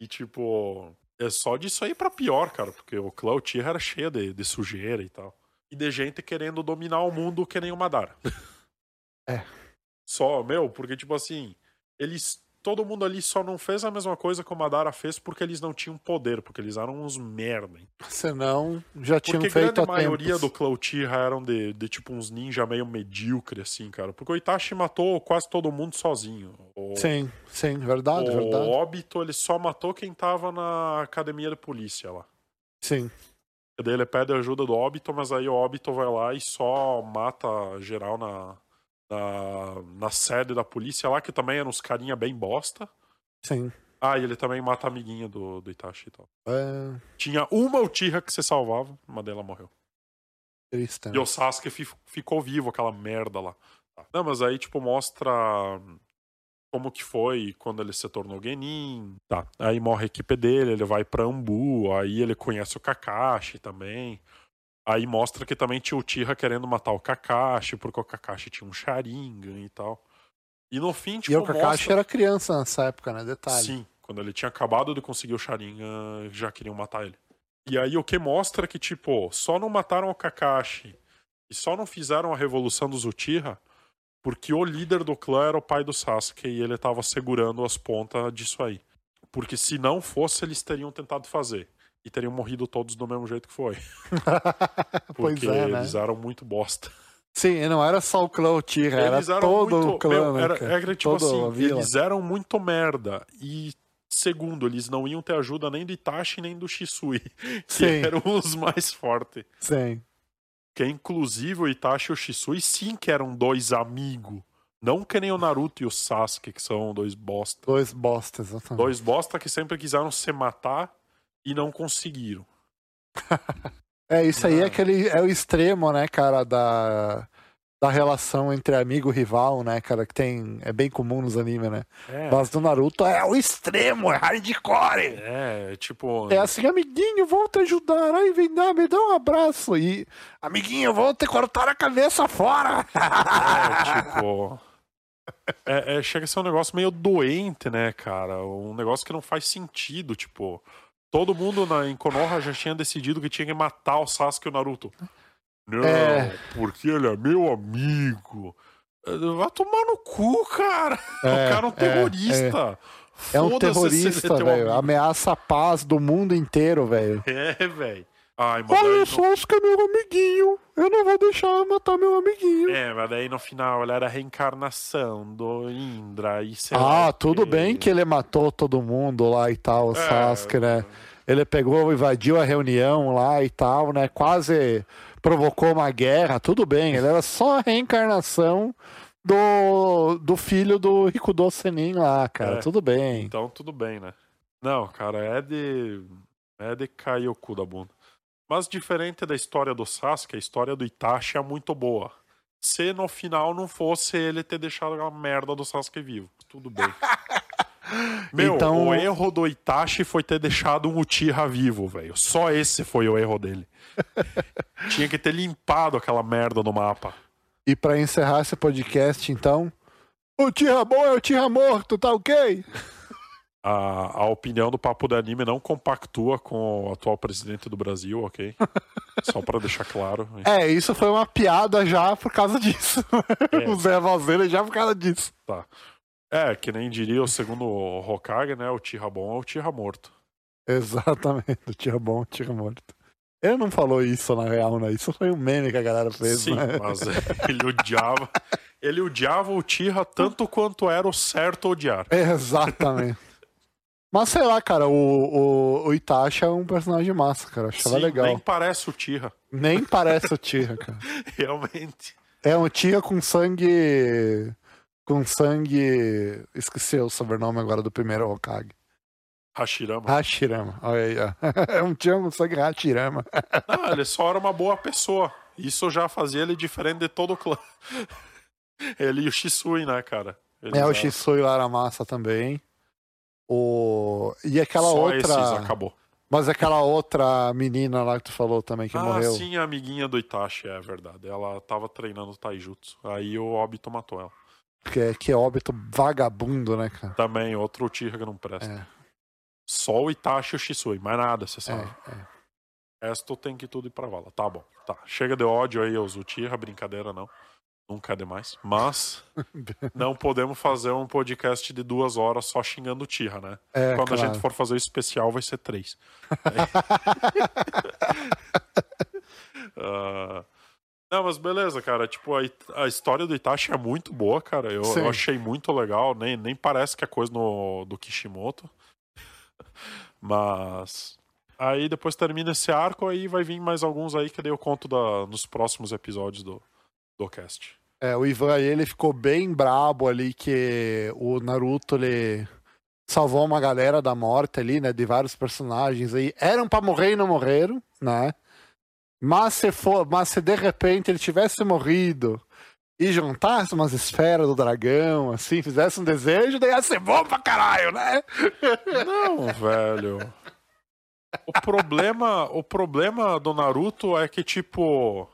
S1: E tipo, é só disso aí pra pior, cara, porque o Cloutira era cheio de, de sujeira e tal. E de gente querendo dominar o mundo que nem o Madara.
S3: É.
S1: Só, meu, porque tipo assim, eles. Todo mundo ali só não fez a mesma coisa que o Madara fez porque eles não tinham poder, porque eles eram uns merda. hein?
S3: Senão, já tinham
S1: Porque a
S3: feito
S1: grande
S3: a
S1: maioria
S3: tempos.
S1: do Cloutira eram de, de tipo uns ninja meio medíocre, assim, cara. Porque o Itachi matou quase todo mundo sozinho. O-
S3: Sim, sim, verdade,
S1: o
S3: verdade.
S1: óbito, ele só matou quem tava na academia de polícia lá.
S3: Sim.
S1: E Daí ele pede a ajuda do óbito, mas aí o óbito vai lá e só mata geral na, na, na sede da polícia lá, que também eram uns carinha bem bosta.
S3: Sim.
S1: Ah, e ele também mata a amiguinha do, do Itachi e tal.
S3: É
S1: Tinha uma Uchiha que você salvava, mas daí ela morreu.
S3: triste, né?
S1: E o Sasuke fi- ficou vivo, aquela merda lá. Tá. Não, mas aí, tipo, mostra como que foi quando ele se tornou Genin. Tá. Aí morre a equipe dele, ele vai pra Ambu, aí ele conhece o Kakashi também. Aí mostra que também tinha o Tira querendo matar o Kakashi, porque o Kakashi tinha um Sharingan e tal. E no fim, tipo,
S3: e o Kakashi
S1: mostra...
S3: era criança nessa época, né? Detalhe.
S1: Sim, quando ele tinha acabado de conseguir o Sharingan, já queriam matar ele. E aí o que mostra que, tipo, só não mataram o Kakashi e só não fizeram a revolução dos Uchiha porque o líder do clã era o pai do Sasuke e ele tava segurando as pontas disso aí. Porque se não fosse, eles teriam tentado fazer. E teriam morrido todos do mesmo jeito que foi.
S3: Pois
S1: Porque
S3: é, né?
S1: eles eram muito bosta.
S3: Sim, e não era só o clã Uchiha, era
S1: Eles eram
S3: todo
S1: muito,
S3: o clã,
S1: meu,
S3: né,
S1: era,
S3: cara?
S1: era tipo
S3: Toda a
S1: assim,
S3: vila.
S1: eles eram muito merda. E segundo, eles não iam ter ajuda nem do Itachi nem do Shisui, que
S3: Sim.
S1: eram os mais fortes.
S3: Sim.
S1: Que inclusive o Itachi e o Shisui sim que eram dois amigos. Não que nem o Naruto e o Sasuke, que são dois bosta.
S3: Dois bostas, exatamente.
S1: Dois bosta que sempre quiseram se matar e não conseguiram.
S3: É, isso aí é
S1: Ah.
S3: aquele é o extremo, né, cara, da, da relação entre amigo e rival, né, cara, que tem é bem comum nos animes, né?
S1: É,
S3: Mas do Naruto é o extremo, é hardcore.
S1: é tipo...
S3: É assim, amiguinho, vou te ajudar, aí vem dar, me dá um abraço e amiguinho, vou te cortar a cabeça fora.
S1: É, tipo. É, é, chega a ser um negócio meio doente, né, cara? Um negócio que não faz sentido, tipo. Todo mundo na, em Konoha já tinha decidido que tinha que matar o Sasuke e o Naruto. Não,
S3: É.
S1: porque ele é meu amigo. Eh, Vai tomar no cu, cara.
S3: É,
S1: o cara é um
S3: é,
S1: terrorista.
S3: É
S1: Foda-se
S3: um
S1: se ele é
S3: terrorista,
S1: teu
S3: velho.
S1: amigo.
S3: Ameaça a paz do mundo inteiro, velho.
S1: É, velho. Ai, mas daí
S3: Olha
S1: no-
S3: só, que é meu amiguinho. Eu não vou deixar matar meu amiguinho.
S1: É, mas daí no final ela era a reencarnação do Indra e sei lá
S3: Ah,
S1: o
S3: tudo
S1: quê.
S3: bem que ele matou todo mundo lá e tal, o
S1: É.
S3: Sasuke, né? Ele pegou, invadiu a reunião lá e tal, né? Quase provocou uma guerra, tudo bem. Ele era só a reencarnação do, do filho do Rikudo Senin lá, cara.
S1: É.
S3: Tudo bem.
S1: Então tudo bem, né? Não, cara, é de. É de cair o cu da bunda. Mas diferente da história do Sasuke, a história do Itachi é muito boa. Se no final não fosse ele ter deixado a merda do Sasuke vivo. Tudo bem. Meu,
S3: Então-
S1: o erro do Itachi foi ter deixado um Uchiha vivo, velho. Só esse foi o erro dele. Tinha que ter limpado aquela merda do mapa.
S3: E pra encerrar esse podcast, então. O Tira bom é o Tira morto, tá ok?
S1: a, a opinião do Papo do Anime não compactua com o atual presidente do Brasil, ok? Só pra deixar claro.
S3: É, isso foi uma piada já por causa disso.
S1: É.
S3: o Zé Valzeira já por causa disso.
S1: Tá. É, que nem diria o segundo Hokage, né? O Tira bom é o Tira morto.
S3: Exatamente, o tiro bom, o tiro morto. Ele não falou isso na real, né? Isso foi um meme que a galera fez,
S1: Sim,
S3: né?
S1: mas é, ele odiava. Ele odiava o Tira tanto quanto era o certo odiar.
S3: Exatamente. mas sei lá, cara, o, o, o Itachi é um personagem massa, cara. eu Achava
S1: Sim,
S3: legal.
S1: Nem
S3: Nem...
S1: parece o Tira,
S3: parece o Tira, cara.
S1: realmente.
S3: É um Tira com sangue. Com sangue. Esqueci o sobrenome agora do primeiro Hokage. Ah.
S1: Hashirama.
S3: Hashirama. Olha aí, ó. É um Tira com sangue Hashirama.
S1: Não, Ah, ele só era uma boa pessoa. Isso já fazia ele diferente de todo o clã. Ele e o Shisui, né, cara? Eles
S3: É, o
S1: eram-
S3: Shisui lá era massa também. O... E aquela
S1: só
S3: outra.
S1: esses acabou.
S3: Mas aquela outra menina lá que tu falou também que
S1: ah,
S3: morreu.
S1: sim, a amiguinha do Itachi, é verdade. Ela tava treinando Taijutsu. Aí o Obito matou ela.
S3: Que, que é óbito vagabundo, né, cara?
S1: Também, outro Uchiha que não presta.
S3: É,
S1: Só o Itachi e o Shisui, mais nada, você sabe.
S3: é, é.
S1: O Resto tem que tudo ir pra vala. Tá bom, tá. Chega de ódio aí aos Uchiha, brincadeira não. Nunca é demais. Mas não podemos fazer um podcast de duas horas só xingando o Tira, né?
S3: É,
S1: Quando a
S3: claro.
S1: gente for fazer o especial, vai ser três. Ah, não, mas beleza, cara. Tipo, a, It- a história do Itachi é muito boa, cara. Eu,
S3: Sim.
S1: eu achei muito legal. Nem, nem parece que é coisa no- do Kishimoto. Mas. Aí depois termina esse arco, aí vai vir mais alguns aí que daí eu conto da, nos próximos episódios do, do cast.
S3: É, o Ivan aí, ele ficou bem brabo ali que o Naruto, ele salvou uma galera da morte ali, né? De vários personagens aí. Eram pra morrer e não morreram, né? Mas se, for, mas se de repente ele tivesse morrido e juntasse umas esferas do dragão, assim, fizesse um desejo, daí ia ser bom pra caralho, né?
S1: Não, velho. O problema, o problema do Naruto é que, tipo,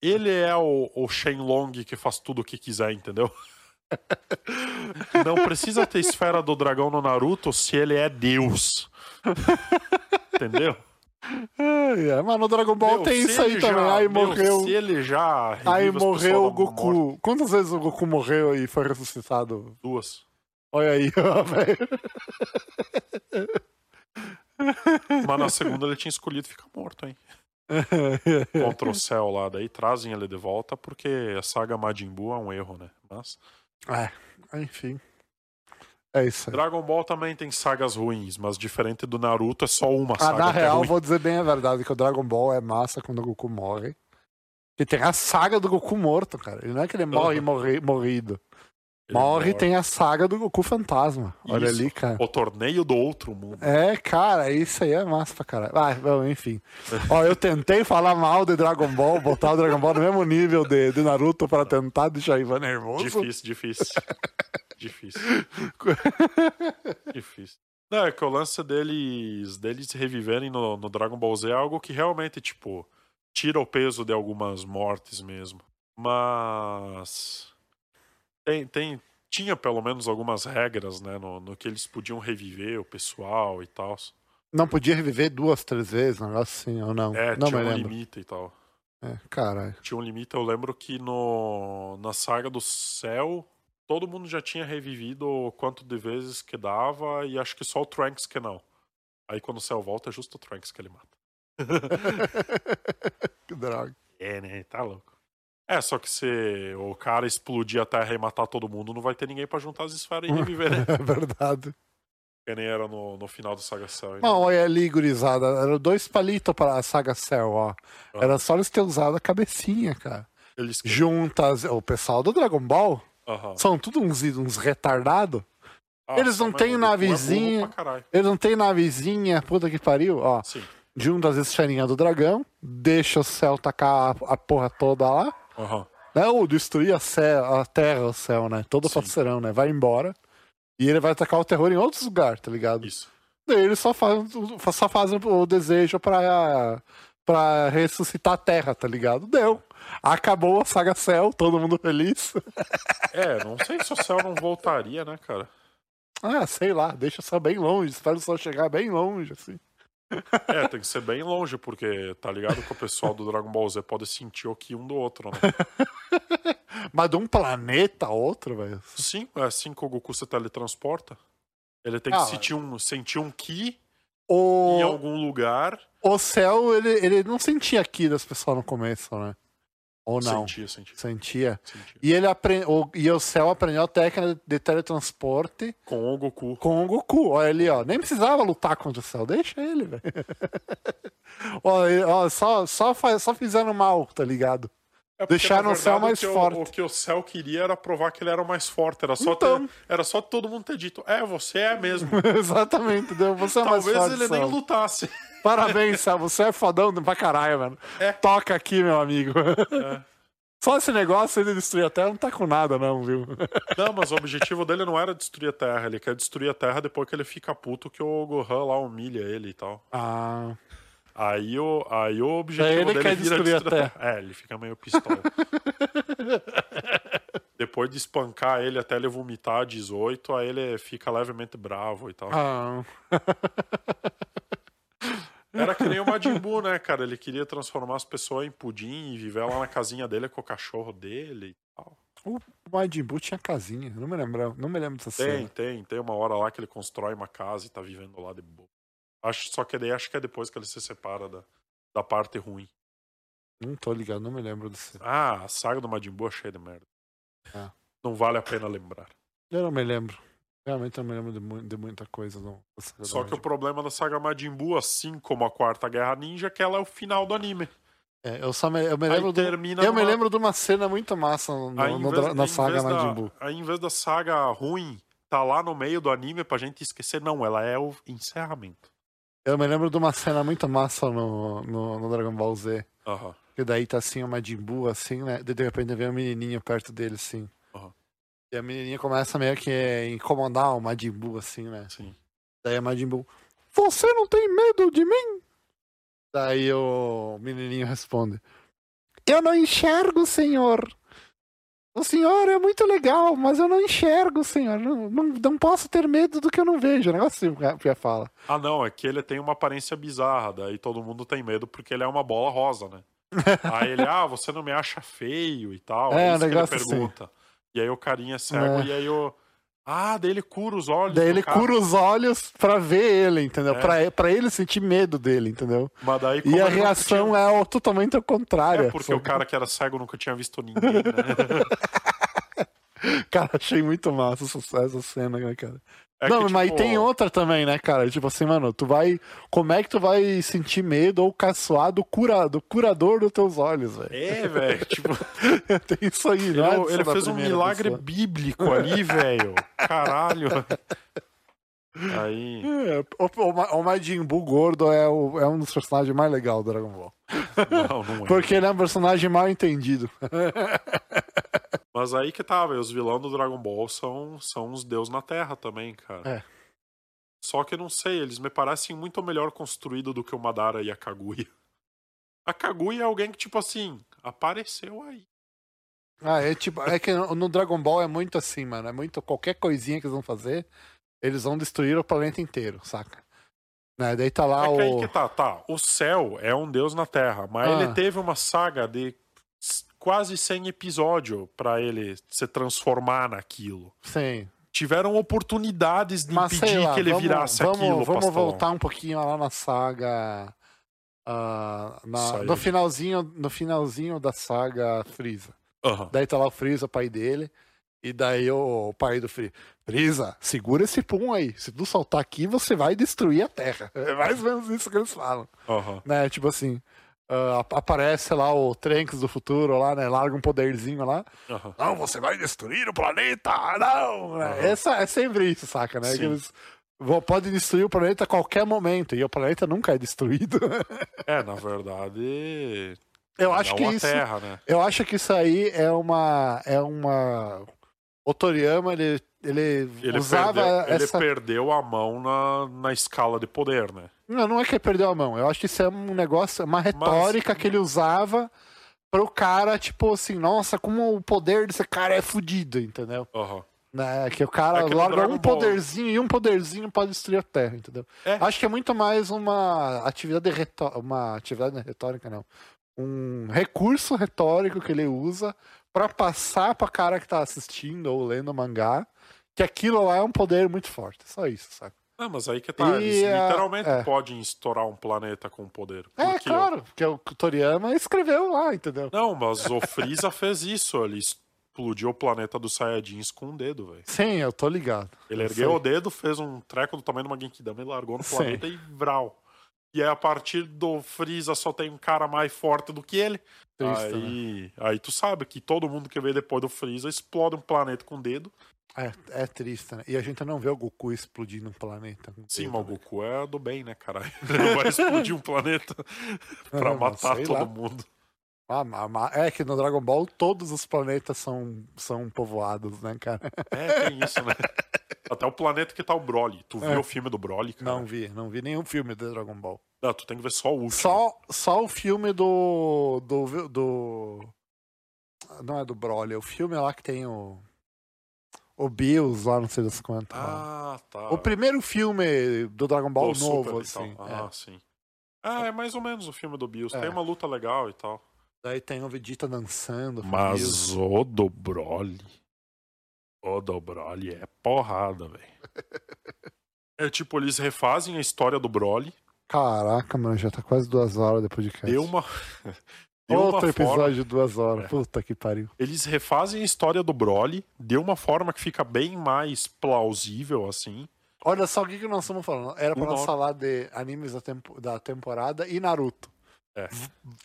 S1: ele é o, o Shenlong que faz tudo o que quiser, entendeu? Não precisa ter esfera do dragão no Naruto se ele é Deus. Entendeu?
S3: Ai, ai, Mas no Dragon Ball
S1: Meu,
S3: tem
S1: se
S3: isso aí
S1: ele
S3: também.
S1: já-
S3: Aí
S1: meu, é
S3: morreu.
S1: Se ele já.
S3: Aí
S1: revive as
S3: morreu o
S1: pessoas da
S3: Goku.
S1: morte,
S3: Quantas vezes o Goku morreu e foi ressuscitado?
S1: Duas.
S3: Olha aí, ó, velho.
S1: Mas na segunda ele tinha escolhido ficar morto, hein? Contra o céu lá. Daí trazem ele de volta porque a saga Majin Buu é um erro, né? Mas.
S3: É, enfim. É isso aí.
S1: Dragon Ball também tem sagas ruins, mas diferente do Naruto, é só uma
S3: Ah,
S1: saga.
S3: na
S1: que é
S3: real,
S1: ruim.
S3: vou dizer bem a verdade, que o Dragon Ball é massa quando o Goku morre. E tem a saga do Goku morto, cara. Ele não é que ele morre
S1: Uhum.
S3: morre- morrido.
S1: Ele
S3: Morre e tem a saga do Goku fantasma. Olha
S1: Isso.
S3: ali, cara.
S1: O torneio do outro mundo.
S3: É, cara, isso aí é massa pra caralho. Ah, bom, enfim. Ó, eu tentei falar mal de Dragon Ball, botar o Dragon Ball no mesmo nível de, de Naruto pra tentar deixar o Ivan nervoso.
S1: Difícil, difícil. difícil. Difícil. Não, é que o lance deles, deles reviverem no, no Dragon Ball Z é algo que realmente, tipo, tira o peso de algumas mortes mesmo. Mas. Tem, tem, tinha pelo menos algumas regras, né? No, no que eles podiam reviver o pessoal e tal.
S3: Não podia reviver duas, três vezes, um negócio assim, ou não?
S1: É,
S3: não me
S1: tinha um
S3: lembro.
S1: limite e tal.
S3: É, caralho.
S1: Tinha um limite, eu lembro que no, na saga do céu, todo mundo já tinha revivido o quanto de vezes que dava, e acho que só o Trunks que não. Aí quando o céu volta, é justo o Trunks que ele mata.
S3: que droga.
S1: É, né? Tá louco. É, só que se o cara explodir a terra e matar todo mundo, não vai ter ninguém pra juntar as esferas e reviver, né?
S3: É verdade.
S1: que nem era no, no final da saga céu. ainda.
S3: Mas olha ali, gurizada, eram dois palitos pra saga Cell, ó. Era só eles terem usado a cabecinha, cara.
S1: Eles...
S3: Juntas, o pessoal do Dragon Ball
S1: Aham.
S3: são tudo uns, uns retardados.
S1: Ah,
S3: eles não
S1: mas
S3: têm
S1: o Goku é burro
S3: navezinha.
S1: pra caralho.
S3: Eles não têm navezinha, puta que pariu, ó.
S1: Sim.
S3: Junta as esferinhas do dragão, deixa o céu tacar a, a porra toda lá.
S1: Aham.
S3: Né? Ou destruir a, céu, a terra, o céu, né? Todo
S1: Sim.
S3: parceirão, né? Vai embora. E ele vai atacar o terror em outros lugares, tá ligado?
S1: Isso.
S3: Daí eles só fazem, só fazem o desejo pra, pra ressuscitar a terra, tá ligado? Deu. Acabou a saga Cell, todo mundo feliz.
S1: É, não sei se o céu não voltaria, né, cara?
S3: Ah, sei lá, deixa o céu bem longe, espero o céu chegar bem longe, assim.
S1: É, tem que ser bem longe, porque tá ligado que o pessoal do Dragon Ball Z pode sentir o que um do outro, né?
S3: Mas de um planeta a outro, velho.
S1: Sim, é assim que o Goku se teletransporta. Ele tem que
S3: Ah,
S1: sentir um, sentir um Ki em
S3: O,
S1: algum lugar.
S3: o céu, ele, ele não sentia aqui das pessoas no começo, né? Ou não?
S1: Sentir, sentir,
S3: Sentia.
S1: sentir.
S3: E, ele apre... o... e o céu aprendeu a técnica de teletransporte
S1: Com o Goku.
S3: com o Goku. Olha ali, ó. Nem precisava lutar contra o céu. Deixa ele, velho. ó, ele- ó, só, só, faz... só fizeram mal, tá ligado?
S1: É porque,
S3: Deixaram
S1: na
S3: o céu
S1: verdade,
S3: mais
S1: que o-
S3: forte.
S1: O, que o céu queria era provar que ele era o mais forte. Era só,
S3: Então.
S1: ter- era só todo mundo ter dito: é, você é mesmo.
S3: Exatamente, entendeu? Você é mais
S1: Talvez
S3: forte,
S1: ele
S3: céu.
S1: nem lutasse.
S3: Parabéns, Sá, você é fodão pra caralho, mano.
S1: É.
S3: Toca aqui, meu amigo. Só esse negócio ele destruir a Terra não tá com nada, não, viu?
S1: Não, mas o objetivo dele não era destruir a Terra. Ele quer destruir a Terra depois que ele fica puto que o Gohan lá humilha ele e tal.
S3: Ah,
S1: Aí o, aí o objetivo
S3: Daí ele
S1: dele
S3: quer
S1: vira
S3: destruir a
S1: É, ele fica meio pistola. Depois de espancar ele até ele vomitar 18, aí ele fica levemente bravo e tal.
S3: ah.
S1: Era que nem o Majin Buu, né, cara? Ele queria transformar as pessoas em pudim e viver lá na casinha dele com o cachorro dele e tal.
S3: O Majin Buu tinha casinha, não me lembro, não me lembro dessa
S1: Tem,
S3: cena.
S1: tem. Tem uma hora lá que ele constrói uma casa e tá vivendo lá de boa. Acho, só que daí acho que é depois que ele se separa da, da parte ruim.
S3: Não tô ligado, não me lembro dessa cena.
S1: Ah, a saga do Majin Buu é cheia de merda.
S3: Ah.
S1: Não vale a pena lembrar.
S3: Eu não me lembro. Realmente eu não me lembro de, mu- de muita coisa. Não. Dessa cena
S1: Só
S3: do
S1: que o
S3: Majin
S1: problema da saga Majin Buu, assim como a Quarta Guerra Ninja, é que ela é o final do anime.
S3: É, eu só me, eu me
S1: Aí
S3: lembro, do-
S1: termina
S3: eu me
S1: numa-
S3: lembro de uma cena muito massa no-
S1: Aí, em
S3: no-
S1: vez-
S3: dra- na
S1: em
S3: saga
S1: vez da-
S3: Majin Buu.
S1: Aí, em vez da saga ruim, tá lá no meio do anime pra gente esquecer. Não, ela é o encerramento.
S3: Eu me lembro de uma cena muito massa no, no, no Dragon Ball Z.
S1: Aham.
S3: Que daí tá assim, o Majin Buu, assim, né? De de repente vem um menininho perto dele, assim.
S1: Aham.
S3: E a menininha começa meio que a incomodar o Majin Buu, assim, né?
S1: Sim.
S3: Daí a Majin Buu, você não tem medo de mim? Daí o menininho responde, eu não enxergo, senhor. O senhor é muito legal, mas eu não enxergo, senhor. Não, não, não posso ter medo do que eu não vejo. O negócio assim que ela fala.
S1: Ah, não, é que ele tem uma aparência bizarra, daí todo mundo tem medo porque ele é uma bola rosa, né? aí ele, ah, você não me acha feio e tal.
S3: É,
S1: É,
S3: um
S1: isso que ele
S3: negócio assim.
S1: pergunta. E aí o carinha é cego
S3: É.
S1: e aí o. Ah, daí ele cura os olhos.
S3: Daí
S1: do
S3: ele
S1: cara.
S3: cura os olhos pra ver ele, entendeu?
S1: É.
S3: Pra, pra ele sentir medo dele, entendeu?
S1: Mas daí, como
S3: E a
S1: ele nunca
S3: reação
S1: tinha-
S3: é ao- totalmente ao contrário.
S1: É porque o cara que era cego nunca tinha visto ninguém, né?
S3: Cara, achei muito massa essa, essa cena, né, cara?
S1: É
S3: não,
S1: que,
S3: mas
S1: tipo,
S3: tem outra também, né, cara? Tipo assim, mano, tu vai. Como é que tu vai sentir medo ou caçoar do, cura, do curador dos teus olhos, velho?
S1: É, velho. Tipo,
S3: tem isso aí,
S1: ele,
S3: não é só
S1: ele
S3: da
S1: fez um
S3: primeira
S1: milagre
S3: pessoa.
S1: bíblico ali, velho. Caralho. Aí.
S3: É, o, o, Ma- o Majin Buu gordo é, o- é um dos personagens mais legais do Dragon Ball.
S1: Não, não é.
S3: Porque ele é um personagem mal entendido.
S1: Mas aí que tá, velho. Os vilões do Dragon Ball são, são os deus na Terra também, cara.
S3: É.
S1: Só que eu não sei, eles me parecem muito melhor construído do que o Madara e a Kaguya. A Kaguya é alguém que, tipo assim, apareceu aí.
S3: Ah, é tipo, é que no no Dragon Ball é muito assim, mano. É muito qualquer coisinha que eles vão fazer, eles vão destruir o planeta inteiro, saca? Né? Daí tá lá
S1: é que aí
S3: o.
S1: que tá, tá. O céu é um deus na Terra, mas
S3: Ah.
S1: ele teve uma saga de s- quase 100 episódios pra ele se transformar naquilo.
S3: Sim.
S1: Tiveram oportunidades de
S3: Mas sei
S1: impedir
S3: lá,
S1: que ele
S3: vamos,
S1: virasse
S3: vamos,
S1: aquilo,
S3: Vamos
S1: pastelão.
S3: voltar um pouquinho lá na saga. ah, na-
S1: Isso aí.
S3: no finalzinho no finalzinho da saga Freeza.
S1: Aham.
S3: Daí tá lá o Freeza, o pai dele. E daí o, o pai do Freeza. Freeza, segura esse pum aí. Se tu soltar aqui, você vai destruir a Terra. É mais ou menos isso que eles falam.
S1: Aham.
S3: né? Tipo assim, ah, ap- aparece lá o Trunks do futuro lá, né? Larga um poderzinho lá.
S1: Aham.
S3: Não, você vai destruir o planeta! ah, Não! né?
S1: Aham.
S3: Essa, é sempre isso, saca, né? Que
S1: Sim.
S3: eles vão- podem destruir o planeta a qualquer momento. E o planeta nunca é destruído.
S1: É, na verdade.
S3: Eu acho
S1: não
S3: que
S1: a
S3: isso.
S1: Terra, né?
S3: Eu acho que isso aí é uma. É uma. O Toriyama, ele, ele,
S1: Ele,
S3: usava
S1: perdeu, ele
S3: essa.
S1: perdeu a mão na, na escala de poder, né?
S3: Não, não é que ele perdeu a mão. Eu acho que isso é um negócio, uma retórica que ele usava pro cara, tipo assim, nossa, como o poder desse cara é fudido, entendeu?
S1: Aham.
S3: Né? Que o cara
S1: É que no
S3: larga
S1: Dragon
S3: um
S1: Ball-
S3: poderzinho e um poderzinho pode destruir a Terra, entendeu?
S1: É.
S3: Acho que é muito mais uma atividade retórica, uma atividade não é retórica, não. Um recurso retórico que ele usa pra passar pra cara que tá assistindo ou lendo o mangá que aquilo lá é um poder muito forte. Só isso, saca?
S1: Não, mas aí que tá.
S3: E
S1: Eles
S3: a-
S1: literalmente
S3: é.
S1: podem estourar um planeta com poder.
S3: É,
S1: Porque-
S3: claro, porque o Toriyama escreveu lá, entendeu?
S1: Não, mas o Freeza fez isso. Ele explodiu o planeta dos Saiyajins com um dedo, velho.
S3: Sim, eu tô ligado. é
S1: Ele
S3: Eu
S1: ergueu
S3: sei.
S1: o dedo, fez um treco do tamanho de uma Genkidama e largou no
S3: Sim.
S1: planeta e vral. E aí, a partir do Freeza, só tem um cara mais forte do que ele.
S3: Triste, né?
S1: aí, aí tu sabe que todo mundo que veio depois do Freeza explode um planeta com o dedo.
S3: É, é triste, né? E a gente não vê o Goku explodindo um planeta.
S1: Sim, mas
S3: Entendeu?
S1: o Goku é do bem, né, caralho? Ele não vai explodir um planeta pra
S3: não,
S1: matar
S3: né? sei
S1: todo
S3: lá.
S1: mundo.
S3: Ah, ma- ma- É que no Dragon Ball todos os planetas são, são povoados, né, cara?
S1: É, tem isso, né? Até o planeta que tá o Broly. Tu viu
S3: É.
S1: o filme do Broly, cara?
S3: Não vi, não vi nenhum filme do Dragon Ball.
S1: Ah, tu tem que ver só o último.
S3: Só, só o filme do, do. do. Não é do Broly, é o filme lá que tem o. O Bills lá, não sei das quantas. lá.
S1: Ah, tá.
S3: O primeiro filme do Dragon Ball
S1: Do
S3: novo,
S1: Super e
S3: assim.
S1: tal.
S3: é.
S1: Ah, sim. Ah, é mais ou menos o filme do Bills.
S3: É.
S1: Tem uma luta legal e tal.
S3: Daí tem o Vegeta dançando. feliz.
S1: Mas o do Broly. O do Broly é porrada, velho. É tipo, eles refazem a história do Broly.
S3: Caraca, mano, já tá quase duas horas depois de podcast.
S1: Deu uma. deu uma
S3: É. Outro
S1: forma-
S3: episódio de duas horas.
S1: É.
S3: Puta que pariu.
S1: Eles refazem a história do Broly de uma forma que fica bem mais plausível, assim.
S3: Olha só o que, que nós estamos falando. Era pra
S1: Uma
S3: nós
S1: hora.
S3: falar de animes da, tempo- da temporada e Naruto.
S1: É.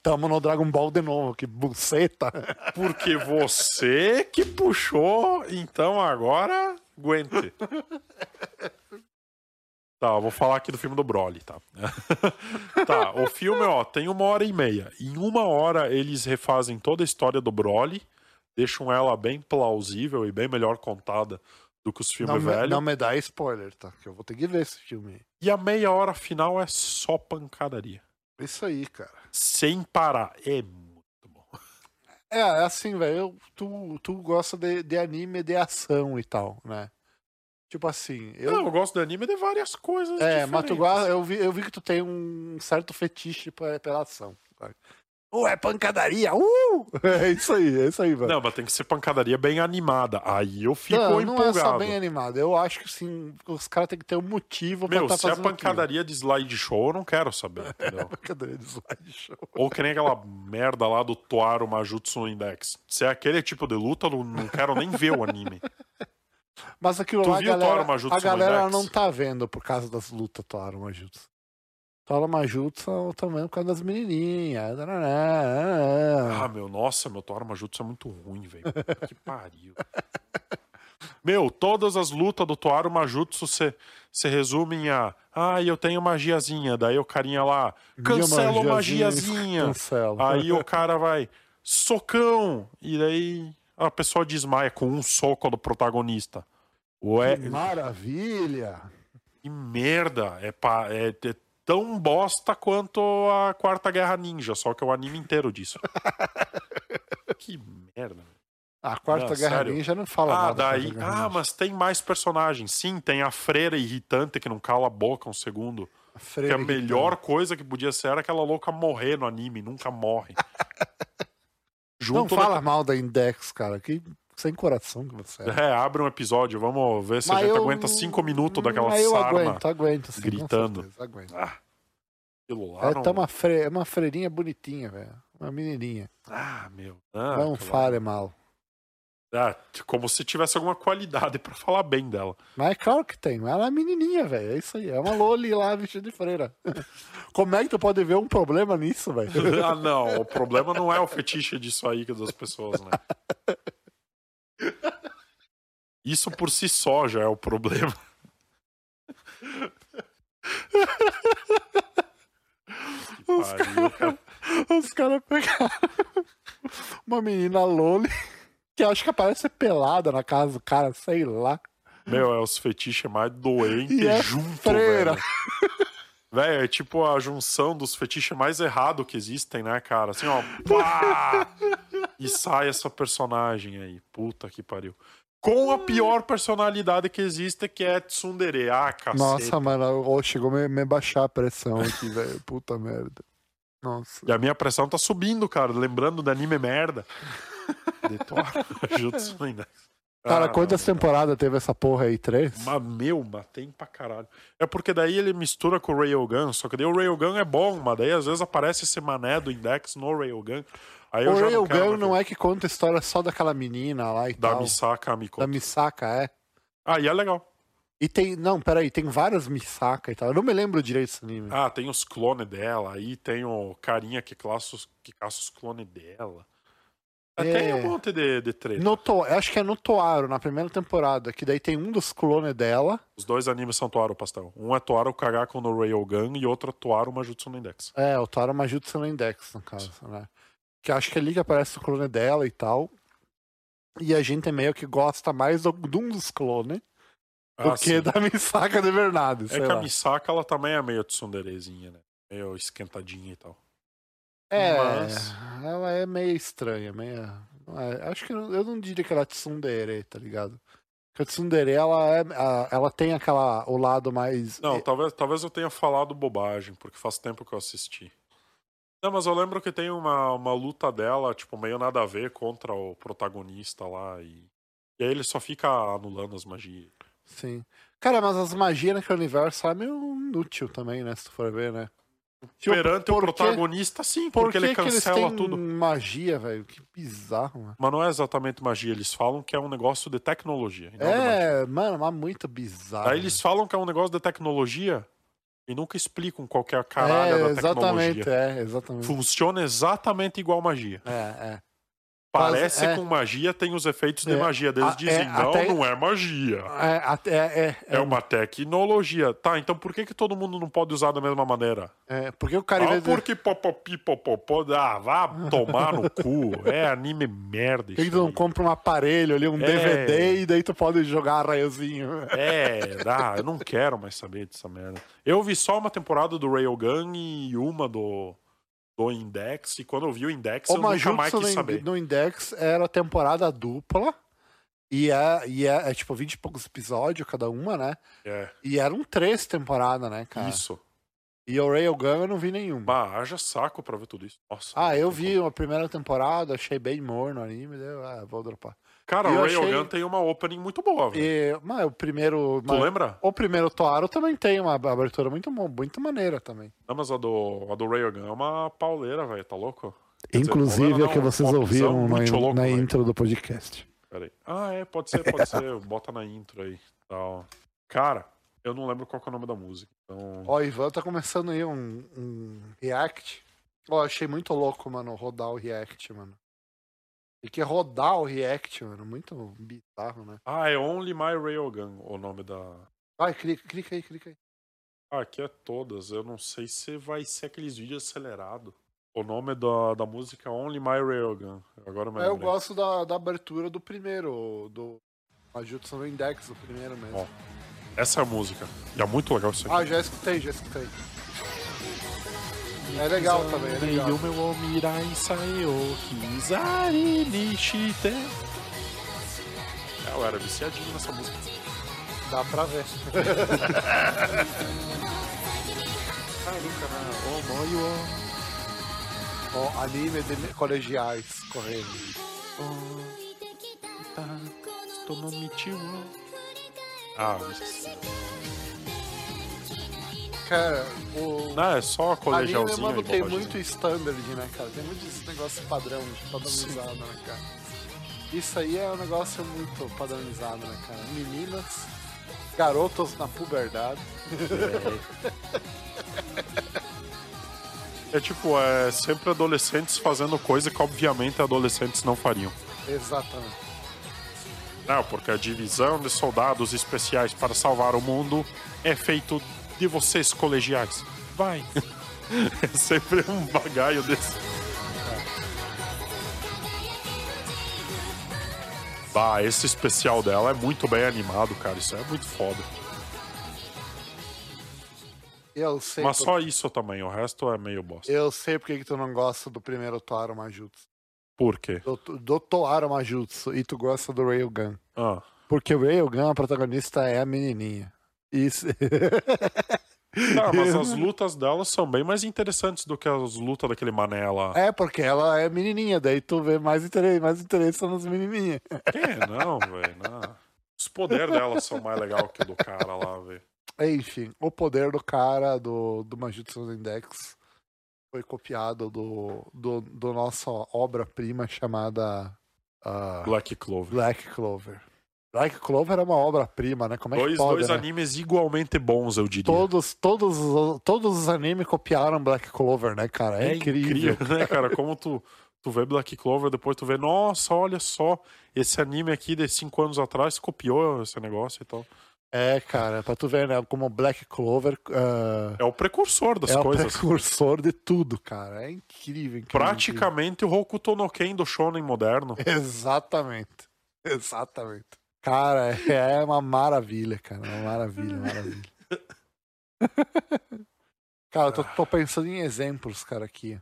S3: Tamo no Dragon Ball de novo, que buceta.
S1: Porque você que puxou, então agora aguente. Tá, eu vou falar aqui do filme do Broly, tá? tá, o filme, ó, tem uma hora e meia. Em uma hora eles refazem toda a história do Broly, deixam ela bem plausível e bem melhor contada do que os
S3: Não
S1: filmes
S3: me,
S1: velhos.
S3: não me dá spoiler, tá? Que eu vou ter que ver esse filme.
S1: E a meia hora final é só pancadaria.
S3: Isso aí, cara.
S1: Sem parar. É muito bom.
S3: É, é assim, velho. eu- Tu, tu gosta de, de anime de ação e tal, né? Tipo assim, eu.
S1: Não, eu gosto do anime de várias coisas.
S3: é,
S1: diferentes.
S3: mas tu gosta- eu vi, eu vi que tu tem um certo fetiche pra- pela ação. sabe? Uh, é pancadaria! Uh! É isso aí, é isso aí, velho.
S1: Não, mas tem que ser pancadaria bem animada. Aí eu fico
S3: não, não é
S1: empolgado.
S3: só bem animado. Eu acho que sim, os caras têm que ter um motivo pra
S1: Meu,
S3: tá
S1: se é
S3: fazendo aquilo.
S1: pancadaria de slideshow, eu não quero saber, entendeu?
S3: Pancadaria de slideshow.
S1: Ou que nem aquela merda lá do Toaro Majutsu no Index. Se é aquele tipo de luta, eu não- não quero nem ver o anime.
S3: Mas aquilo
S1: Tu
S3: lá, a
S1: viu o
S3: galera,
S1: Toru Majutsu
S3: a galera
S1: Mandex?
S3: não tá vendo por causa das lutas Toru Majutsu. Toru Majutsu também por causa das menininhas.
S1: Ah, meu, nossa, meu Toaro Majutsu é muito ruim, velho. Puta Que pariu. Meu, todas as lutas do Toaro Majutsu se, se resumem a. Ah, eu tenho magiazinha. Daí o carinha lá.
S3: Minha
S1: Cancela o
S3: magiazinha,
S1: magiazinha.
S3: cancela.
S1: Aí o cara vai. Socão. E daí a pessoa desmaia com um soco do protagonista. Ué,
S3: Que maravilha!
S1: que merda. É, pa, é, é tão bosta quanto a Quarta Guerra Ninja. Só que é o anime inteiro disso. que merda.
S3: A quarta
S1: Não,
S3: guerra
S1: sério.
S3: ninja não fala
S1: Ah,
S3: nada. da
S1: daí.
S3: Quarta Guerra
S1: Ah, mas tem mais personagens. Sim, tem a freira irritante que não cala a boca um segundo.
S3: Ninja.
S1: Que
S3: Freire
S1: a melhor coisa que podia ser era aquela louca morrer no anime, nunca morre.
S3: Guitão. Não
S1: Junto
S3: fala mal da Index, cara. Que sem coração que você é.
S1: da- É, abre um episódio, vamos ver se
S3: Mas
S1: a gente
S3: eu- Hum,
S1: aguenta cinco minutos daquela
S3: Mas eu
S1: sarna.
S3: aguento, aguento. Sim, com
S1: gritando.
S3: certeza, aguento.
S1: Ah, aquilo lá
S3: É,
S1: Ah, não-
S3: tá uma, fre... é uma freirinha bonitinha, velho. Uma menininha.
S1: Ah, meu. aquilo-
S3: não fale mal.
S1: Ah, t- como se tivesse alguma qualidade pra falar bem dela.
S3: Mas é claro que tem. Ela é menininha, velho. É isso aí. É uma loli lá vestida de freira. Como é que tu pode ver um problema nisso, velho?
S1: ah, não. O problema não é o fetiche disso aí que das pessoas, né? Isso por si só já é o problema. Que pariu, cara.
S3: Os caras pegaram uma menina loli que acho que aparece pelada na casa do cara, sei lá.
S1: Meu, é os fetiches mais doentes
S3: E é
S1: junto,
S3: freira.
S1: velho. Velho, é tipo a junção dos fetiches mais errados que existem, né, cara? Assim, ó, pá! E sai essa personagem aí. Puta que pariu. Com a pior personalidade que existe, que é Tsundere. Ah, cacete.
S3: Nossa, mano, ô, chegou a me, me baixar a pressão aqui, velho. Puta merda. Nossa.
S1: E a minha pressão tá subindo, cara. Lembrando do anime merda. Detora. Jutsu Index.
S3: Cara,
S1: Ah,
S3: quantas temporadas teve essa porra aí? Três?
S1: Mas, meu, matei pra caralho. É porque daí ele mistura com o Railgun, só que daí o Railgun é bom, mas daí às vezes aparece esse mané do Index no Railgun. Aí eu
S3: o
S1: já não, quero
S3: Railgun
S1: mais
S3: não
S1: ver.
S3: é que conta a história só daquela menina lá e
S1: Da
S3: tal.
S1: Misaka Miko.
S3: Da Misaka, é.
S1: Ah, e é legal.
S3: E tem. Não, peraí, tem várias Misaka e tal. Eu não me lembro direito desse anime.
S1: Ah, tem os clones dela, aí tem o carinha que, classa os- que caça os clones dela.
S3: É.
S1: Até um monte de, de treta.
S3: No to... eu Acho que é no Toaro, na primeira temporada, que daí tem um dos clones dela.
S1: Os dois animes são Toaro Pastel. Um é Toaro Kagako no Railgun e outro é Toaro Majutsu no Index.
S3: É, o Toaro Majutsu no Index, no caso, né? Que acho que é ali que aparece o clone dela e tal. E a gente é meio que gosta mais do- de um dos clones do
S1: Ah,
S3: que
S1: sim.
S3: da Misaka de verdade.
S1: É
S3: sei
S1: que a
S3: lá.
S1: Misaka, ela também é meio tsunderezinha, né? Meio esquentadinha e tal.
S3: É,
S1: Mas-
S3: ela é meio estranha, meio. não é- Acho que eu eu não diria que ela é tsundere, tá ligado? Porque a tsundere, ela, é, a- ela tem aquela, o lado mais...
S1: Não, tá-
S3: é,
S1: talvez, talvez eu tenha falado bobagem, porque faz tempo que eu assisti. Não, mas eu lembro que tem uma, uma luta dela, tipo, meio nada a ver contra o protagonista lá. E, e aí ele só fica anulando as magias.
S3: Sim. Cara, mas as magias naquele universo é meio inútil também, né? Se tu for ver, né? Tipo,
S1: Perante o um
S3: por que-
S1: protagonista, sim,
S3: Por
S1: porque
S3: que
S1: ele
S3: que eles
S1: cancela
S3: têm
S1: tudo.
S3: magia, velho? Que bizarro, mano.
S1: Mas não é exatamente magia, eles falam que é um negócio de tecnologia. e não de magia.
S3: É, mano, mas É, muito bizarro.
S1: Aí eles falam que é um negócio de tecnologia, E nunca explicam qual que é a caralha da tecnologia.
S3: exatamente, é, exatamente.
S1: Funciona exatamente igual magia.
S3: É, é.
S1: Parece
S3: é.
S1: com magia, tem os efeitos de
S3: É.
S1: magia. Eles
S3: Ah, é,
S1: dizem, não,
S3: até-
S1: não é magia.
S3: É, até- é, é,
S1: É uma tecnologia. Tá, então por que, que todo mundo não pode usar da mesma maneira?
S3: é, porque o cara em
S1: Ah,
S3: vez de-
S1: porque popopi, popopó, ah, vá tomar no cu. É anime merda
S3: Por que
S1: isso
S3: tu não
S1: aí.
S3: compra um aparelho ali, um
S1: É.
S3: DVD, e daí tu pode jogar raiozinho?
S1: É, ah, eu não quero mais saber dessa merda. Eu vi só uma temporada do Railgun e uma do, do Index, e quando eu vi o Index,
S3: O
S1: eu nunca mais
S3: Majutsu
S1: quis
S3: no,
S1: saber.
S3: in- no Index era temporada dupla. E, é, e é, é tipo 20 e poucos episódios cada uma, né?
S1: É,
S3: E eram três temporadas, né, cara?
S1: isso.
S3: E o Railgun eu não vi nenhuma.
S1: Mas haja saco pra ver tudo isso. Nossa.
S3: Ah,
S1: não
S3: eu
S1: tem
S3: vi a primeira temporada, achei bem morno o anime, daí eu, ah, vou dropar.
S1: Cara,
S3: E
S1: o
S3: eu
S1: Railgun
S3: achei-
S1: tem uma opening muito boa, velho.
S3: E, mas o primeiro.
S1: Tu
S3: mas-
S1: lembra?
S3: o primeiro Toaro também tem uma abertura muito, mo- muito maneira também.
S1: Não, mas a do, a do Railgun é uma pauleira, velho. Tá louco? Quer dizer,
S3: Inclusive é
S1: pauleira
S3: o que
S1: não, é
S3: vocês
S1: uma opção
S3: ouviram na,
S1: muito louco, né?
S3: na
S1: velho.
S3: intro do podcast.
S1: Pera aí. Ah, é, pode ser, pode ser. Bota na intro aí. Tal. Cara, eu não lembro qual que é o nome da música. Então.
S3: Ó, Ivan tá começando aí um, um react. Ó, achei muito louco, mano, rodar o react, mano. Tem que é rodar o react, mano. Muito bizarro, né?
S1: Ah, é Only My Railgun o nome da.
S3: Vai, clica, clica aí, clica aí.
S1: Ah, aqui é todas. Eu não sei se vai ser aqueles vídeos acelerados. O nome da, da música é Only My Railgun. Agora
S3: Mas É, eu gosto da, da abertura do primeiro, do Majutsu no Index, do primeiro mesmo.
S1: Ó. Essa é a música. E é muito legal isso aqui.
S3: Ah, já escutei, já escutei. É legal também, é legal.
S1: É, Eu era viciadinho nessa música.
S3: Dá pra ver. né? Ó, anime de colegiais correndo.
S1: Tá, Ah, eu esqueci.
S3: Cara, o.
S1: Não, é só
S3: Anime,
S1: colegialzinho
S3: mano,
S1: aí,
S3: tem
S1: bobagemzinho.
S3: muito standard, né, cara? Tem muito esse negócio padrão, padronizado, né, cara? Isso aí é um negócio muito padronizado, né, cara? Meninas, garotos na puberdade.
S1: É tipo, é sempre adolescentes fazendo coisa que obviamente adolescentes não fariam.
S3: Exatamente.
S1: Não, né? porque a divisão de soldados especiais para salvar o mundo é feito de vocês colegiais. Vai. é sempre um bagaio desse. Bah, esse especial dela é muito bem animado, cara. Isso é muito foda.
S3: Eu sei.
S1: Mas
S3: por-
S1: só isso também, o resto é meio bosta.
S3: Eu sei porque que tu não gosta do primeiro Toaro Majutsu.
S1: Por quê?
S3: Do, do Toaro Majutsu e tu gosta do Railgun.
S1: Ah,
S3: Porque o Railgun, a protagonista, é a menininha. Isso.
S1: tá, mas as lutas delas são bem mais interessantes do que as lutas daquele mané lá.
S3: é porque ela é menininha, daí tu vê mais interesse, mais interesse nas menininhas.
S1: Que É, não, velho, não. Os poderes dela são mais legal que o do cara lá, velho.
S3: Enfim, o poder do cara do, do Majutsu Index foi copiado do, do, do nossa obra-prima chamada ah,
S1: Black Clover.
S3: Black Clover. Black Clover é uma obra-prima, né? Como é que
S1: Dois,
S3: pode,
S1: dois
S3: né?
S1: animes igualmente bons, eu diria.
S3: Todos, todos, os- todos os animes copiaram Black Clover, né, cara? É, incrível.
S1: né, cara? Como tu, tu vê Black Clover, depois tu vê, nossa, olha só, esse anime aqui de cinco anos atrás copiou esse negócio e tal.
S3: É, cara, pra tu ver, né? Como Black Clover ah,
S1: É o precursor das
S3: é o
S1: coisas.
S3: precursor de tudo, cara. É incrível, incrível. incrível.
S1: Praticamente o Hokuto no Ken do shonen
S3: É,
S1: moderno.
S3: Exatamente. Exatamente. Cara, é uma maravilha, cara. É Uma maravilha, maravilha. Cara, eu tô, tô pensando em exemplos, cara, aqui.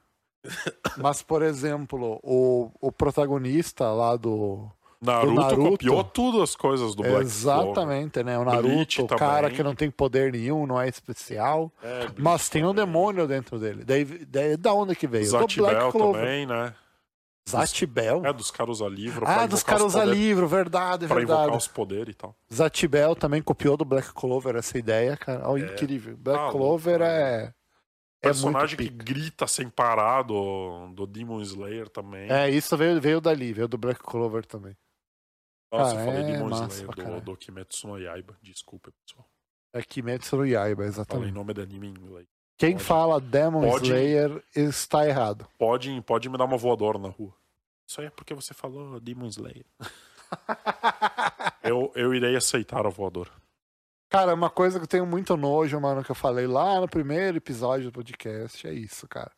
S3: Mas, por exemplo, o, o protagonista lá do.
S1: Naruto,
S3: Naruto.
S1: copiou tudo as coisas do Black Clover.
S3: exatamente, né? O Naruto,
S1: Bleach
S3: o cara
S1: também.
S3: que não tem poder nenhum, não é especial.
S1: É, Bleach
S3: mas tem um
S1: também.
S3: demônio dentro dele. Daí, daí da onde que veio?
S1: Zatch Bell também, né?
S3: Zatibel?
S1: É, dos caras usar livro. pra
S3: Ah,
S1: invocar
S3: dos
S1: os
S3: caras usam
S1: poderes-
S3: livro, verdade,
S1: Pra invocar
S3: É verdade.
S1: os poderes e tal.
S3: Zatibel também copiou do Black Clover essa ideia, cara.
S1: É.
S3: Ó, incrível. Black
S1: Ah,
S3: Clover
S1: louco,
S3: é. É muito
S1: personagem que
S3: pica.
S1: grita sem parar do, do Demon Slayer também.
S3: É, isso veio, veio dali, veio do Black Clover também.
S1: Nossa, eu
S3: cara,
S1: falei
S3: é
S1: Demon
S3: massa
S1: Slayer
S3: pra
S1: do,
S3: caralho.
S1: do Kimetsu no Yaiba. Desculpa, pessoal.
S3: É Kimetsu no Yaiba,
S1: Falei
S3: exatamente.
S1: nome de anime em inglês.
S3: Quem
S1: Pode.
S3: fala Demon
S1: Pode.
S3: Slayer está errado.
S1: Pode, pode me dar uma voadora na rua. Isso aí é porque você falou Demon Slayer. eu, eu irei aceitar a voadora.
S3: Cara, uma coisa que eu tenho muito nojo, mano, que eu falei lá no primeiro episódio do podcast, é isso, cara.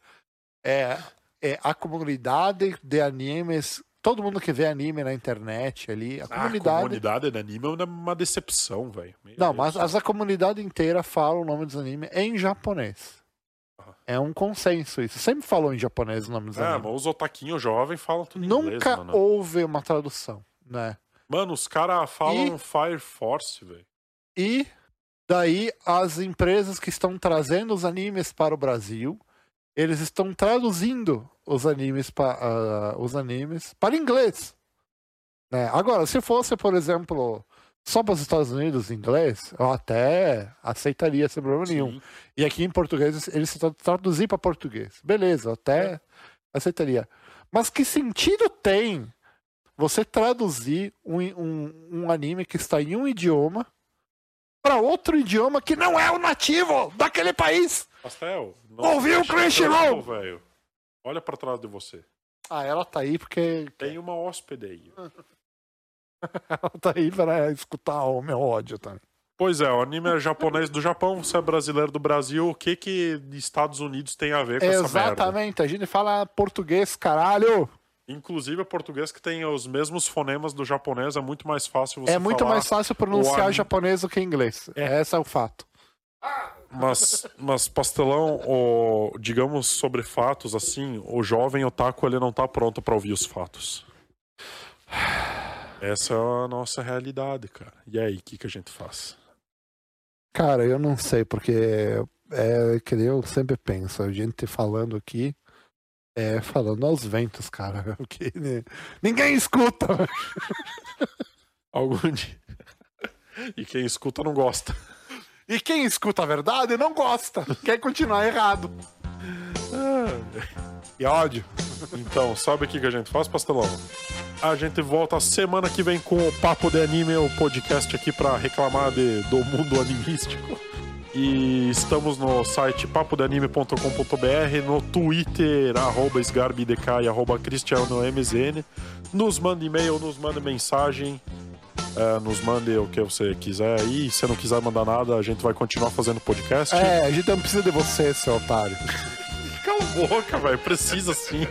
S3: É, é a comunidade de animes, todo mundo que vê anime na internet ali, a
S1: A
S3: comunidade...
S1: Ah, comunidade de anime é uma decepção, velho. Meu Deus.
S3: Não, mas essa comunidade inteira fala o nome dos animes em japonês.
S1: Aham.
S3: É um consenso isso. Sempre falou em japonês o nome dos
S1: É,
S3: animes.
S1: mas os otaquinhos jovens falam tudo em inglês,
S3: né? Nunca
S1: mano.
S3: houve uma tradução, né?
S1: Mano, os caras falam
S3: E-
S1: Fire Force, velho.
S3: E daí as empresas que estão trazendo os animes para o Brasil, eles estão traduzindo os animes, pa, ah, os animes para inglês. Né? Agora, se fosse, por exemplo, só para os Estados Unidos em inglês, eu até aceitaria sem problema nenhum.
S1: Sim.
S3: E aqui em português eles se tra- traduzir para português. Beleza, eu até aceitaria. Mas que sentido tem você traduzir um, um, um anime que está em um idioma para outro idioma que não é o nativo daquele país?
S1: Pastel. não
S3: Ouviu,
S1: deixa de
S3: Crunchyroll?
S1: canto, velho. Olha pra trás de você.
S3: Ah, ela tá aí porque
S1: Tem uma hóspede aí.
S3: ela tá aí para escutar o meu ódio também.
S1: Pois é, o anime é japonês do Japão, você é brasileiro do Brasil, o que que Estados Unidos tem a ver
S3: Tipo
S1: com essa merda?
S3: Exatamente, a gente fala português, caralho.
S1: Inclusive, o português que tem os mesmos fonemas do japonês é muito mais fácil você
S3: é muito
S1: falar,
S3: mais fácil pronunciar
S1: o an-
S3: japonês do que inglês.
S1: É.
S3: Esse é o fato.
S1: Mas, mas pastelão, o- digamos sobre fatos, assim, o jovem otaku ele não tá pronto pra ouvir os fatos. Essa é a nossa realidade, cara. E aí, o que, que a gente faz?
S3: Cara, eu não sei, porque é que nem eu sempre penso, a gente falando aqui, é falando aos ventos, cara. Porque, né, ninguém escuta!
S1: Algum dia. E quem escuta não gosta.
S3: E quem escuta a verdade não gosta, quer continuar errado. E ódio.
S1: Então, sabe o que que a gente faz, pastelão? A gente volta semana que vem com o Papo de Anime, o podcast aqui pra reclamar de- do mundo animístico. E estamos no site papodeanime.com.br, no Twitter, arroba esgarbidk e arroba cristianomzn. Nos manda e-mail, nos manda mensagem, eh, nos mande o que você quiser. E se não quiser mandar nada, a gente vai continuar fazendo podcast.
S3: É, a gente não precisa de você, seu otário.
S1: Cala a boca, velho. Precisa sim.